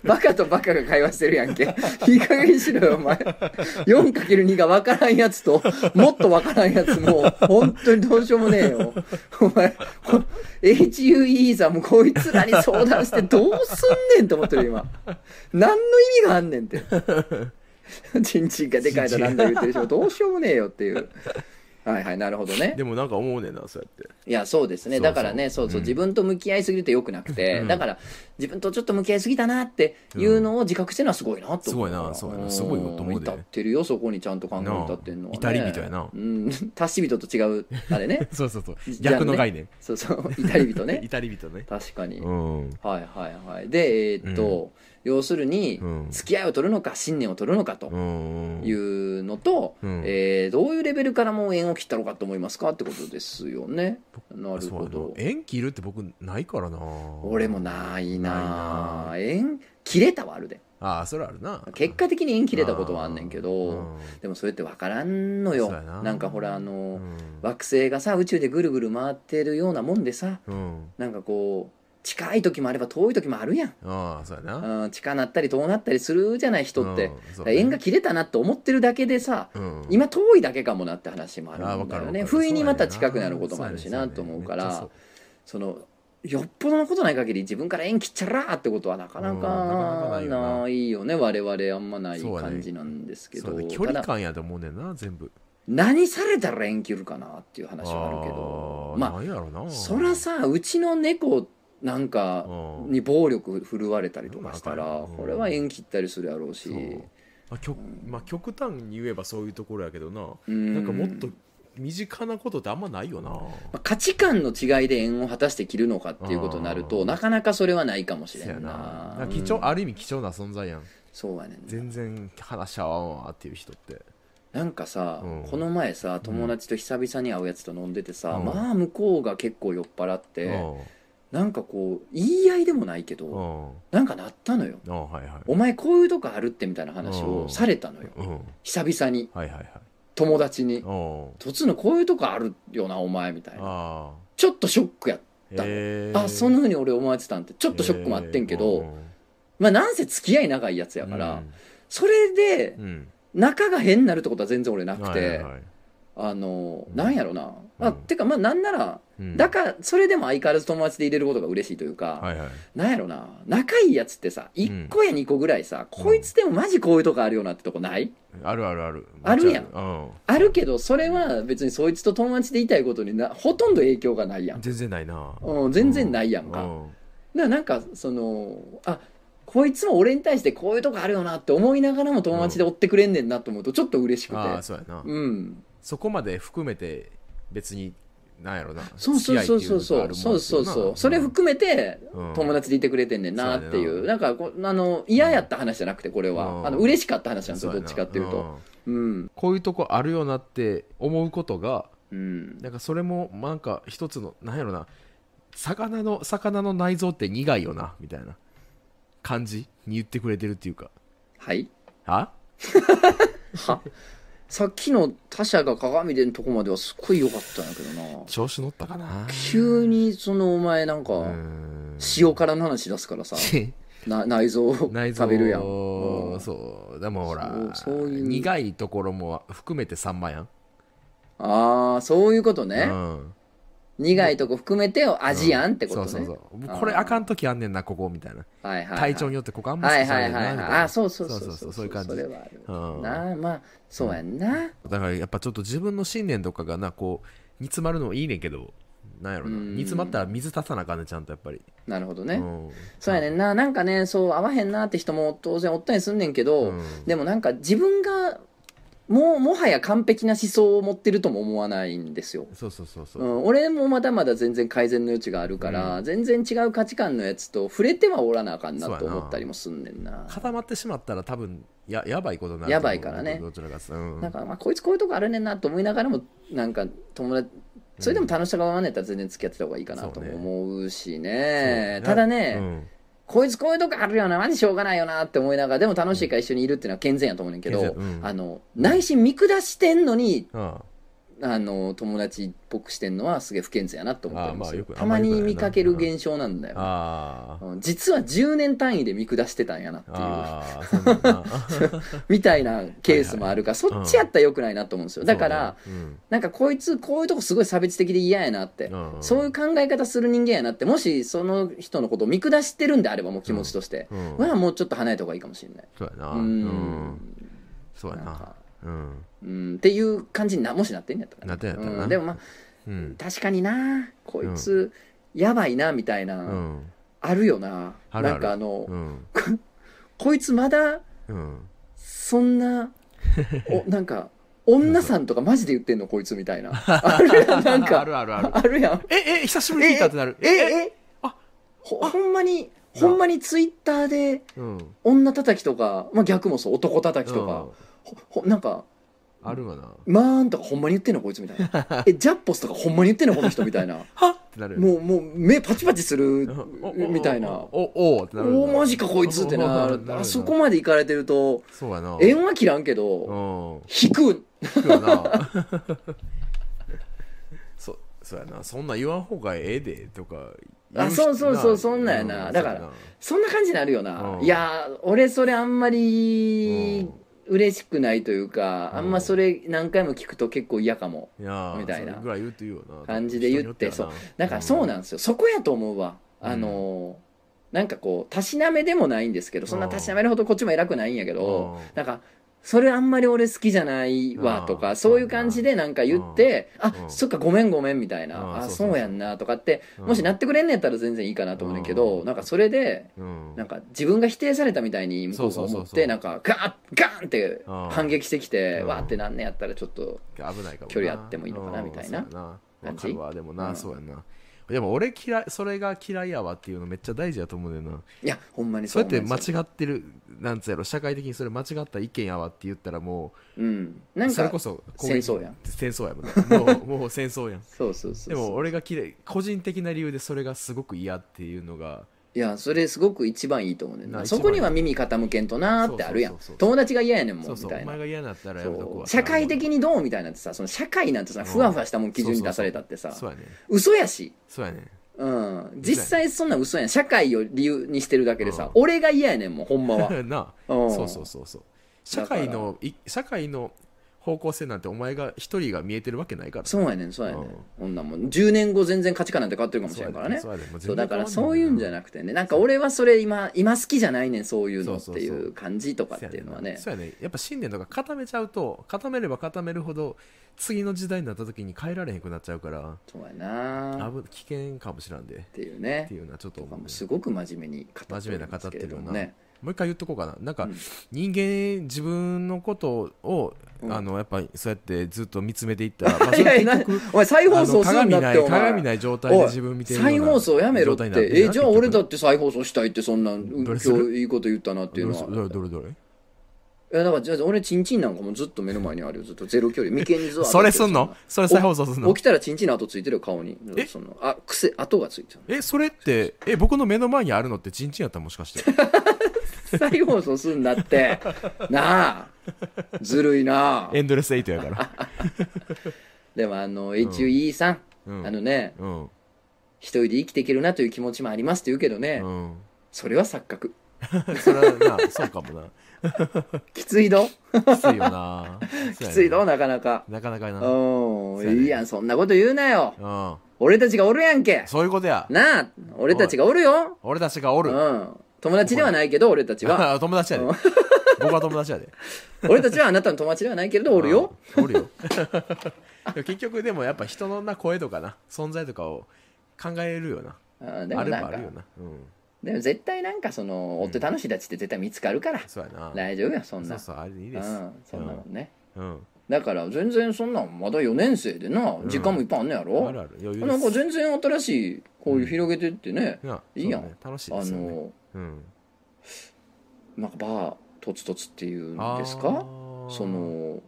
Speaker 1: バカとバカが会話してるやんけ。いい加減にしろよ、お前。4×2 が分からんやつと、もっと分からんやつもう、本当にどうしようもねえよ。お前、こ HUE さんもこいつらに相談してどうすんねんと思ってる今。何の意味があんねんって。チンチンがでかいだなんだ言ってる人もどうしようもねえよっていう。はいはい、なるほどね。
Speaker 2: でもなんか思うねんなそうやって
Speaker 1: いや、そうですね。
Speaker 2: そうそう
Speaker 1: だからね、そうそう、
Speaker 2: うん
Speaker 1: 自分と向き合いすぎると良くなくて、
Speaker 2: うん
Speaker 1: だから、自分とちょっと向き合いすぎたなっていうのを自覚してるのはすごいなと思うから、
Speaker 2: うんすごいなそうやなすごいよと思うで
Speaker 1: ん至ってるよ、そこにちゃんと考えに至ってんのは、ね。
Speaker 2: なあ至り人やな。
Speaker 1: うん、足し人と違う、あれね
Speaker 2: そうそうそう
Speaker 1: じゃあね
Speaker 2: 逆の概念
Speaker 1: そうそう、至り人ね。
Speaker 2: 至り人ね
Speaker 1: 確かに。
Speaker 2: うん
Speaker 1: はいはいはい。で、えーっと、要するに、
Speaker 2: うん
Speaker 1: 付き合いを取るのか、信念を取るのかと。
Speaker 2: うん
Speaker 1: いうのと、
Speaker 2: うん
Speaker 1: えーどういうレベルからもう縁を切ったのかと思いますかってことですよね。なる
Speaker 2: そう
Speaker 1: ほ
Speaker 2: やな
Speaker 1: ど。
Speaker 2: 縁切るって僕ないからな
Speaker 1: 俺もないな
Speaker 2: な
Speaker 1: あ縁切れたはあるで
Speaker 2: ああそれあるな
Speaker 1: 結果的に縁切れたことはあんねんけどでもそれって分からんのよ
Speaker 2: そうやな
Speaker 1: なんかほらあの、
Speaker 2: うん
Speaker 1: 惑星がさ宇宙でぐるぐる回ってるようなもんでさ
Speaker 2: うん
Speaker 1: なんかこう近い時もあれば遠い時もあるやん、
Speaker 2: ああそうやな
Speaker 1: うん、近なったり遠なったりするじゃない人って、
Speaker 2: うんそうね
Speaker 1: 縁が切れたなと思ってるだけでさ
Speaker 2: うん
Speaker 1: 今遠いだけかもなって話もある
Speaker 2: ああわ
Speaker 1: んだ
Speaker 2: かる
Speaker 1: よ
Speaker 2: わか
Speaker 1: ね
Speaker 2: る
Speaker 1: 不意にまた
Speaker 2: そうやねん
Speaker 1: 近くなることもあるしな
Speaker 2: そう
Speaker 1: と
Speaker 2: やねん
Speaker 1: 思うから。
Speaker 2: めっちゃそう
Speaker 1: そのよっぽどのことない限り自分から縁切っちゃらーってことはなかな
Speaker 2: うんなかな
Speaker 1: か
Speaker 2: かないよな
Speaker 1: ないよね我々あんまない
Speaker 2: そうやね
Speaker 1: 感じなんですけ
Speaker 2: そ
Speaker 1: ど、
Speaker 2: うね距離
Speaker 1: ただ
Speaker 2: 感やと思うねんな全部
Speaker 1: 何されたら縁切るかなっていう話はあるけど
Speaker 2: ー
Speaker 1: ま
Speaker 2: なんやろな
Speaker 1: あそらさうちの猫なんか
Speaker 2: うん
Speaker 1: に暴力振るわれたりとかした
Speaker 2: なん
Speaker 1: ら
Speaker 2: かあかんよ
Speaker 1: これは縁切ったりするやろうし
Speaker 2: そうまあ極まあ極端に言えばそういうところやけどな
Speaker 1: うん
Speaker 2: なんかもっと身近なことってあんまないよな
Speaker 1: まあ価値観の違いで縁を果たして切るのかっていうことになる
Speaker 2: う
Speaker 1: と
Speaker 2: ん
Speaker 1: なかなかそれはないかもし
Speaker 2: そ
Speaker 1: れ
Speaker 2: や
Speaker 1: ん
Speaker 2: な
Speaker 1: な
Speaker 2: なんか貴重
Speaker 1: うん
Speaker 2: ある意味貴重な存在やん
Speaker 1: そうやねんな
Speaker 2: 全然話合わんわっていう人って
Speaker 1: なんかさ、
Speaker 2: うん
Speaker 1: この前さ友達と久々に会うやつと飲んでてさ、
Speaker 2: うん
Speaker 1: まあ向こうが結構酔っ払って、
Speaker 2: うん
Speaker 1: なんかこう言い合いでもないけど、
Speaker 2: うん
Speaker 1: なんかなったのよ
Speaker 2: うんはいはい
Speaker 1: お前こういうとこあるってみたいな話
Speaker 2: う
Speaker 1: を
Speaker 2: ん
Speaker 1: されたのよ
Speaker 2: うん
Speaker 1: 久々に
Speaker 2: はいはいはい
Speaker 1: 友達に
Speaker 2: おう
Speaker 1: 「とつのこういうとこあるよなお前」みたいな
Speaker 2: あ
Speaker 1: ちょっとショックやった
Speaker 2: あへえ
Speaker 1: あそんなふうに俺思われてたんってちょっとショックもあってんけど、まあなんせ付き合い長いやつ
Speaker 2: だ
Speaker 1: やから、それで
Speaker 2: うん
Speaker 1: 仲が変になるってことは全然俺なくて、
Speaker 2: はいはいはい
Speaker 1: あの
Speaker 2: うん
Speaker 1: なんやろな、
Speaker 2: う
Speaker 1: あ
Speaker 2: ん
Speaker 1: てかまあなんなら
Speaker 2: うん
Speaker 1: だからそれでも相変わらず友達でいれることが嬉しいというか、
Speaker 2: はいはい
Speaker 1: なんやろな仲いいやつってさ1個や2個ぐらいさ、
Speaker 2: うん
Speaker 1: こいつでもマジこういうとこあるよなってとこない
Speaker 2: あるあるある
Speaker 1: あるやん
Speaker 2: めっちゃある
Speaker 1: あるけどそれは別にそいつと友達でいたいことになほとんど影響がないや
Speaker 2: うんん、全然ないな
Speaker 1: うん、全然ないやんか、
Speaker 2: う
Speaker 1: だか
Speaker 2: ん
Speaker 1: らなんかそのあこいつも俺に対してこういうとこあるよなって思いながらも友達で追ってくれんねんなと思うとちょっと嬉しくて
Speaker 2: ああそうやな
Speaker 1: うん
Speaker 2: そこまで含めて別になんやろな
Speaker 1: そうそうそうそうそ
Speaker 2: 付
Speaker 1: う
Speaker 2: き
Speaker 1: そ
Speaker 2: 合いっていのがあるもん
Speaker 1: うそう
Speaker 2: な
Speaker 1: そうそれ含めて
Speaker 2: うん
Speaker 1: 友達でいてくれてんねんなっていう、
Speaker 2: うん
Speaker 1: なんかこあの嫌やった話じゃなくてこれは、
Speaker 2: うん
Speaker 1: あの嬉しかった話なんです
Speaker 2: そう
Speaker 1: よど
Speaker 2: やな
Speaker 1: っちかっていう
Speaker 2: う
Speaker 1: と
Speaker 2: ん
Speaker 1: うん
Speaker 2: こういうとこあるよなって思うことが
Speaker 1: うん
Speaker 2: なんかそれもなんか一つのなんやろな魚の魚の内臓って苦いよなみたいな感じに言ってくれてるっていうか
Speaker 1: はい
Speaker 2: あ
Speaker 1: はさっきの他者が鏡でんとこまではすっごい良かったんやけどな
Speaker 2: 調子乗ったかな
Speaker 1: 急にそのお前なんか
Speaker 2: うーん
Speaker 1: 塩辛の話出す からさな内臓を食
Speaker 2: 内臓
Speaker 1: べるやんうん
Speaker 2: そうでもほら
Speaker 1: そうそういう
Speaker 2: 苦いところも含めてサンマやん
Speaker 1: ああそういうこと
Speaker 2: う
Speaker 1: ね、
Speaker 2: ん
Speaker 1: 苦いとこ含めて味やんってことね、
Speaker 2: そうそうそう
Speaker 1: あー
Speaker 2: これあかん時あんねんなここみたいな
Speaker 1: はいはい、はい、
Speaker 2: 体調によってここあんま
Speaker 1: は
Speaker 2: 好
Speaker 1: い
Speaker 2: きじゃ
Speaker 1: は
Speaker 2: ないい
Speaker 1: はいはい
Speaker 2: なみたい
Speaker 1: あ
Speaker 2: な
Speaker 1: あそうそうそうそう
Speaker 2: そういう感じ
Speaker 1: それはある
Speaker 2: うん
Speaker 1: なあまあそうやんな
Speaker 2: だからやっぱちょっと自分の信念とかがなこう煮詰まるのもいいねんけどなんやろな
Speaker 1: うん
Speaker 2: 煮詰まったら水足さなあかんねちゃんとやっぱり
Speaker 1: なるほどね、
Speaker 2: うん
Speaker 1: そうやねんななんかねそう合わへんなって人も当然おったりすんねんけど、
Speaker 2: うん
Speaker 1: でもなんか自分がもうもはや完璧な思想を持ってるとも思わないんですよ、、
Speaker 2: そうそうそうそううん
Speaker 1: 俺もまだまだ全然改善の余地があるから、全然違う価値観のやつと触れてはおらなあかんな
Speaker 2: そうや
Speaker 1: と
Speaker 2: な
Speaker 1: 思ったりもすんねんな
Speaker 2: 固まってしまったら多分ややばいことになる
Speaker 1: やばいからね
Speaker 2: どちらかっすうん
Speaker 1: なんかまあこいつこういうとこあるねんなと思いながらもなんか友達それでも楽しさが分かんねやったら全然付き合ってた方がいいかなとも思うしね
Speaker 2: そう
Speaker 1: ただ
Speaker 2: う
Speaker 1: ね、
Speaker 2: ん
Speaker 1: こいつこういうとこあるよなマジしょうがないよなって思いながらでも楽しいから一緒にいるっていうのは健全やと思うねんけど、
Speaker 2: 健全うん
Speaker 1: あの内心見下してんのに
Speaker 2: あ
Speaker 1: あの友達っぽくしてんのはすげえ不健全やなと思ってますよ、
Speaker 2: あーまあよく
Speaker 1: たま
Speaker 2: あんま
Speaker 1: に
Speaker 2: り
Speaker 1: 見
Speaker 2: 良くないな
Speaker 1: かける現象なんだよ
Speaker 2: あー
Speaker 1: うん実は10年単位で見下してたんやなっていう
Speaker 2: あーそうなんだ
Speaker 1: みたいなケースもあるから、
Speaker 2: いはい
Speaker 1: そっちやったらよくないなと思うんですよ だから、
Speaker 2: そうねうん
Speaker 1: なんかこいつこういうとこすごい差別的で嫌やなって、
Speaker 2: うん
Speaker 1: そういう考え方する人間やなってもしその人のことを見下してるんであればもう気持ちとして、
Speaker 2: うんうん
Speaker 1: はもうちょっと離れた方がいいかもしれない
Speaker 2: そうやな
Speaker 1: う
Speaker 2: うん
Speaker 1: ん
Speaker 2: そうや
Speaker 1: なん
Speaker 2: な
Speaker 1: か
Speaker 2: うん
Speaker 1: うんっていう感じになもしなってんやったら
Speaker 2: なってんやったらな
Speaker 1: うんでもまあ
Speaker 2: うん
Speaker 1: 確かになこいつやばいなみたいな、
Speaker 2: うん
Speaker 1: あるよな
Speaker 2: あるある
Speaker 1: なんかあの、
Speaker 2: うん
Speaker 1: こいつまだ
Speaker 2: うん
Speaker 1: そん なおなんか女さんとかマジで言ってんのこいつみたい なあるやんなんか
Speaker 2: あるあるある
Speaker 1: あるやん
Speaker 2: ええ久しぶりに聞いたってなる
Speaker 1: えええ
Speaker 2: あ
Speaker 1: ほほんまにほんまにツイッターで
Speaker 2: うん
Speaker 1: 女叩きとか、まあ、逆もそう男叩きとか、ほほなんか
Speaker 2: うんあるわなっ
Speaker 1: 「まーん」とかほんまに言ってんのこいつみたい な「えジャッポス」とかほんまに言ってんのこの人みたいな
Speaker 2: てなる
Speaker 1: もうもう目パチパチする
Speaker 2: うんおお
Speaker 1: みたいな
Speaker 2: お
Speaker 1: 「
Speaker 2: おおってなる
Speaker 1: おおマジかこいつ」ってな
Speaker 2: る な
Speaker 1: あそこまで行かれてると
Speaker 2: そうやな
Speaker 1: 縁は切らんけ
Speaker 2: う
Speaker 1: ど
Speaker 2: ん
Speaker 1: 引く
Speaker 2: 聞くよな そそうやなそんなん言わん方がええでとか言
Speaker 1: あ
Speaker 2: 人
Speaker 1: そうそうそうそ
Speaker 2: な
Speaker 1: んなんやな
Speaker 2: う
Speaker 1: だから
Speaker 2: そうや
Speaker 1: そんな感じになるよな
Speaker 2: うん
Speaker 1: いやー俺それあんまり
Speaker 2: うん
Speaker 1: 嬉しくないというかあんまそれ何回も聞くと結構嫌かも
Speaker 2: いやー
Speaker 1: みたいな
Speaker 2: それぐらい言うと言うよな
Speaker 1: 感じで言って
Speaker 2: 人によ
Speaker 1: だからそうなんですよそこやと思うわ
Speaker 2: うん
Speaker 1: あのーなんかこうたしなめでもないんですけどそんなたしなめるほどこっちも偉くないんやけど
Speaker 2: うん
Speaker 1: なんかそれあんまり俺好きじゃないわと
Speaker 2: う
Speaker 1: か
Speaker 2: ん
Speaker 1: そういう感じでなんか言ってあ
Speaker 2: うん
Speaker 1: そっかごめんごめんみたい
Speaker 2: うん
Speaker 1: なあ
Speaker 2: そうそうそう
Speaker 1: そうやんなとかって
Speaker 2: うん
Speaker 1: もしなってくれんねやったら全然いいかなと思うねんけど
Speaker 2: うん
Speaker 1: なんかそれで
Speaker 2: う
Speaker 1: うん
Speaker 2: ん
Speaker 1: なんか自分が否定されたみたいに向こうが
Speaker 2: そうそ
Speaker 1: 思
Speaker 2: うそう
Speaker 1: っ
Speaker 2: そう
Speaker 1: てなんかガーンガーンって
Speaker 2: うん
Speaker 1: 反撃してきて
Speaker 2: うん
Speaker 1: わーってなんねやったらちょっと
Speaker 2: 危ないかもな
Speaker 1: 距離あってもいいのかな
Speaker 2: うん
Speaker 1: みたいな
Speaker 2: そうやわ
Speaker 1: 感
Speaker 2: か
Speaker 1: じ
Speaker 2: るわでもな、
Speaker 1: うん
Speaker 2: そうやなでも俺嫌いそれが嫌いやわっていうのめっちゃ大事やと思うねんだよない
Speaker 1: やほんまに
Speaker 2: そうやって
Speaker 1: 思
Speaker 2: 間
Speaker 1: うんですよ
Speaker 2: 違ってるなんつうやろ社会的にそれ間違った意見やわって言ったらも
Speaker 1: うん
Speaker 2: う
Speaker 1: なん
Speaker 2: それ
Speaker 1: か
Speaker 2: こ
Speaker 1: そ
Speaker 2: そ
Speaker 1: 戦争やん
Speaker 2: 戦争やもんなもうもう戦争やん
Speaker 1: うそうそう
Speaker 2: で
Speaker 1: そ
Speaker 2: も
Speaker 1: う
Speaker 2: 俺が嫌い個人的な理由でそれがすごく嫌っていうのが
Speaker 1: いやそれすごく一番いいと思うねん
Speaker 2: な
Speaker 1: な
Speaker 2: 一番
Speaker 1: そこには耳傾けんとなーってあるやん
Speaker 2: そうそうそうそう
Speaker 1: 友達が嫌やねんもん
Speaker 2: そうそ
Speaker 1: み
Speaker 2: う
Speaker 1: た
Speaker 2: お
Speaker 1: い
Speaker 2: 前
Speaker 1: な
Speaker 2: が嫌なったらやめとこ
Speaker 1: そうう社会的にどうみたいなんてさその社会なんてさふわふわしたもん基準に出されたってさ
Speaker 2: そうやね
Speaker 1: 嘘やし
Speaker 2: そうやね
Speaker 1: うん実際そんなん嘘やん社会を理由にしてるだけでさ、
Speaker 2: うん
Speaker 1: 俺が嫌やねんもんほんま は、
Speaker 2: なあ
Speaker 1: うん、
Speaker 2: そうそうそうそう社会のい社会の方向性なんてお前が一人が見えてるわけないから
Speaker 1: そうやねんそうやね
Speaker 2: うん
Speaker 1: んこんなもん10年後全然価値観なんて変わってるかもしれんからね
Speaker 2: そうやねんそうやねんもう全
Speaker 1: そう
Speaker 2: 然
Speaker 1: だからそういうんじゃ
Speaker 2: ない
Speaker 1: なくてねなんか俺はそれ今今好きじゃないねんそういうのって
Speaker 2: そうそう
Speaker 1: い
Speaker 2: そう
Speaker 1: う感じとかっ
Speaker 2: そうや
Speaker 1: ていうのはね
Speaker 2: そうやねやっぱ信念とか固めちゃうと固めれば固めるほど次の時代になった時に変えられへんくなっちゃうから
Speaker 1: そうやなっ
Speaker 2: 危危険かもしらんでって
Speaker 1: いうね
Speaker 2: いうのはちょっと
Speaker 1: とか
Speaker 2: 思うね
Speaker 1: もすごく真面目に語ってる
Speaker 2: 真面
Speaker 1: ん
Speaker 2: 目な
Speaker 1: です
Speaker 2: 語っ
Speaker 1: け
Speaker 2: て
Speaker 1: れ
Speaker 2: る
Speaker 1: ど
Speaker 2: よ
Speaker 1: も
Speaker 2: な、
Speaker 1: ね
Speaker 2: もう一回言っとこうかななんか
Speaker 1: うん
Speaker 2: 人間自分のことを、
Speaker 1: うん
Speaker 2: あのやっぱりそうやってずっと見つめてい ったら、まあ、
Speaker 1: い
Speaker 2: そ
Speaker 1: や
Speaker 2: れ
Speaker 1: いや
Speaker 2: 結局
Speaker 1: お前再放送するん
Speaker 2: 鏡
Speaker 1: だ
Speaker 2: な
Speaker 1: って
Speaker 2: い
Speaker 1: お前
Speaker 2: 鏡ない状態で自分見てるような
Speaker 1: 再放送やめろっ
Speaker 2: 状態
Speaker 1: て
Speaker 2: になる
Speaker 1: えじゃあ俺だ
Speaker 2: 結
Speaker 1: って再放送したいってそんなん
Speaker 2: ど
Speaker 1: 今
Speaker 2: れする
Speaker 1: 日いいこと言ったなっていうの
Speaker 2: 局ど
Speaker 1: は
Speaker 2: れどれどれ
Speaker 1: い
Speaker 2: どれ
Speaker 1: やだからじゃあ俺チンチンなんかもずっと目の前にあるよずっとゼロ距離眉間にずっと
Speaker 2: それすんのそれ再放送すんの
Speaker 1: 起きたらチンチンの跡ついてるよ顔に
Speaker 2: え
Speaker 1: そのあ癖跡がついてる
Speaker 2: えそれってえ僕の目の前にあるのってチンチンやったもしかして
Speaker 1: 再放送すんだって なあずるいなあ
Speaker 2: エンドレスエイトやから
Speaker 1: でもあの HUE さん、
Speaker 2: うん
Speaker 1: あのね
Speaker 2: うん
Speaker 1: 一人で生きていけるなという気持ちもありますって言うけどね、
Speaker 2: うん
Speaker 1: それは錯覚
Speaker 2: それはなそうかも
Speaker 1: きついど
Speaker 2: なきついよなき
Speaker 1: きついどなかなか
Speaker 2: なかなかやなう
Speaker 1: う、
Speaker 2: そうんやね
Speaker 1: いいやんそんなこと言うなよ
Speaker 2: ん
Speaker 1: 俺たちがおるやんけ
Speaker 2: そういうことや
Speaker 1: なあ俺たちがおるよ
Speaker 2: 俺たちがお
Speaker 1: う
Speaker 2: る
Speaker 1: ん友達ではないけど俺たちは
Speaker 2: 友達やで
Speaker 1: うん
Speaker 2: 僕は友達やで
Speaker 1: 俺たちはあなたの友達ではないけれ どおるよ
Speaker 2: うん おるよでも結局でもやっぱ人のな声とかな存在とかを考えるよな
Speaker 1: うんで
Speaker 2: あ
Speaker 1: も
Speaker 2: れ
Speaker 1: なん
Speaker 2: ば
Speaker 1: か
Speaker 2: あるよなうん
Speaker 1: でも絶対なんかその追って楽しいたちって絶対見つかるから、
Speaker 2: そうやな
Speaker 1: 大丈夫よそん
Speaker 2: そ
Speaker 1: な
Speaker 2: うそうあれでいいです
Speaker 1: うん、そんなもんね、
Speaker 2: うん
Speaker 1: だから全然そんなんまだ4年生でな、
Speaker 2: ん
Speaker 1: 時間もいっぱいあんねやろ
Speaker 2: あるある余裕
Speaker 1: なんか
Speaker 2: です
Speaker 1: 全然新しいこういう広げてってね、
Speaker 2: ない
Speaker 1: いやん
Speaker 2: そうね楽しい
Speaker 1: あ
Speaker 2: ですよね
Speaker 1: の
Speaker 2: うん
Speaker 1: なんかバーとつとつっていうん
Speaker 2: あー
Speaker 1: ですかその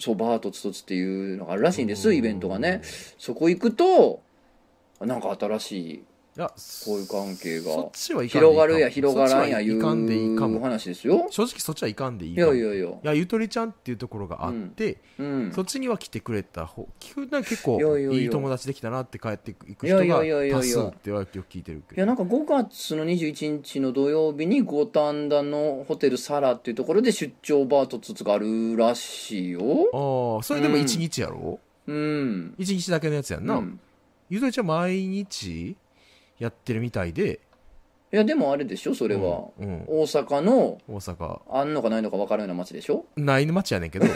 Speaker 1: そうバーとつとつっていうのがあるらしいんで
Speaker 2: う
Speaker 1: す
Speaker 2: ん
Speaker 1: イベントがねそこ行くとなんか新しい
Speaker 2: いや
Speaker 1: こういう関係が
Speaker 2: そっちはいかんでいいかも
Speaker 1: 広がるや広がらんやい
Speaker 2: そっちはいかんでいいか
Speaker 1: う
Speaker 2: も
Speaker 1: 話ですよ
Speaker 2: 正直そっちはいかんでいい
Speaker 1: い
Speaker 2: か
Speaker 1: や
Speaker 2: も
Speaker 1: いやいや
Speaker 2: いやゆとりちゃんっていうところがあって、
Speaker 1: うん
Speaker 2: そっちには来てくれた方聞くなんか結構
Speaker 1: いやいやいや
Speaker 2: いい友達できたなって帰っていく
Speaker 1: い
Speaker 2: 人
Speaker 1: や
Speaker 2: が
Speaker 1: いやいやいや
Speaker 2: 多数ってはよく聞いてるけ
Speaker 1: い
Speaker 2: ど
Speaker 1: やなんか5月の21日の土曜日に五反田のホテルサラっていうところで出張バートツツがあるらしいよ
Speaker 2: ああそれでも1日やろ、
Speaker 1: うん
Speaker 2: 一1日だけのやつやんな、
Speaker 1: うん
Speaker 2: ゆとりちゃん毎日やってるみたいで
Speaker 1: いやでもあれでしょそれは、
Speaker 2: うんうん
Speaker 1: 大阪の
Speaker 2: 大阪
Speaker 1: あんのかないのか分からんような町でしょ
Speaker 2: ない町やねんけど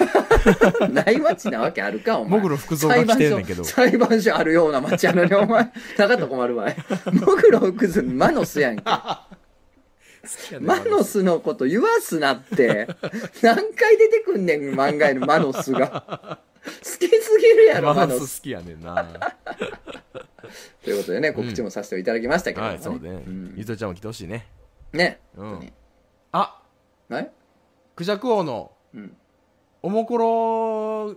Speaker 1: ない町なわけあるかお前
Speaker 2: もぐろ福蔵が来てんねんけど
Speaker 1: 裁判所裁判所あるような町やの にお前なかったら困るわいもぐろ福ずマノスやんけマノスのこと言わすなって何回出てくんねん漫画へのマノスが 好きすぎるやろマ
Speaker 2: マ
Speaker 1: ノ
Speaker 2: ノ
Speaker 1: ス
Speaker 2: ス好きやねんな
Speaker 1: ということでね告知もさせていただきましたけども
Speaker 2: はいそうね、
Speaker 1: ん
Speaker 2: ゆとりちゃんも来てほしいね
Speaker 1: ね
Speaker 2: うん
Speaker 1: 本当に
Speaker 2: あ
Speaker 1: はい
Speaker 2: クジャク王の
Speaker 1: うん
Speaker 2: おもころ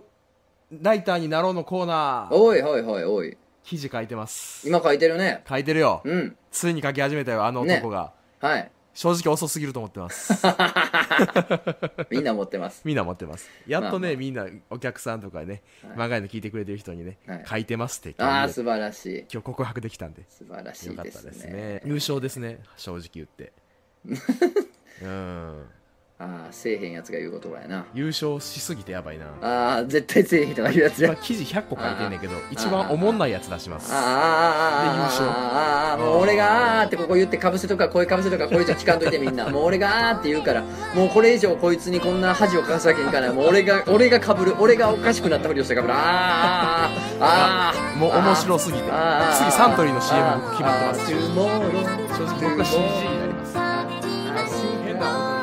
Speaker 2: ライターになろうのコーナー
Speaker 1: おいおいおいおい
Speaker 2: 記事書いてます
Speaker 1: 今書いてるね
Speaker 2: 書いてるよ
Speaker 1: うん
Speaker 2: ついに書き始めたよあの男が、
Speaker 1: はい
Speaker 2: 正直遅すぎると思ってます
Speaker 1: みんな持ってます
Speaker 2: みんな待ってますやっ
Speaker 1: ま
Speaker 2: とね、
Speaker 1: あまあ
Speaker 2: みんなお客さんとかね、
Speaker 1: はい
Speaker 2: 漫画の聞いてくれてる人にね、
Speaker 1: はい
Speaker 2: 書いてますって今日
Speaker 1: ああ
Speaker 2: 言え
Speaker 1: 素晴らしい
Speaker 2: 今日告白できたんで
Speaker 1: 素晴らし
Speaker 2: よ
Speaker 1: い
Speaker 2: かっ
Speaker 1: で
Speaker 2: た
Speaker 1: す
Speaker 2: で
Speaker 1: ね
Speaker 2: すね優勝ですね正直言って うん
Speaker 1: ああせえへんやつが言う言葉やな
Speaker 2: 優勝しすぎてやばいな
Speaker 1: ああ絶対せえへんとか言うやつや
Speaker 2: 今記事100個書いてんねんけど一番おもんないやつ出します
Speaker 1: ああああああああああもう俺があーってここ言ってかぶせとか声かぶせとかこれ以上聞かんといてみんなもう俺があーって言うからもうこれ以上こいつにこんな恥をかかすわけにいかないもう俺が俺がかぶる俺がおかしくなったふりをしてかぶるあーあーあーあ
Speaker 2: もう面白すぎて次サントリーの CM 僕決まってます
Speaker 1: 正
Speaker 2: 正直僕は CG になります変な音